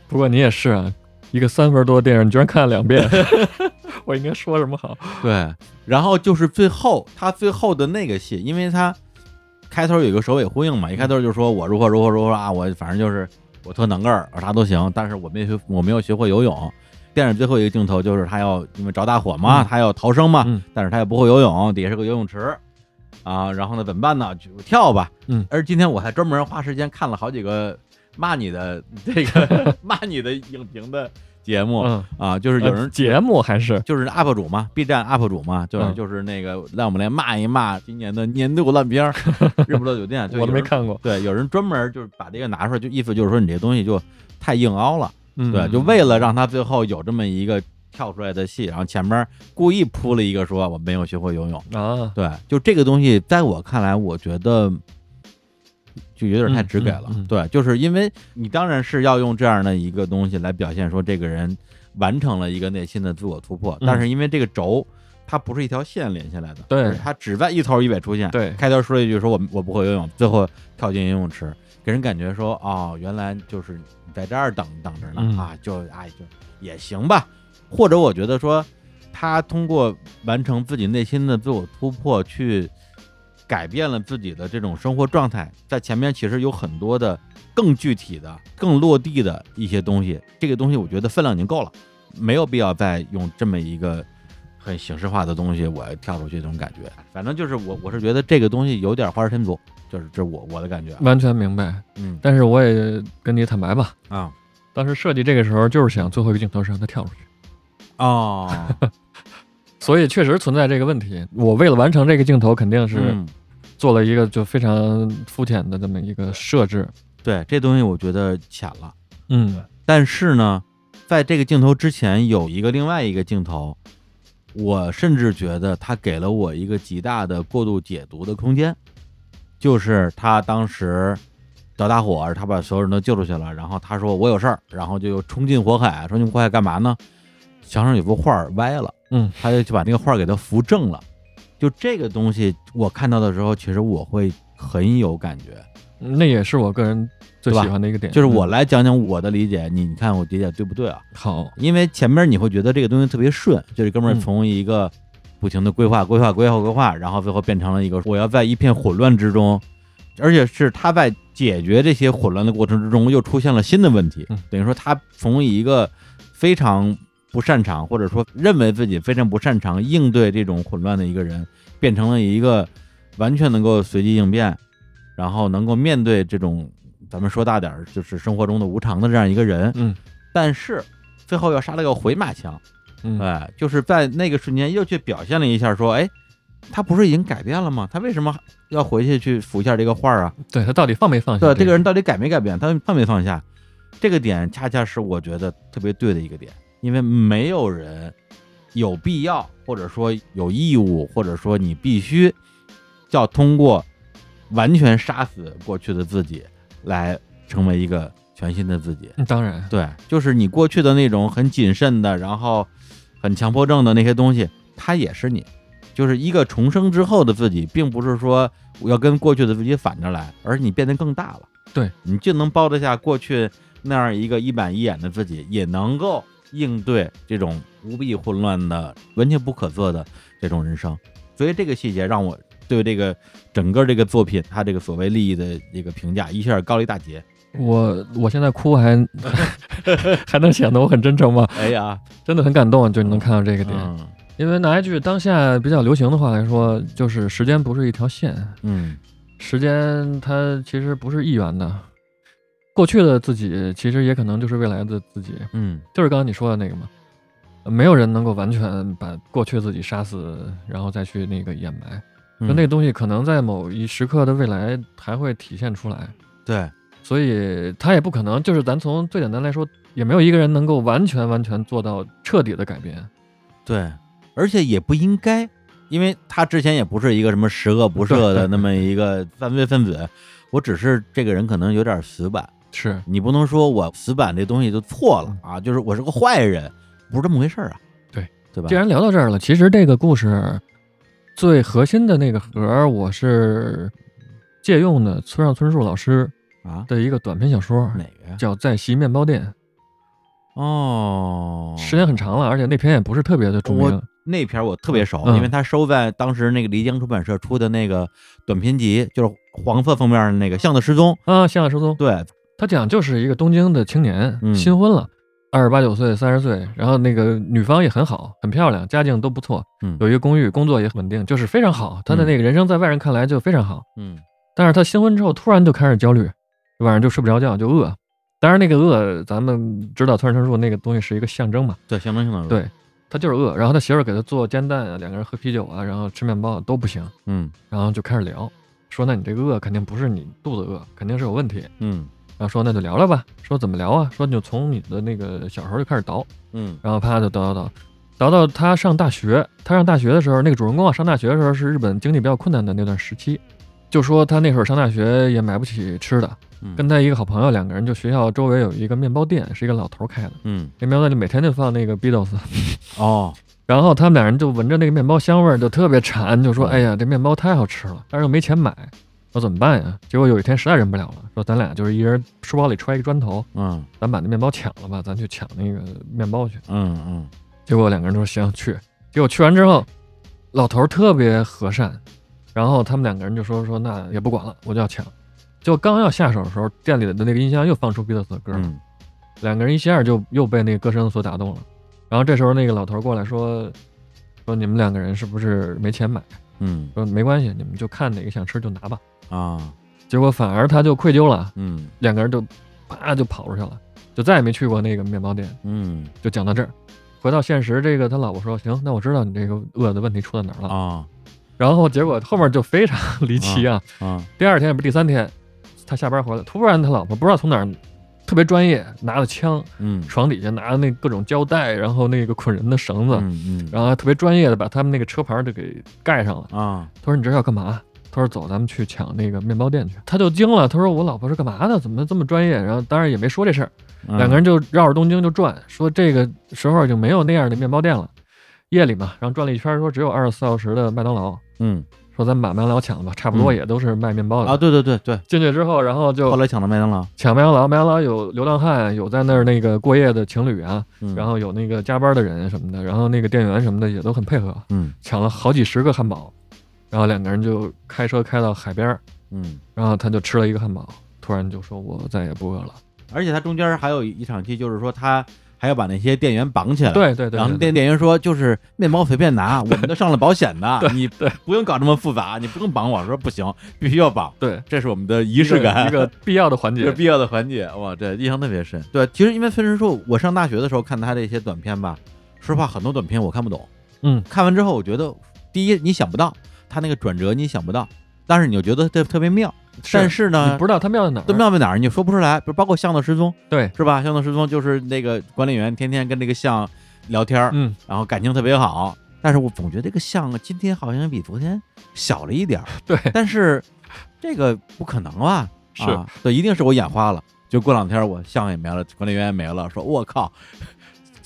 [SPEAKER 4] 不过你也是啊，一个三分多的电影，你居然看了两遍， 我应该说什么好？
[SPEAKER 3] 对，然后就是最后他最后的那个戏，因为他开头有一个首尾呼应嘛，一开头就说我如何如何如何啊，我反正就是我特能个儿，我啥都行，但是我没学我没有学会游泳。电影最后一个镜头就是他要因为着大火嘛，
[SPEAKER 4] 嗯
[SPEAKER 3] 他要逃生嘛，
[SPEAKER 4] 嗯
[SPEAKER 3] 但是他也不会游泳，底下是个游泳池啊，然后呢怎么办呢？就跳吧。
[SPEAKER 4] 嗯，
[SPEAKER 3] 而今天我还专门花时间看了好几个骂你的这个 骂你的影评的节目、
[SPEAKER 4] 嗯，
[SPEAKER 3] 啊，就是有人
[SPEAKER 4] 呃节目还是
[SPEAKER 3] 就是 UP 主嘛，B 站 UP 主嘛，就是、
[SPEAKER 4] 嗯
[SPEAKER 3] 就是那个让我们来骂一骂今年的年度烂片儿，日不落酒店，就
[SPEAKER 4] 我都
[SPEAKER 3] 有
[SPEAKER 4] 没
[SPEAKER 3] 人。
[SPEAKER 4] 看过。
[SPEAKER 3] 对，有人专门就是把这个拿出来，就意思就是说你这东西就太硬凹了，
[SPEAKER 4] 嗯，
[SPEAKER 3] 对，就为了让他最后有这么一个跳出来的戏，然后前面故意铺了一个说我没有学会游泳，
[SPEAKER 4] 啊，
[SPEAKER 3] 对，就这个东西在我看来，我觉得就有点太
[SPEAKER 4] 嗯
[SPEAKER 3] 直给
[SPEAKER 4] 嗯
[SPEAKER 3] 了，
[SPEAKER 4] 嗯
[SPEAKER 3] 对，就是因为你当然是要用这样的一个东西来表现说这个人完成了一个内心的自我突破，
[SPEAKER 4] 嗯
[SPEAKER 3] 但是因为这个轴它不是一条线连下来的，
[SPEAKER 4] 对
[SPEAKER 3] 而是它只在一头一尾出现，
[SPEAKER 4] 对
[SPEAKER 3] 开头说一句说我我不会游泳，最后跳进游泳池，给人感觉说哦，原来就是你在这儿等等着呢、
[SPEAKER 4] 嗯
[SPEAKER 3] 啊，就哎就也行吧，或者我觉得说他通过完成自己内心的自我突破去。改变了自己的这种生活状态，在前面其实有很多的更具体的、更落地的一些东西。这个东西我觉得分量已经够了，没有必要再用这么一个很形式化的东西，我跳出去这种感觉。反正就是我，我是觉得这个东西有点花生族，就是这是我我的感觉啊。
[SPEAKER 4] 完全明白。
[SPEAKER 3] 嗯
[SPEAKER 4] 但是我也跟你坦白吧，
[SPEAKER 3] 啊
[SPEAKER 4] 当时设计这个时候就是想最后一个镜头是让他跳出去，
[SPEAKER 3] 哦，
[SPEAKER 4] 所以确实存在这个问题。我为了完成这个镜头，肯定是
[SPEAKER 3] 嗯
[SPEAKER 4] 做了一个就非常肤浅的这么一个设置。
[SPEAKER 3] 对这东西我觉得浅了。
[SPEAKER 4] 嗯
[SPEAKER 3] 但是呢，在这个镜头之前有一个另外一个镜头，我甚至觉得他给了我一个极大的过度解读的空间，就是他当时着大火，他把所有人都救出去了，然后他说我有事儿，然后就冲进火海，冲进火海干嘛呢？墙上有幅画歪了，
[SPEAKER 4] 嗯，
[SPEAKER 3] 他就去把那个画给它扶正了。就这个东西，我看到的时候，其实我会很有感觉。
[SPEAKER 4] 那也是我个人最
[SPEAKER 3] 对吧
[SPEAKER 4] 喜欢的一个点，
[SPEAKER 3] 就是我来讲讲我的理解，你你看我理解对不对啊？
[SPEAKER 4] 嗯好，
[SPEAKER 3] 因为前面你会觉得这个东西特别顺，就是哥们儿
[SPEAKER 4] 嗯
[SPEAKER 3] 从一个不停的规划、规划、规划、规划，然后最后变成了一个我要在一片混乱之中，而且是他在解决这些混乱的过程之中又出现了新的问题
[SPEAKER 4] 嗯，
[SPEAKER 3] 等于说他从一个非常不擅长或者说认为自己非常不擅长应对这种混乱的一个人，变成了一个完全能够随机应变，然后能够面对这种咱们说大点儿就是生活中的无常的这样一个人，
[SPEAKER 4] 嗯
[SPEAKER 3] 但是最后又杀了个回马枪，
[SPEAKER 4] 嗯
[SPEAKER 3] 哎，就是在那个瞬间又去表现了一下，说，哎，他不是已经改变了吗？他为什么要回去去扶一下这个画儿啊？
[SPEAKER 4] 对他到底放没放下？
[SPEAKER 3] 对，这个人到底改没改变？他放没放下？这个点恰恰是我觉得特别对的一个点，因为没有人有必要，或者说有义务，或者说你必须要通过完全杀死过去的自己，来成为一个全新的自己。
[SPEAKER 4] 嗯当然，
[SPEAKER 3] 对，就是你过去的那种很谨慎的，然后很强迫症的那些东西，它也是你，就是一个重生之后的自己，并不是说我要跟过去的自己反着来，而是你变得更大了。
[SPEAKER 4] 对
[SPEAKER 3] 你就能包得下过去那样一个一板一眼的自己，也能够应对这种无比混乱的、完全不可测的这种人生。所以这个细节让我对这个整个这个作品，它这个所谓利益的这个评价一下高了一大截。
[SPEAKER 4] 我我现在哭还 还能显得我很真诚吗？
[SPEAKER 3] 哎呀，
[SPEAKER 4] 真的很感动，啊就你能看到这个点。
[SPEAKER 3] 嗯
[SPEAKER 4] 因为拿一句当下比较流行的话来说，就是时间不是一条线，
[SPEAKER 3] 嗯
[SPEAKER 4] 时间它其实不是一元的。过去的自己其实也可能就是未来的自己，
[SPEAKER 3] 嗯。
[SPEAKER 4] 就是刚刚你说的那个嘛。没有人能够完全把过去自己杀死，然后再去那个掩埋。就
[SPEAKER 3] 嗯
[SPEAKER 4] 那个东西可能在某一时刻的未来还会体现出来。
[SPEAKER 3] 对，
[SPEAKER 4] 所以他也不可能，就是咱从最简单来说，也没有一个人能够完全完全做到彻底的改变。
[SPEAKER 3] 对，而且也不应该，因为他之前也不是一个什么十恶不赦的那么一个犯罪分子，我只是这个人可能有点死板，
[SPEAKER 4] 是，
[SPEAKER 3] 你不能说我死板这东西就错了啊，就是我是个坏人，不是这么回事儿啊。
[SPEAKER 4] 嗯对
[SPEAKER 3] 对吧
[SPEAKER 4] 既？然聊到这儿了，其实这个故事最核心的那个核儿，我是借用的村上春树老师
[SPEAKER 3] 啊，
[SPEAKER 4] 的一个短篇小说，
[SPEAKER 3] 哪个呀？
[SPEAKER 4] 叫《在席面包店
[SPEAKER 3] 哦，》，
[SPEAKER 4] 时间很长了，而且那篇也不是特别的著
[SPEAKER 3] 我
[SPEAKER 4] 名。
[SPEAKER 3] 那篇我特别熟，
[SPEAKER 4] 嗯
[SPEAKER 3] 因为他收在当时那个漓江出版社出的那个短篇集，就是黄色封面的那个《巷子失踪》。
[SPEAKER 4] 啊，向失踪，
[SPEAKER 3] 对，
[SPEAKER 4] 他讲就是一个东京的青年，
[SPEAKER 3] 嗯
[SPEAKER 4] 新婚了，二十八九岁、三十岁，然后那个女方也很好，很漂亮，家境都不错，
[SPEAKER 3] 嗯
[SPEAKER 4] 有一个公寓，工作也稳定，就是非常好。他的那个人生在外人看来就非常好，
[SPEAKER 3] 嗯
[SPEAKER 4] 但是他新婚之后突然就开始焦虑，晚上就睡不着觉，就饿。当然，那个饿，咱们知道村上春树那个东西是一个象征嘛，
[SPEAKER 3] 对，象征性的。
[SPEAKER 4] 对他就是饿。然后他媳妇儿给他做煎蛋啊，两个人喝啤酒啊，然后吃面包啊都不行，
[SPEAKER 3] 嗯
[SPEAKER 4] 然后就开始聊，说那你这个饿肯定不是你肚子饿，肯定是有问题。
[SPEAKER 3] 嗯
[SPEAKER 4] 然后说那就聊聊吧，说怎么聊啊？说你就从你的那个小时候就开始倒，
[SPEAKER 3] 嗯
[SPEAKER 4] 然后啪就倒倒倒，倒到他上大学。他上大学的时候，那个主人公啊，上大学的时候是日本经济比较困难的那段时期，就说他那会儿上大学也买不起吃的，
[SPEAKER 3] 嗯
[SPEAKER 4] 跟他一个好朋友两个人就学校周围有一个面包店，是一个老头开的，
[SPEAKER 3] 嗯
[SPEAKER 4] 那面包店就每天就放那个 Beatles，
[SPEAKER 3] 哦
[SPEAKER 4] 然后他们俩人就闻着那个面包香味儿，就特别馋，就说：“
[SPEAKER 3] 嗯
[SPEAKER 4] 哎呀，这面包太好吃了，但是又没钱买，我怎么办呀？”结果有一天实在忍不了了，说：“咱俩就是一人书包里揣一个砖头，
[SPEAKER 3] 嗯
[SPEAKER 4] 咱把那面包抢了吧，咱去抢那个面包去。
[SPEAKER 3] 嗯嗯”
[SPEAKER 4] 结果两个人都说：“行，去。”结果去完之后，老头儿特别和善，然后他们两个人就说：“说那也不管了，我就要抢。”就刚要下手的时候，店里的那个音箱又放出 Beatles 的歌了，
[SPEAKER 3] 嗯
[SPEAKER 4] 两个人一下就又被那个歌声所打动了。然后这时候那个老头过来说：“说你们两个人是不是没钱买？
[SPEAKER 3] 嗯
[SPEAKER 4] 说没关系，你们就看哪个想吃就拿吧。
[SPEAKER 3] 啊”
[SPEAKER 4] 结果反而他就愧疚了，
[SPEAKER 3] 嗯
[SPEAKER 4] 两个人就啪就跑出去了，就再也没去过那个面包店。
[SPEAKER 3] 嗯
[SPEAKER 4] 就讲到这儿，回到现实，这个他老婆说：“行，那我知道你这个饿的问题出在哪儿了。
[SPEAKER 3] 啊
[SPEAKER 4] 然后结果后面就非常 离奇啊！
[SPEAKER 3] 啊
[SPEAKER 4] 第二天也不是第三天，他下班回来，突然他老婆不知道从哪儿特别专业拿了枪，
[SPEAKER 3] 嗯
[SPEAKER 4] 床底下拿那各种胶带，然后那个捆人的绳子，
[SPEAKER 3] 嗯嗯
[SPEAKER 4] 然后还特别专业的把他们那个车牌儿就给盖上了。
[SPEAKER 3] 啊
[SPEAKER 4] 他说：“你这是要干嘛？”他说：“走，咱们去抢那个面包店去。”他就惊了，他说：“我老婆是干嘛的？怎么这么专业？”然后当然也没说这事儿，
[SPEAKER 3] 嗯
[SPEAKER 4] 两个人就绕着东京就转，说这个时候已经没有那样的面包店了。夜里嘛，然后转了一圈，说只有二十四小时的麦当劳，
[SPEAKER 3] 嗯
[SPEAKER 4] 说咱们把麦当劳抢了吧，差不多也都是卖面包的。
[SPEAKER 3] 啊对对对对，
[SPEAKER 4] 进去之后，然后
[SPEAKER 3] 后
[SPEAKER 4] 就
[SPEAKER 3] 来抢了麦当劳，
[SPEAKER 4] 抢麦当劳，麦当劳有流浪汉，有在那儿那个过夜的情侣啊，
[SPEAKER 3] 嗯
[SPEAKER 4] 然后有那个加班的人什么的，然后那个店员什么的也都很配合，
[SPEAKER 3] 嗯
[SPEAKER 4] 抢了好几十个汉堡，然后两个人就开车开到海边儿，
[SPEAKER 3] 嗯，
[SPEAKER 4] 然后他就吃了一个汉堡，突然就说我再也不饿了。
[SPEAKER 3] 而且他中间还有一场戏，就是说他还要把那些店员绑起来。
[SPEAKER 4] 对对对
[SPEAKER 3] 嗯然后
[SPEAKER 4] 对对
[SPEAKER 3] 店店员说，就是面包随便拿，我们都上了保险的，你不用搞这么复杂，你不用绑我。说不行，必须要绑，
[SPEAKER 4] 对，
[SPEAKER 3] 这是我们的仪
[SPEAKER 4] 仪
[SPEAKER 3] 式感，
[SPEAKER 4] 一个必要的 环
[SPEAKER 3] 这是
[SPEAKER 4] 节。
[SPEAKER 3] 必要的环节。哇，这印象特别深。对，其实因为村神树，我上大学的时候看他这些短片吧，说实话很多短片我看不懂。
[SPEAKER 4] 嗯，
[SPEAKER 3] 看完之后，我觉得第一你想不到他那个转折，你想不到，但是你就觉得特特别妙。但是
[SPEAKER 4] 你
[SPEAKER 3] 呢
[SPEAKER 4] 不，知道他妙在哪儿？
[SPEAKER 3] 都妙在哪儿，你说不出来。不是包括巷子失踪，
[SPEAKER 4] 对，
[SPEAKER 3] 是吧？巷子失踪就是那个管理员天天跟这个象聊天儿，
[SPEAKER 4] 嗯，
[SPEAKER 3] 然后感情特别好。但是我总觉得这个象今天好像比昨天小了一点儿，
[SPEAKER 4] 对，
[SPEAKER 3] 但是这个不可能吧？
[SPEAKER 4] 是
[SPEAKER 3] 啊，对，一定是我眼花了。就过两天我象也没了，管理员也没了，说我靠，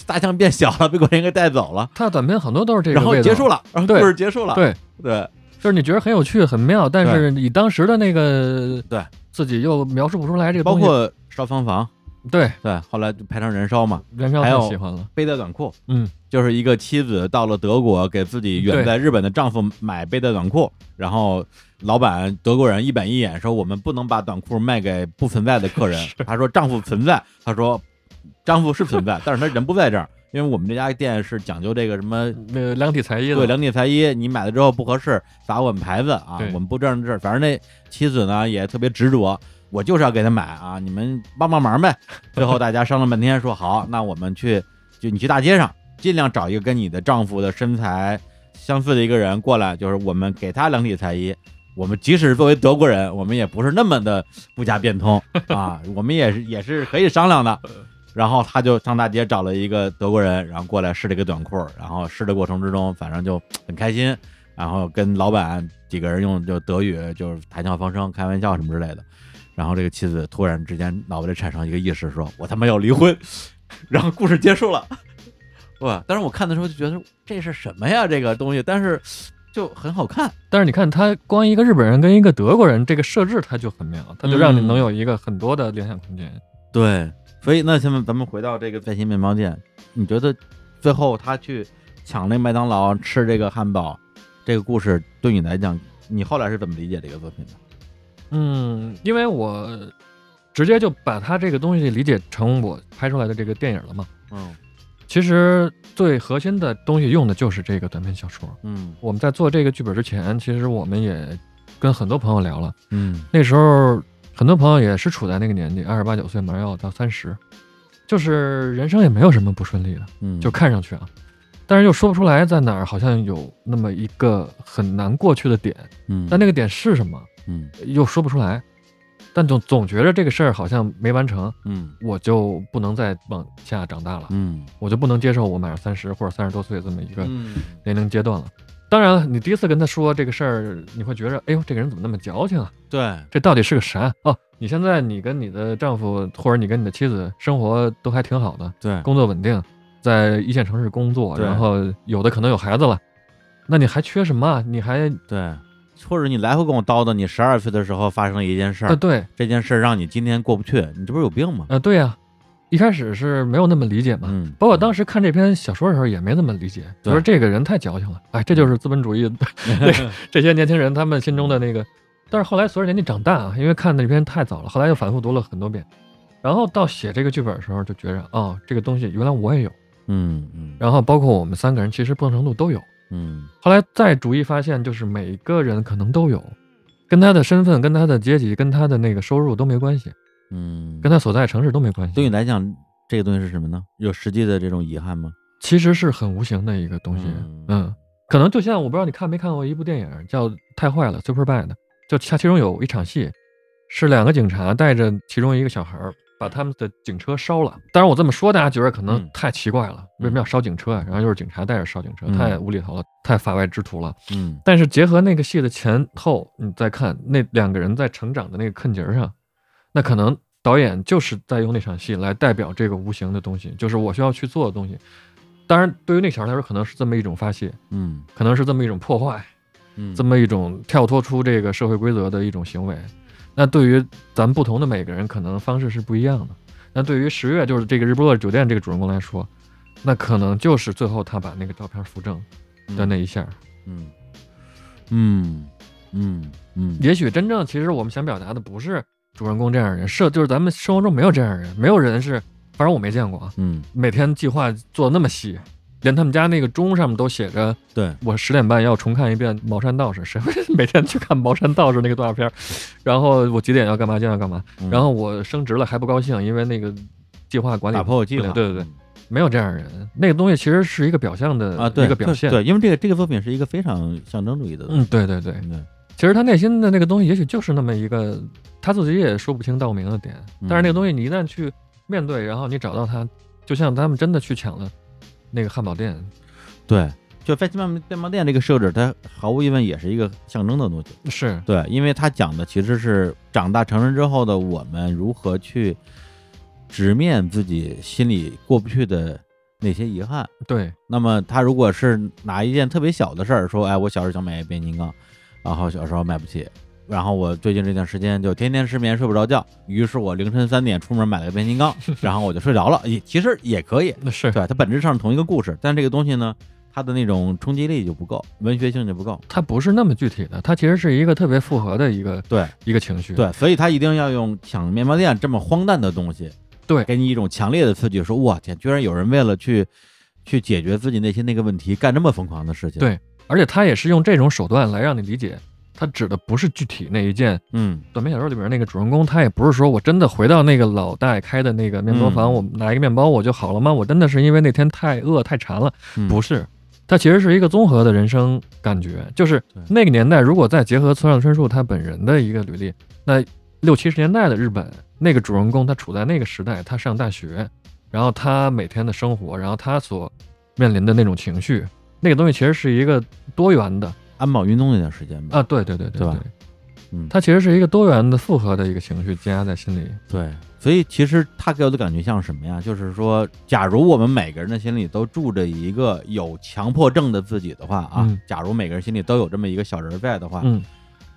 [SPEAKER 3] 大象变小了，被管理员给带走了，
[SPEAKER 4] 他的短片很多都是这个
[SPEAKER 3] 然后
[SPEAKER 4] 味道
[SPEAKER 3] 结束，了，然后
[SPEAKER 4] 对
[SPEAKER 3] 故事结束了，
[SPEAKER 4] 对，
[SPEAKER 3] 对
[SPEAKER 4] 就是你觉得很有趣、很妙，但是以当时的那个
[SPEAKER 3] 对
[SPEAKER 4] 自己又描述不出来这个
[SPEAKER 3] 包
[SPEAKER 4] 东西，
[SPEAKER 3] 括烧方房，
[SPEAKER 4] 对
[SPEAKER 3] 对，后来就拍成燃烧嘛，
[SPEAKER 4] 袁绍
[SPEAKER 3] 还有
[SPEAKER 4] 太喜欢了，
[SPEAKER 3] 背带短裤，
[SPEAKER 4] 嗯，
[SPEAKER 3] 就是一个妻子到了德国，给自己远
[SPEAKER 4] 对
[SPEAKER 3] 在日本的丈夫买背带短裤，然后老板德国人一板一眼说：“我们不能把短裤卖给不存在的客 人。”他说：“丈夫存在。”他说：“丈夫是存在，但是他人不在这儿，因为我们这家店是讲究这个什么。”
[SPEAKER 4] 那个量体裁衣的，
[SPEAKER 3] 对，量体裁衣，你买了之后不合适，砸我们牌子啊！
[SPEAKER 4] 对
[SPEAKER 3] 我们不这样这事儿。反正那妻子呢也特别执着，我就是要给他买啊！你们帮帮忙呗。最后大家商量半天，说好，那我们去，就你去大街上，尽量找一个跟你的丈夫的身材相似的一个人过来，就是我们给他量体裁衣，我们即使作为德国人，我们也不是那么的不加变通啊，我们也是也是可以商量的。然后他就上大街找了一个德国人，然后过来试了一个短裤，然后试的过程之中，反正就很开心，然后跟老板几个人用就德语就是谈笑风生、开玩笑什么之类的。然后这个妻子突然之间脑子里产生一个意识，说：“我他妈要离婚。”然后故事结束了。 哇！当时我看的时候就觉得这是什么呀？这个东西，但是就很好看。
[SPEAKER 4] 但是你看，他光一个日本人跟一个德国人，这个设置他就很妙，他就让你
[SPEAKER 3] 嗯
[SPEAKER 4] 能有一个很多的联想空间。
[SPEAKER 3] 对，所以那现在咱们回到这个在新面包店，你觉得最后他去抢那麦当劳吃这个汉堡，这个故事对你来讲，你后来是怎么理解这个作品的？
[SPEAKER 4] 嗯，因为我直接就把他这个东西理解成我拍出来的这个电影了嘛。
[SPEAKER 3] 嗯
[SPEAKER 4] 其实最核心的东西用的就是这个短篇小说。
[SPEAKER 3] 嗯
[SPEAKER 4] 我们在做这个剧本之前，其实我们也跟很多朋友聊了，
[SPEAKER 3] 嗯
[SPEAKER 4] 那时候很多朋友也是处在那个年纪，二十八九岁，马上要到三十，就是人生也没有什么不顺利的，
[SPEAKER 3] 嗯，
[SPEAKER 4] 就看上去啊，但是又说不出来在哪儿，好像有那么一个很难过去的点，
[SPEAKER 3] 嗯
[SPEAKER 4] 但那个点是什么
[SPEAKER 3] 嗯
[SPEAKER 4] 又说不出来，但总总觉着这个事儿好像没完成，
[SPEAKER 3] 嗯
[SPEAKER 4] 我就不能再往下长大了，
[SPEAKER 3] 嗯
[SPEAKER 4] 我就不能接受我马上三十或者三十多岁这么一个
[SPEAKER 3] 嗯
[SPEAKER 4] 年龄阶段了。当然了，你第一次跟他说这个事儿，你会觉着，哎呦，这个人怎么那么矫情啊？
[SPEAKER 3] 对
[SPEAKER 4] 这到底是个啥？哦，你现在你跟你的丈夫或者你跟你的妻子生活都还挺好的，
[SPEAKER 3] 对
[SPEAKER 4] 工作稳定，在一线城市工作，
[SPEAKER 3] 对
[SPEAKER 4] 然后有的可能有孩子了，那你还缺什么啊？你还
[SPEAKER 3] 对，或者你来回跟我叨叨，你十二岁的时候发生了一件事
[SPEAKER 4] 啊
[SPEAKER 3] 儿，
[SPEAKER 4] 对啊、
[SPEAKER 3] 这件事儿让你今天过不去，你这不是有病吗？
[SPEAKER 4] 对呀、啊一开始是没有那么理解嘛。
[SPEAKER 3] 嗯，
[SPEAKER 4] 包括当时看这篇小说的时候，也没那么理解，
[SPEAKER 3] 对
[SPEAKER 4] 就说这个人太矫情了，哎，这就是资本主义 那个这些年轻人他们心中的那个。但是后来随着年纪长大啊，因为看那篇太早了，后来又反复读了很多遍，然后到写这个剧本的时候就觉着，哦，这个东西原来我也有，
[SPEAKER 3] 嗯嗯
[SPEAKER 4] 然后包括我们三个人其实不同程度都有。
[SPEAKER 3] 嗯
[SPEAKER 4] 后来再逐一发现，就是每个人可能都有，跟他的身份、跟他的阶级、跟他的那个收入都没关系，
[SPEAKER 3] 嗯，
[SPEAKER 4] 跟他所在的城市都没关系。
[SPEAKER 3] 对你来讲，这个东西是什么呢？有实际的这种遗憾吗？
[SPEAKER 4] 其实是很无形的一个东西。
[SPEAKER 3] 嗯
[SPEAKER 4] 嗯，可能就像我不知道你看没看过一部电影叫《太坏了 Super Bad》，就它其中有一场戏是两个警察带着其中一个小孩儿把他们的警车烧了。当然我这么说大家觉得可能
[SPEAKER 3] 嗯
[SPEAKER 4] 太奇怪了，为什么要烧警车啊？然后又是警察带着烧警车，
[SPEAKER 3] 嗯
[SPEAKER 4] 太无厘头了，太法外之徒了。
[SPEAKER 3] 嗯
[SPEAKER 4] 但是结合那个戏的前后，你再看那两个人在成长的那个坎节儿上，那可能导演就是在用那场戏来代表这个无形的东西，就是我需要去做的东西。当然，对于那个小孩来说，可能是这么一种发泄，
[SPEAKER 3] 嗯
[SPEAKER 4] 可能是这么一种破坏，
[SPEAKER 3] 嗯，
[SPEAKER 4] 这么一种跳脱出这个社会规则的一种行为。那对于咱们不同的每个人，可能方式是不一样的。那对于十月，就是这个日不落酒店这个主人公来说，那可能就是最后他把那个照片扶正的那一下，
[SPEAKER 3] 嗯嗯嗯嗯
[SPEAKER 4] 也许真正其实我们想表达的不是主人公这样的人，是就是咱们生活中没有这样的人，没有人是，反正我没见过啊。
[SPEAKER 3] 嗯，
[SPEAKER 4] 每天计划做那么细，连他们家那个钟上面都写着
[SPEAKER 3] 对，
[SPEAKER 4] 我十点半要重看一遍《茅山道士》，谁会每天去看《茅山道士》那个动画片儿？然后我几点要干嘛，几点要干嘛？
[SPEAKER 3] 嗯
[SPEAKER 4] 然后我升职了还不高兴，因为那个计划管理
[SPEAKER 3] 打破我计划，
[SPEAKER 4] 对对对，没有这样的人，那个东西其实是一个表象的
[SPEAKER 3] 啊，对，
[SPEAKER 4] 一个表
[SPEAKER 3] 就
[SPEAKER 4] 现。
[SPEAKER 3] 对，因为这个这个作品是一个非常象征主义的东
[SPEAKER 4] 嗯，
[SPEAKER 3] 西，
[SPEAKER 4] 对对对，
[SPEAKER 3] 对，
[SPEAKER 4] 其实他内心的那个东西，也许就是那么一个他自己也说不清道明的点。
[SPEAKER 3] 嗯
[SPEAKER 4] 但是那个东西，你一旦去面对，然后你找到他，就像他们真的去抢了那个汉堡店，
[SPEAKER 3] 对，就在面包面包店这个设置，它毫无疑问也是一个象征的东西，
[SPEAKER 4] 是
[SPEAKER 3] 对，因为它讲的其实是长大成人之后的我们如何去直面自己心里过不去的那些遗憾。
[SPEAKER 4] 对，
[SPEAKER 3] 那么他如果是拿一件特别小的事儿说，哎，我小时候想买变形金刚，然后小时候买不起，然后我最近这段时间就天天失眠，睡不着觉，于是我凌晨三点出门买了个变形金刚，然后我就睡着了，也其实也可以，
[SPEAKER 4] 那是
[SPEAKER 3] 对，它本质上是同一个故事，但这个东西呢，它的那种冲击力就不够，文学性就不够，
[SPEAKER 4] 它不是那么具体的，它其实是一个特别复合的一个
[SPEAKER 3] 对
[SPEAKER 4] 一个情绪。
[SPEAKER 3] 对，所以他一定要用抢面包店这么荒诞的东西，
[SPEAKER 4] 对
[SPEAKER 3] 给你一种强烈的刺激，说哇天，居然有人为了去去解决自己内心那个问题，干这么疯狂的事情，
[SPEAKER 4] 对而且他也是用这种手段来让你理解，他指的不是具体那一件
[SPEAKER 3] 嗯。
[SPEAKER 4] 短篇小说里面那个主人公，他也不是说我真的回到那个老大爷开的那个面包房，
[SPEAKER 3] 嗯
[SPEAKER 4] 我拿一个面包我就好了吗？我真的是因为那天太饿太馋了，
[SPEAKER 3] 嗯
[SPEAKER 4] 不是，它其实是一个综合的人生感觉。就是
[SPEAKER 3] 对
[SPEAKER 4] 那个年代，如果再结合村上春树他本人的一个履历，那六七十年代的日本，那个主人公他处在那个时代，他上大学，然后他每天的生活，然后他所面临的那种情绪，那个东西其实是一个多元的
[SPEAKER 3] 安保运动那段时间吧。
[SPEAKER 4] 啊，对对对
[SPEAKER 3] 对
[SPEAKER 4] 对
[SPEAKER 3] 吧嗯
[SPEAKER 4] 它其实是一个多元的复合的一个情绪积压在心里。
[SPEAKER 3] 对，所以其实他给我的感觉像什么呀？就是说，假如我们每个人的心里都住着一个有强迫症的自己的话啊，
[SPEAKER 4] 嗯
[SPEAKER 3] 假如每个人心里都有这么一个小人儿在的话，
[SPEAKER 4] 嗯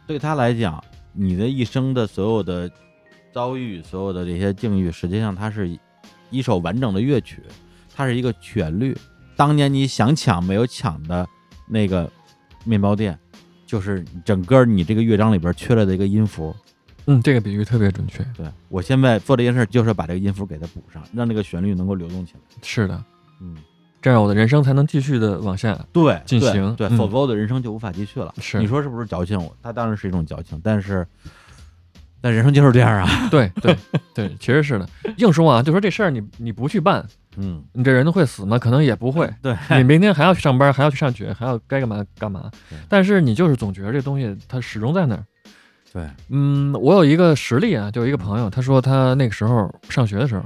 [SPEAKER 3] 对他来讲，你的一生的所有的遭遇、所有的这些境遇，实际上它是一首完整的乐曲，它是一个旋律。当年你想抢没有抢的那个面包店，就是整个你这个乐章里边缺了的一个音符。
[SPEAKER 4] 嗯，这个比喻特别准确。
[SPEAKER 3] 对我现在做这件事，就是把这个音符给它补上，让这个旋律能够流动起来。
[SPEAKER 4] 是的，
[SPEAKER 3] 嗯，
[SPEAKER 4] 这样我的人生才能继续的往下。
[SPEAKER 3] 对，
[SPEAKER 4] 进
[SPEAKER 3] 对
[SPEAKER 4] 行
[SPEAKER 3] 对，
[SPEAKER 4] 嗯
[SPEAKER 3] 否则我的人生就无法继续了。
[SPEAKER 4] 是
[SPEAKER 3] 你说是不是矫情？我它当然是一种矫情，但是但人生就是这样啊。
[SPEAKER 4] 对对对，其实是的。硬说啊，就说这事儿你你不去办，
[SPEAKER 3] 嗯，
[SPEAKER 4] 你这人会死吗？可能也不会。
[SPEAKER 3] 对。
[SPEAKER 4] 你明天还要去上班，还要去上学，还要该干嘛干嘛
[SPEAKER 3] 对。
[SPEAKER 4] 但是你就是总觉得这东西它始终在那儿。
[SPEAKER 3] 对，
[SPEAKER 4] 嗯，我有一个实例啊，就有一个朋友，他说他那个时候上学的时候，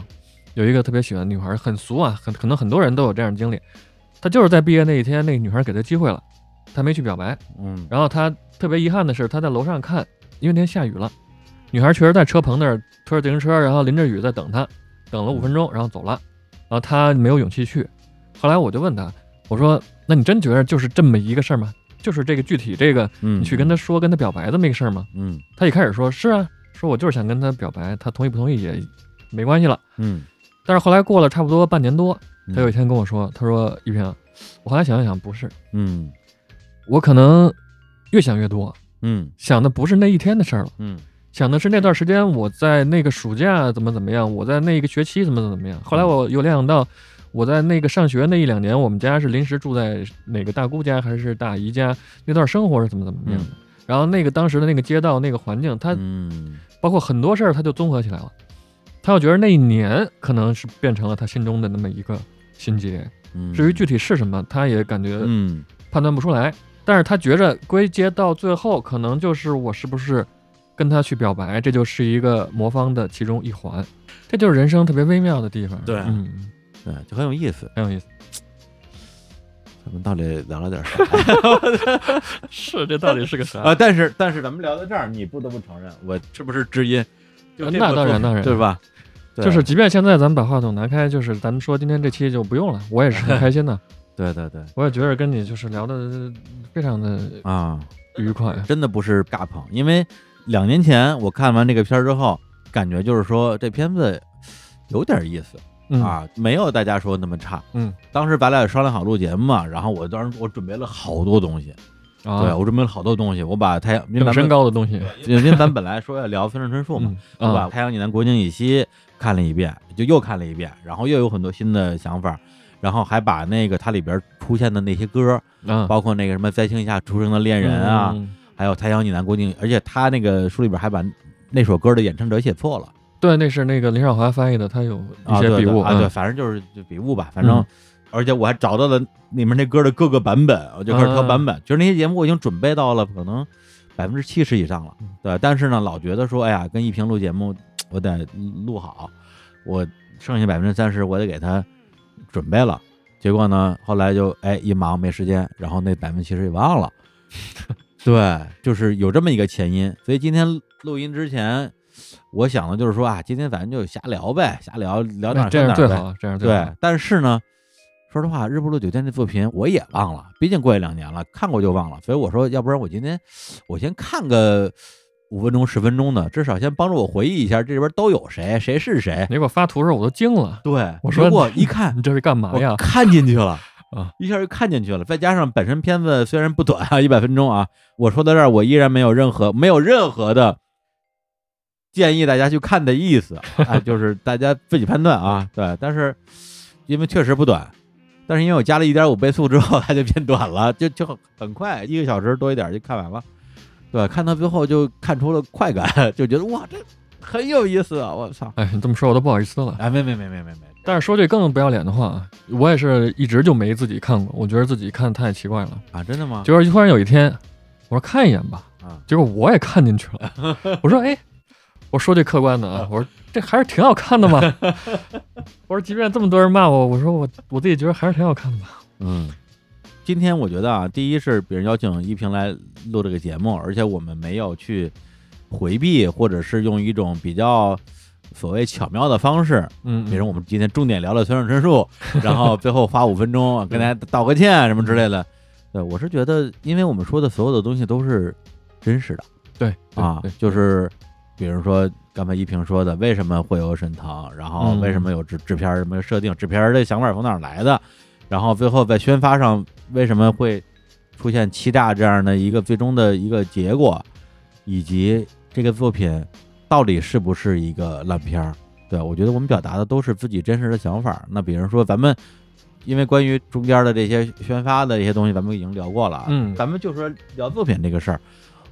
[SPEAKER 4] 有一个特别喜欢的女孩，很俗啊，很可能很多人都有这样的经历。他就是在毕业那一天，那个女孩给他机会了，他没去表白。
[SPEAKER 3] 嗯
[SPEAKER 4] 然后他特别遗憾的是，他在楼上看，因为那天下雨了，女孩确实在车棚那儿推着自行车，然后淋着雨在等他，等了五分钟，然后走了，然后他没有勇气去。后来我就问他，我说：“那你真觉得就是这么一个事儿吗？就是这个具体这个
[SPEAKER 3] 嗯，
[SPEAKER 4] 你去跟他说跟他表白这么一个事儿吗
[SPEAKER 3] 嗯，？”
[SPEAKER 4] 他一开始说：“是啊，说我就是想跟他表白，他同意不同意也没关系了。
[SPEAKER 3] 嗯”
[SPEAKER 4] 但是后来过了差不多半年多，
[SPEAKER 3] 嗯，
[SPEAKER 4] 他有一天跟我说：“他说一平，我后来想了想，不是，
[SPEAKER 3] 嗯
[SPEAKER 4] 我可能越想越多，
[SPEAKER 3] 嗯
[SPEAKER 4] 想的不是那一天的事儿了，
[SPEAKER 3] 嗯
[SPEAKER 4] 想的是那段时间我在那个暑假怎么怎么样，我在那个学期怎么怎么样。后
[SPEAKER 3] 嗯
[SPEAKER 4] 来我有联想到，我在那个上学那一两年，我们家是临时住在哪个大姑家还是大姨家，那段生活是怎么怎么样的。然后那个当时的那个街道、那个环境，他
[SPEAKER 3] 嗯
[SPEAKER 4] 包括很多事儿，他就综合起来了。他又觉得那一年可能是变成了他心中的那么一个心结，
[SPEAKER 3] 嗯，
[SPEAKER 4] 至于具体是什么，他也感觉
[SPEAKER 3] 嗯
[SPEAKER 4] 判断不出来。但是他觉着归结到最后，可能就是我是不是跟他去表白，这就是一个魔方的其中一环，这就是人生特别微妙的地方。
[SPEAKER 3] 对啊
[SPEAKER 4] 嗯，
[SPEAKER 3] 对，就很有意思。
[SPEAKER 4] 很有意 思。
[SPEAKER 3] 咱们到底聊了点 啥
[SPEAKER 4] 是，这到底是个啥
[SPEAKER 3] 啊？但是但是咱们聊到这儿，你不得不承认，我是不是知音？就这
[SPEAKER 4] 那
[SPEAKER 3] 么
[SPEAKER 4] 当然
[SPEAKER 3] 多
[SPEAKER 4] 当然
[SPEAKER 3] 对吧？对
[SPEAKER 4] 就是，即便现在咱们把话筒拿开，就是咱们说今天这期就不用了，我也是很开 心的，
[SPEAKER 3] 对对对
[SPEAKER 4] 我也觉得跟你就是聊的非常的
[SPEAKER 3] 啊，
[SPEAKER 4] 愉快。
[SPEAKER 3] 真的不是尬捧，因为两年前我看完这个片儿之后，感觉就是说这片子有点意思。
[SPEAKER 4] 嗯，
[SPEAKER 3] 啊，没有大家说那么差。
[SPEAKER 4] 嗯，
[SPEAKER 3] 当时咱俩也商量好录节目嘛，然后我当时我准备了好多东西，对
[SPEAKER 4] 啊，
[SPEAKER 3] 我准备了好多东西，我把太阳因为咱
[SPEAKER 4] 更
[SPEAKER 3] 们
[SPEAKER 4] 身高的东西，
[SPEAKER 3] 因为咱本来说要聊村上春树嘛，
[SPEAKER 4] 嗯
[SPEAKER 3] 对吧？
[SPEAKER 4] 啊，
[SPEAKER 3] 太阳以南，国境以西看了一遍，就又看了一遍，然后又有很多新的想法，然后还把那个它里边出现的那些歌，
[SPEAKER 4] 啊，
[SPEAKER 3] 包括那个什么在星下出生的恋人啊，
[SPEAKER 4] 嗯，
[SPEAKER 3] 还有太阳以南，国境，而且他那个书里边还把那首歌的演唱者写错了。
[SPEAKER 4] 对，那是那个林少华翻译的，他有一
[SPEAKER 3] 啊，
[SPEAKER 4] 些
[SPEAKER 3] 对
[SPEAKER 4] 笔
[SPEAKER 3] 对
[SPEAKER 4] 误
[SPEAKER 3] 啊，对，
[SPEAKER 4] 嗯
[SPEAKER 3] 反正就是就笔误吧，反正、
[SPEAKER 4] 嗯
[SPEAKER 3] 而且我还找到了里面那歌的各个版本，我就开始
[SPEAKER 4] 嗯
[SPEAKER 3] 挑版本。就是那些节目我已经准备到了可能百分之七十以上
[SPEAKER 4] 嗯
[SPEAKER 3] 了，对，但是呢，老觉得说，哎呀，跟一平录节目，我得录好，我剩下百分之三十我得给他准备了。结果呢，后来就哎一忙没时间，然后那百分之七十也忘 了。对，就是有这么一个前因，所以今天录音之前，我想的就是说啊，今天咱就瞎聊呗，瞎聊聊哪
[SPEAKER 4] 哎
[SPEAKER 3] 儿
[SPEAKER 4] 这
[SPEAKER 3] 算哪
[SPEAKER 4] 样
[SPEAKER 3] 儿
[SPEAKER 4] 最
[SPEAKER 3] 呗
[SPEAKER 4] 好，这样最
[SPEAKER 3] 对
[SPEAKER 4] 好。，
[SPEAKER 3] 但是呢，说实话，《日不落酒店》这作品我也忘了，毕竟过去两年了，看过就忘了。所以我说，要不然我今天我先看个五分钟、十分钟的，至少先帮助我回忆一下这里边都有谁，谁是谁。
[SPEAKER 4] 你给我发图的时候我都惊了，
[SPEAKER 3] 对，
[SPEAKER 4] 我说
[SPEAKER 3] 结果
[SPEAKER 4] 你
[SPEAKER 3] 一看
[SPEAKER 4] 你，这是干嘛呀
[SPEAKER 3] 我？看进去了
[SPEAKER 4] 啊，
[SPEAKER 3] 一下就看进去了。再加上本身片子虽然不短啊，一百分钟啊，我说到这儿，我依然没有任何没有任何的建议大家去看的意思啊，就是大家自己判断啊。对，但是因为确实不短，但是因为我加了一点五倍速之后，它就变短了，就就很很快，一个小时多一点就看完了。对，看到最后就看出了快感，就觉得哇，这很有意思啊！我操，
[SPEAKER 4] 哎，你这么说我都不好意思了。
[SPEAKER 3] 哎，没没没没没没，
[SPEAKER 4] 但是说句更不要脸的话啊，我也是一直就没自己看过，我觉得自己看太奇怪了。
[SPEAKER 3] 啊，真的吗？
[SPEAKER 4] 结果突然有一天，我说看一眼吧
[SPEAKER 3] 啊，
[SPEAKER 4] 结果我也看进去了。 我说哎，我说句客观的啊，我说这还是挺好 看的嘛。我说即便这么多人骂我，我说我我自己觉得还是挺好看的吧。
[SPEAKER 3] 嗯，今天我觉得啊，第一是别人邀请一平来录这个节目，而且我们没有去回避，或者是用一种比较所谓巧妙的方式。
[SPEAKER 4] 嗯，
[SPEAKER 3] 比如我们今天重点聊了村上春树，然后最后花五分钟跟大家道个歉什么之类的。对，我是觉得，因为我们说的所有的东西都是真实的
[SPEAKER 4] 对对
[SPEAKER 3] 啊
[SPEAKER 4] 对，
[SPEAKER 3] 就是比如说刚才一平说的，为什么会有沈腾，然后
[SPEAKER 4] 嗯
[SPEAKER 3] 为什么有制制片儿什么设定，制片儿的想法从哪儿来的，然后最后在宣发上为什么会出现欺诈这样的一个最终的一个结果，以及这个作品到底是不是一个烂片儿。对，我觉得我们表达的都是自己真实的想法。那比如说，咱们因为关于中间的这些宣发的一些东西，咱们已经聊过了啊。
[SPEAKER 4] 嗯
[SPEAKER 3] 咱们就说聊作品这个事儿，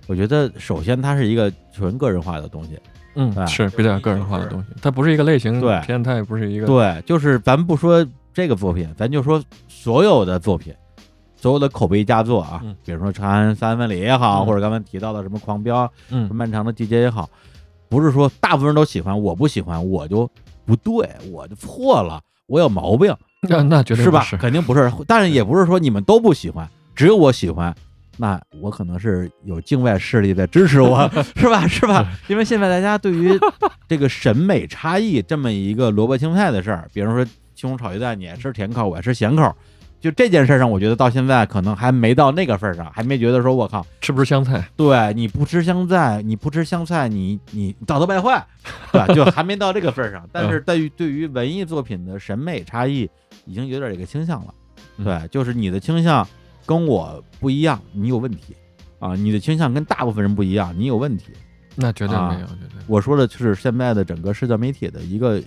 [SPEAKER 3] 我觉得首先它是一个纯个人化的东西。哎
[SPEAKER 4] 嗯是比较个人化的东西，它不是一个类型
[SPEAKER 3] 对
[SPEAKER 4] 片，它也不是一个
[SPEAKER 3] 对，就是咱不说这个作品，咱就说所有的作品，所有的口碑佳作啊，
[SPEAKER 4] 嗯
[SPEAKER 3] 比如说《长安三万里》也好，
[SPEAKER 4] 嗯
[SPEAKER 3] 或者刚才提到的什么《狂飙》
[SPEAKER 4] 嗯
[SPEAKER 3] 漫长的季节也好，不是说大部分人都喜欢，我不喜欢我就不对，我就错了，我有毛病，
[SPEAKER 4] 那那绝对
[SPEAKER 3] 是吧？
[SPEAKER 4] 不
[SPEAKER 3] 肯定不 是，但是也不是说你们都不喜欢，只有我喜欢。那我可能是有境外势力在支持 我，是吧？是吧？因为现在大家对 于这个审美差异这么一个萝卜青菜的事儿，比如说青红炒鸡蛋，你爱吃甜口，我爱吃咸口，就这件事儿上，我觉得到现在可能还没到那个份儿上，还没觉得说我靠，
[SPEAKER 4] 吃不吃香菜？
[SPEAKER 3] 对，你不吃香菜，你不吃香菜，你你道德败坏，对吧？就还没到这个份儿上。但是
[SPEAKER 4] 嗯
[SPEAKER 3] 对于对于文艺作品的审美差异，已经有点这个倾向了。
[SPEAKER 4] 嗯
[SPEAKER 3] 对，就是你的倾向跟我不一样，你有问题啊！你的倾向跟大部分人不一样，你有问题。
[SPEAKER 4] 那绝对
[SPEAKER 3] 啊
[SPEAKER 4] 没有，绝对
[SPEAKER 3] 我说的就是现在的整个社交媒体的一个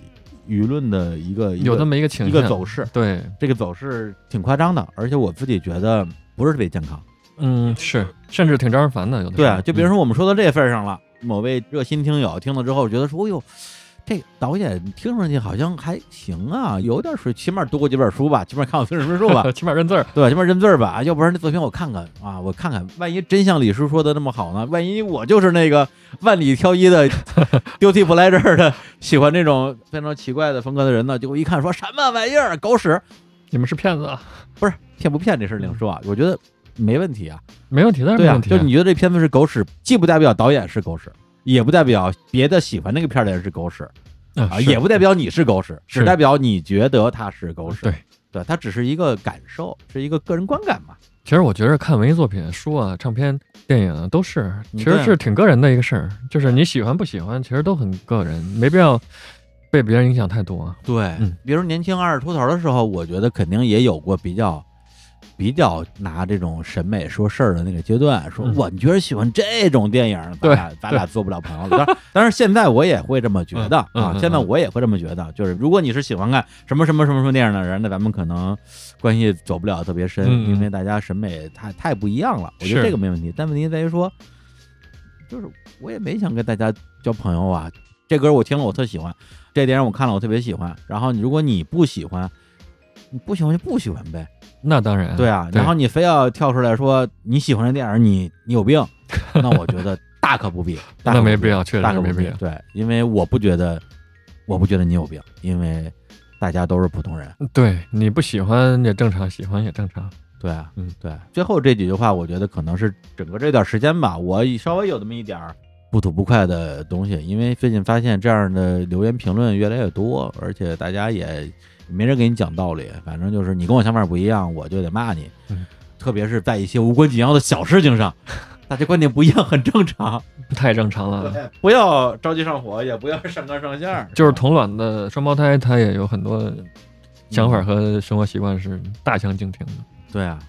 [SPEAKER 3] 舆论的一个一
[SPEAKER 4] 有这
[SPEAKER 3] 个
[SPEAKER 4] 么一个倾
[SPEAKER 3] 一
[SPEAKER 4] 向
[SPEAKER 3] 个走势，
[SPEAKER 4] 对，
[SPEAKER 3] 这个走势挺夸张的，而且我自己觉得不是特别健康。
[SPEAKER 4] 嗯是，甚至挺招人烦的，有的
[SPEAKER 3] 对
[SPEAKER 4] 时
[SPEAKER 3] 啊，
[SPEAKER 4] 候
[SPEAKER 3] 就比如说我们说到这份儿上了，某位热心听友听了之后觉得说，哎呦，这导演听上去好像还行啊，有点水，起码读过几本书吧，起码看过《村上春树》吧，
[SPEAKER 4] 嗯起码认字儿，
[SPEAKER 3] 对吧？起码认字儿吧，啊要不然这作品我看看啊，我看看，万一真像李叔说的那么好呢？万一我就是那个万里挑一的 丢弃不来这儿的，喜欢这种非常奇怪的风格的人呢？结果一看说什么玩意儿，狗屎！
[SPEAKER 4] 你们是骗子啊，
[SPEAKER 3] 不是骗不骗这事儿另说啊，我觉得没问题啊。
[SPEAKER 4] 没问题，但是
[SPEAKER 3] 对
[SPEAKER 4] 没
[SPEAKER 3] 啊，
[SPEAKER 4] 问题
[SPEAKER 3] 就
[SPEAKER 4] 啊，
[SPEAKER 3] 是你觉得这片子是狗屎，既不代表导演是狗屎，也不代表别的喜欢那个片儿的人是狗 屎啊，
[SPEAKER 4] 啊
[SPEAKER 3] 也不代
[SPEAKER 4] 表
[SPEAKER 3] 表你是狗屎，只
[SPEAKER 4] 是
[SPEAKER 3] 代表你觉得它是狗屎。
[SPEAKER 4] 对。
[SPEAKER 3] 对，它只是一个感受，是一个个人观感嘛。
[SPEAKER 4] 其实我觉得看文艺作品、书啊、唱片、电影啊，都是
[SPEAKER 3] 嗯
[SPEAKER 4] 其实是挺个人的一个事儿，就是你喜欢不喜欢，其实都很个人，没必要被别人影响太多啊。
[SPEAKER 3] 对，
[SPEAKER 4] 嗯
[SPEAKER 3] 比如年轻二十出头的时候，我觉得肯定也有过比较。比较拿这种审美说事儿的那个阶段，说
[SPEAKER 4] 嗯
[SPEAKER 3] 我你居然喜欢这种电影，咱
[SPEAKER 4] 对
[SPEAKER 3] 俩咱俩做不了朋友了。当 然，当然现在我也会这么觉得
[SPEAKER 4] 嗯嗯
[SPEAKER 3] 啊
[SPEAKER 4] 嗯，
[SPEAKER 3] 现在
[SPEAKER 4] 嗯
[SPEAKER 3] 我也会这么觉得，就是如果你是喜欢看什么什么什么什么电影的人，那咱们可能关系走不了特别深，
[SPEAKER 4] 嗯嗯
[SPEAKER 3] 因为大家审美太太不一样了。我觉得
[SPEAKER 4] 是
[SPEAKER 3] 这个没问题，但问题在于说，就是我也没想跟大家交朋友啊。这歌我听了我特喜欢，这电影我看了我特别喜欢。然后你如果你不喜欢，你不喜欢就不喜欢呗，
[SPEAKER 4] 那当然，
[SPEAKER 3] 对啊。然后你非要跳出来说你喜欢这电影，你你有 病，那我觉得大可不必，大可
[SPEAKER 4] 那
[SPEAKER 3] 不
[SPEAKER 4] 没
[SPEAKER 3] 必
[SPEAKER 4] 必要，确实
[SPEAKER 3] 大
[SPEAKER 4] 是
[SPEAKER 3] 可
[SPEAKER 4] 没
[SPEAKER 3] 不
[SPEAKER 4] 必
[SPEAKER 3] 必
[SPEAKER 4] 要。
[SPEAKER 3] 对，因为我不觉得，我不觉得你有病，因为大家都是普通人。
[SPEAKER 4] 对，你不喜欢也正常，喜欢也正常。
[SPEAKER 3] 对啊，
[SPEAKER 4] 嗯，
[SPEAKER 3] 对。最后这几句话，我觉得可能是整个这段时间吧，我稍微有那么一点儿不吐不快的东西，因为最近发现这样的留言评论越来越多，而且大家也没人给你讲道理，反正就是你跟我想法不一样，我就得骂你，
[SPEAKER 4] 嗯
[SPEAKER 3] 特别是在一些无关紧要的小事情上， 大家观点不一样很正常，
[SPEAKER 4] 太正常了。
[SPEAKER 3] 对，不要着急上火，也不要上纲上线儿，
[SPEAKER 4] 就是
[SPEAKER 3] 吧
[SPEAKER 4] 同卵的双胞胎，他也有很多想
[SPEAKER 3] 嗯
[SPEAKER 4] 法和生活习惯是大相径庭的。
[SPEAKER 3] 对啊，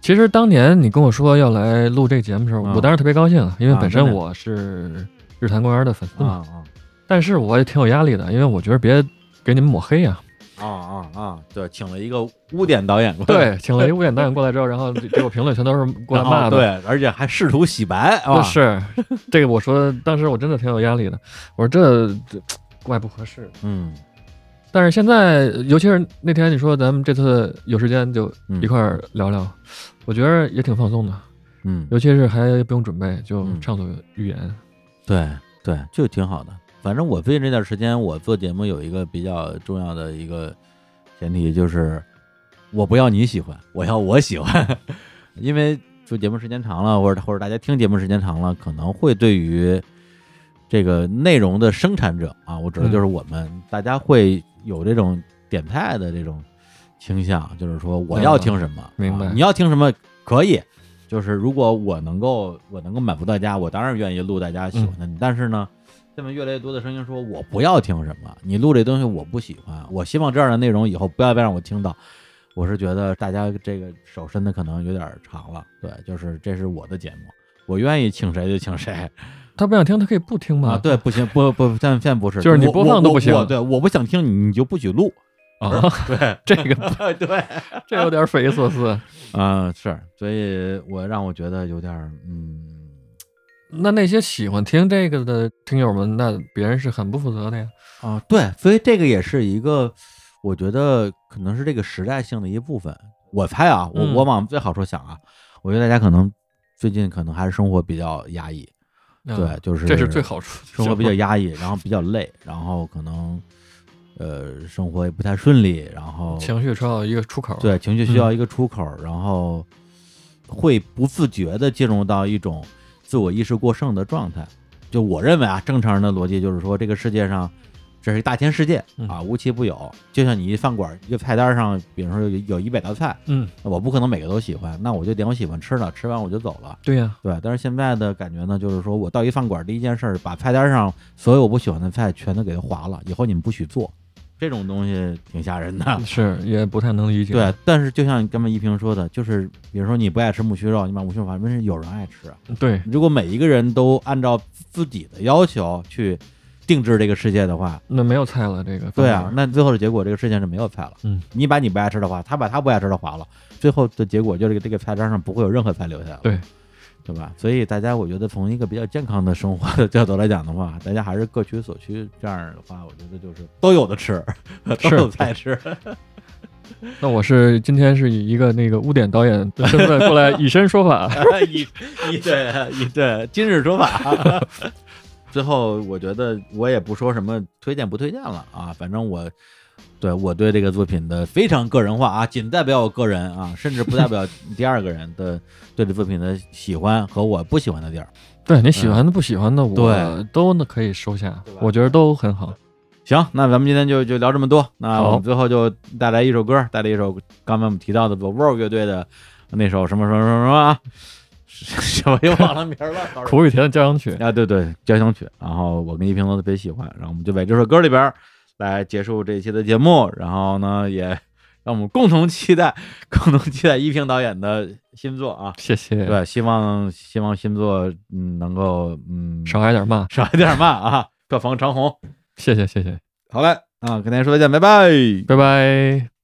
[SPEAKER 4] 其实当年你跟我说要来录这个节目的时候，
[SPEAKER 3] 嗯
[SPEAKER 4] 我当时特别高兴啊，因为
[SPEAKER 3] 啊
[SPEAKER 4] 本
[SPEAKER 3] 真
[SPEAKER 4] 身
[SPEAKER 3] 的
[SPEAKER 4] 我是日坛公园的粉丝嘛。
[SPEAKER 3] 啊啊
[SPEAKER 4] 但是我也挺有压力的，因为我觉得别给你们抹黑呀、
[SPEAKER 3] 啊啊啊，对，请了一个污点导演过来。
[SPEAKER 4] 对， 请了一个污点导演过来之后，然后给我评论全都是过来
[SPEAKER 3] 然后
[SPEAKER 4] 骂的。
[SPEAKER 3] 对，而且还试图洗白啊，
[SPEAKER 4] 那是这个，我说当时我真的挺有压力的。我说这这怪不合适。
[SPEAKER 3] 嗯，
[SPEAKER 4] 但是现在，尤其是那天你说咱们这次有时间就一块儿聊聊，我觉得也挺放松的，
[SPEAKER 3] 嗯，
[SPEAKER 4] 尤其是还不用准备，就
[SPEAKER 3] 嗯
[SPEAKER 4] 畅所欲言。
[SPEAKER 3] 对对，就挺好的。反正我最近这段时间，我做节目有一个比较重要的一个前提，就是我不要你喜欢，我要我喜欢。 因为做节目时间长了，或者或者大家听节目时间长了，可能会对于这个内容的生产者啊，我指的
[SPEAKER 4] 嗯
[SPEAKER 3] 就是我们，大家会有这种点菜的这种倾向，就是说我要听什么，
[SPEAKER 4] 嗯明白
[SPEAKER 3] 啊你要听什么可以，就是如果我能够我能够满足大家，我当然愿意录大家喜欢的。
[SPEAKER 4] 嗯
[SPEAKER 3] 但是呢，现在越来越多的声音说我不要听什么，你录这东西我不喜欢，我希望这样的内容以后不要再让我听到。我是觉得大家这个手伸的可能有点长了，对，就是这是我的节目，我愿意请谁就请谁
[SPEAKER 4] 他不想听，他可以不听嘛。
[SPEAKER 3] 啊，对，不行，不不，现在现在不是，
[SPEAKER 4] 就是你
[SPEAKER 3] 我
[SPEAKER 4] 播放都
[SPEAKER 3] 我
[SPEAKER 4] 不行
[SPEAKER 3] 我对，我不想听你，你就不许 录，
[SPEAKER 4] 啊，
[SPEAKER 3] 对
[SPEAKER 4] 这个
[SPEAKER 3] 对，
[SPEAKER 4] 这有点匪夷所思。
[SPEAKER 3] 啊是，所以我让我觉得有点儿嗯，
[SPEAKER 4] 那那些喜欢听这个的听友们，那别人是很不负责的呀。
[SPEAKER 3] 啊，对，所以这个也是一个，我觉得可能是这个时代性的一部分。我猜啊，我我
[SPEAKER 4] 嗯
[SPEAKER 3] 往最好处想啊，我觉得大家可能最近可能还是生活比较压抑，
[SPEAKER 4] 啊
[SPEAKER 3] 对，，就是
[SPEAKER 4] 这是最好处。
[SPEAKER 3] 生活比较压抑，然后比较累，然后可能呃生活也不太顺利，然后
[SPEAKER 4] 情绪需要一个出口。，嗯
[SPEAKER 3] 对情绪需要一个出口，然后会不自觉的进入到一种自我意识过剩的状态。就我认为啊，正常人的逻辑就是说，这个世界上这是一大千世界
[SPEAKER 4] 嗯
[SPEAKER 3] 啊，无奇不有。就像你一饭馆一个菜单上，比如说有有一百道菜，
[SPEAKER 4] 嗯，
[SPEAKER 3] 我不可能每个都喜欢，那我就点我喜欢吃的，吃完我就走了。
[SPEAKER 4] 对呀，
[SPEAKER 3] 对，但是现在的感觉呢，就是说我到一饭馆，第一件事儿把菜单上所有我不喜欢的菜全都给它划了，以后你们不许做，这种东西挺吓人的。
[SPEAKER 4] 是也不太能理解。
[SPEAKER 3] 啊对，但是就像刚才一平说的，就是比如说你不爱吃木须肉，你把木须肉反正是有人爱吃。啊
[SPEAKER 4] 对，
[SPEAKER 3] 如果每一个人都按照自己的要求去定制这个世界的话，
[SPEAKER 4] 那没有菜了，这个
[SPEAKER 3] 对
[SPEAKER 4] 饭
[SPEAKER 3] 啊，
[SPEAKER 4] 馆
[SPEAKER 3] 那最后的结果这个世界是没有菜了。
[SPEAKER 4] 嗯，
[SPEAKER 3] 你把你不爱吃的划，他把他不爱吃的划了，最后的结果就是这个菜单上不会有任何菜留下了。
[SPEAKER 4] 对。
[SPEAKER 3] 对吧？所以大家，我觉得从一个比较健康的生活的角度来讲的话，大家还是各取所需。这样的话，我觉得就是都有的吃， 都
[SPEAKER 4] 是
[SPEAKER 3] 有菜吃。
[SPEAKER 4] 那我是今天是以一个那个污点导演的身份过 来以身说法。
[SPEAKER 3] 以以对以对今日说法。 最后，我觉得我也不说什么推荐不推荐了啊，反正我对我对这个作品的非常个人化啊，仅代表我个人啊，甚至不代表第二个人的对这作品的喜欢和我不喜欢的地儿。
[SPEAKER 4] 对你喜欢的不喜欢的，我
[SPEAKER 3] 对
[SPEAKER 4] 都能可以收下
[SPEAKER 3] 对吧，
[SPEAKER 4] 我觉得都很 好。
[SPEAKER 3] 行，那咱们今天就就聊这么多。那我
[SPEAKER 4] 好
[SPEAKER 3] 们最后就带来一首歌，带来一首刚才我们提到的 The Wall 乐队的那首什么什么什么什么啊，什么又忘了名儿了，sorry，
[SPEAKER 4] 苦与甜的交响曲，
[SPEAKER 3] 啊，对对，交响曲。然后我跟一平都特别喜欢，然后我们就在这首歌里边儿来结束这一期的节目。然后呢，也让我们共同期待，共同期待一平导演的新作啊。
[SPEAKER 4] 谢谢。，
[SPEAKER 3] 对，希望希望新作嗯能够嗯
[SPEAKER 4] 少挨点骂，
[SPEAKER 3] 少一点骂啊，票房长虹。
[SPEAKER 4] 谢谢谢谢，
[SPEAKER 3] 好嘞，啊，跟大家说再见，拜拜。
[SPEAKER 4] 拜拜。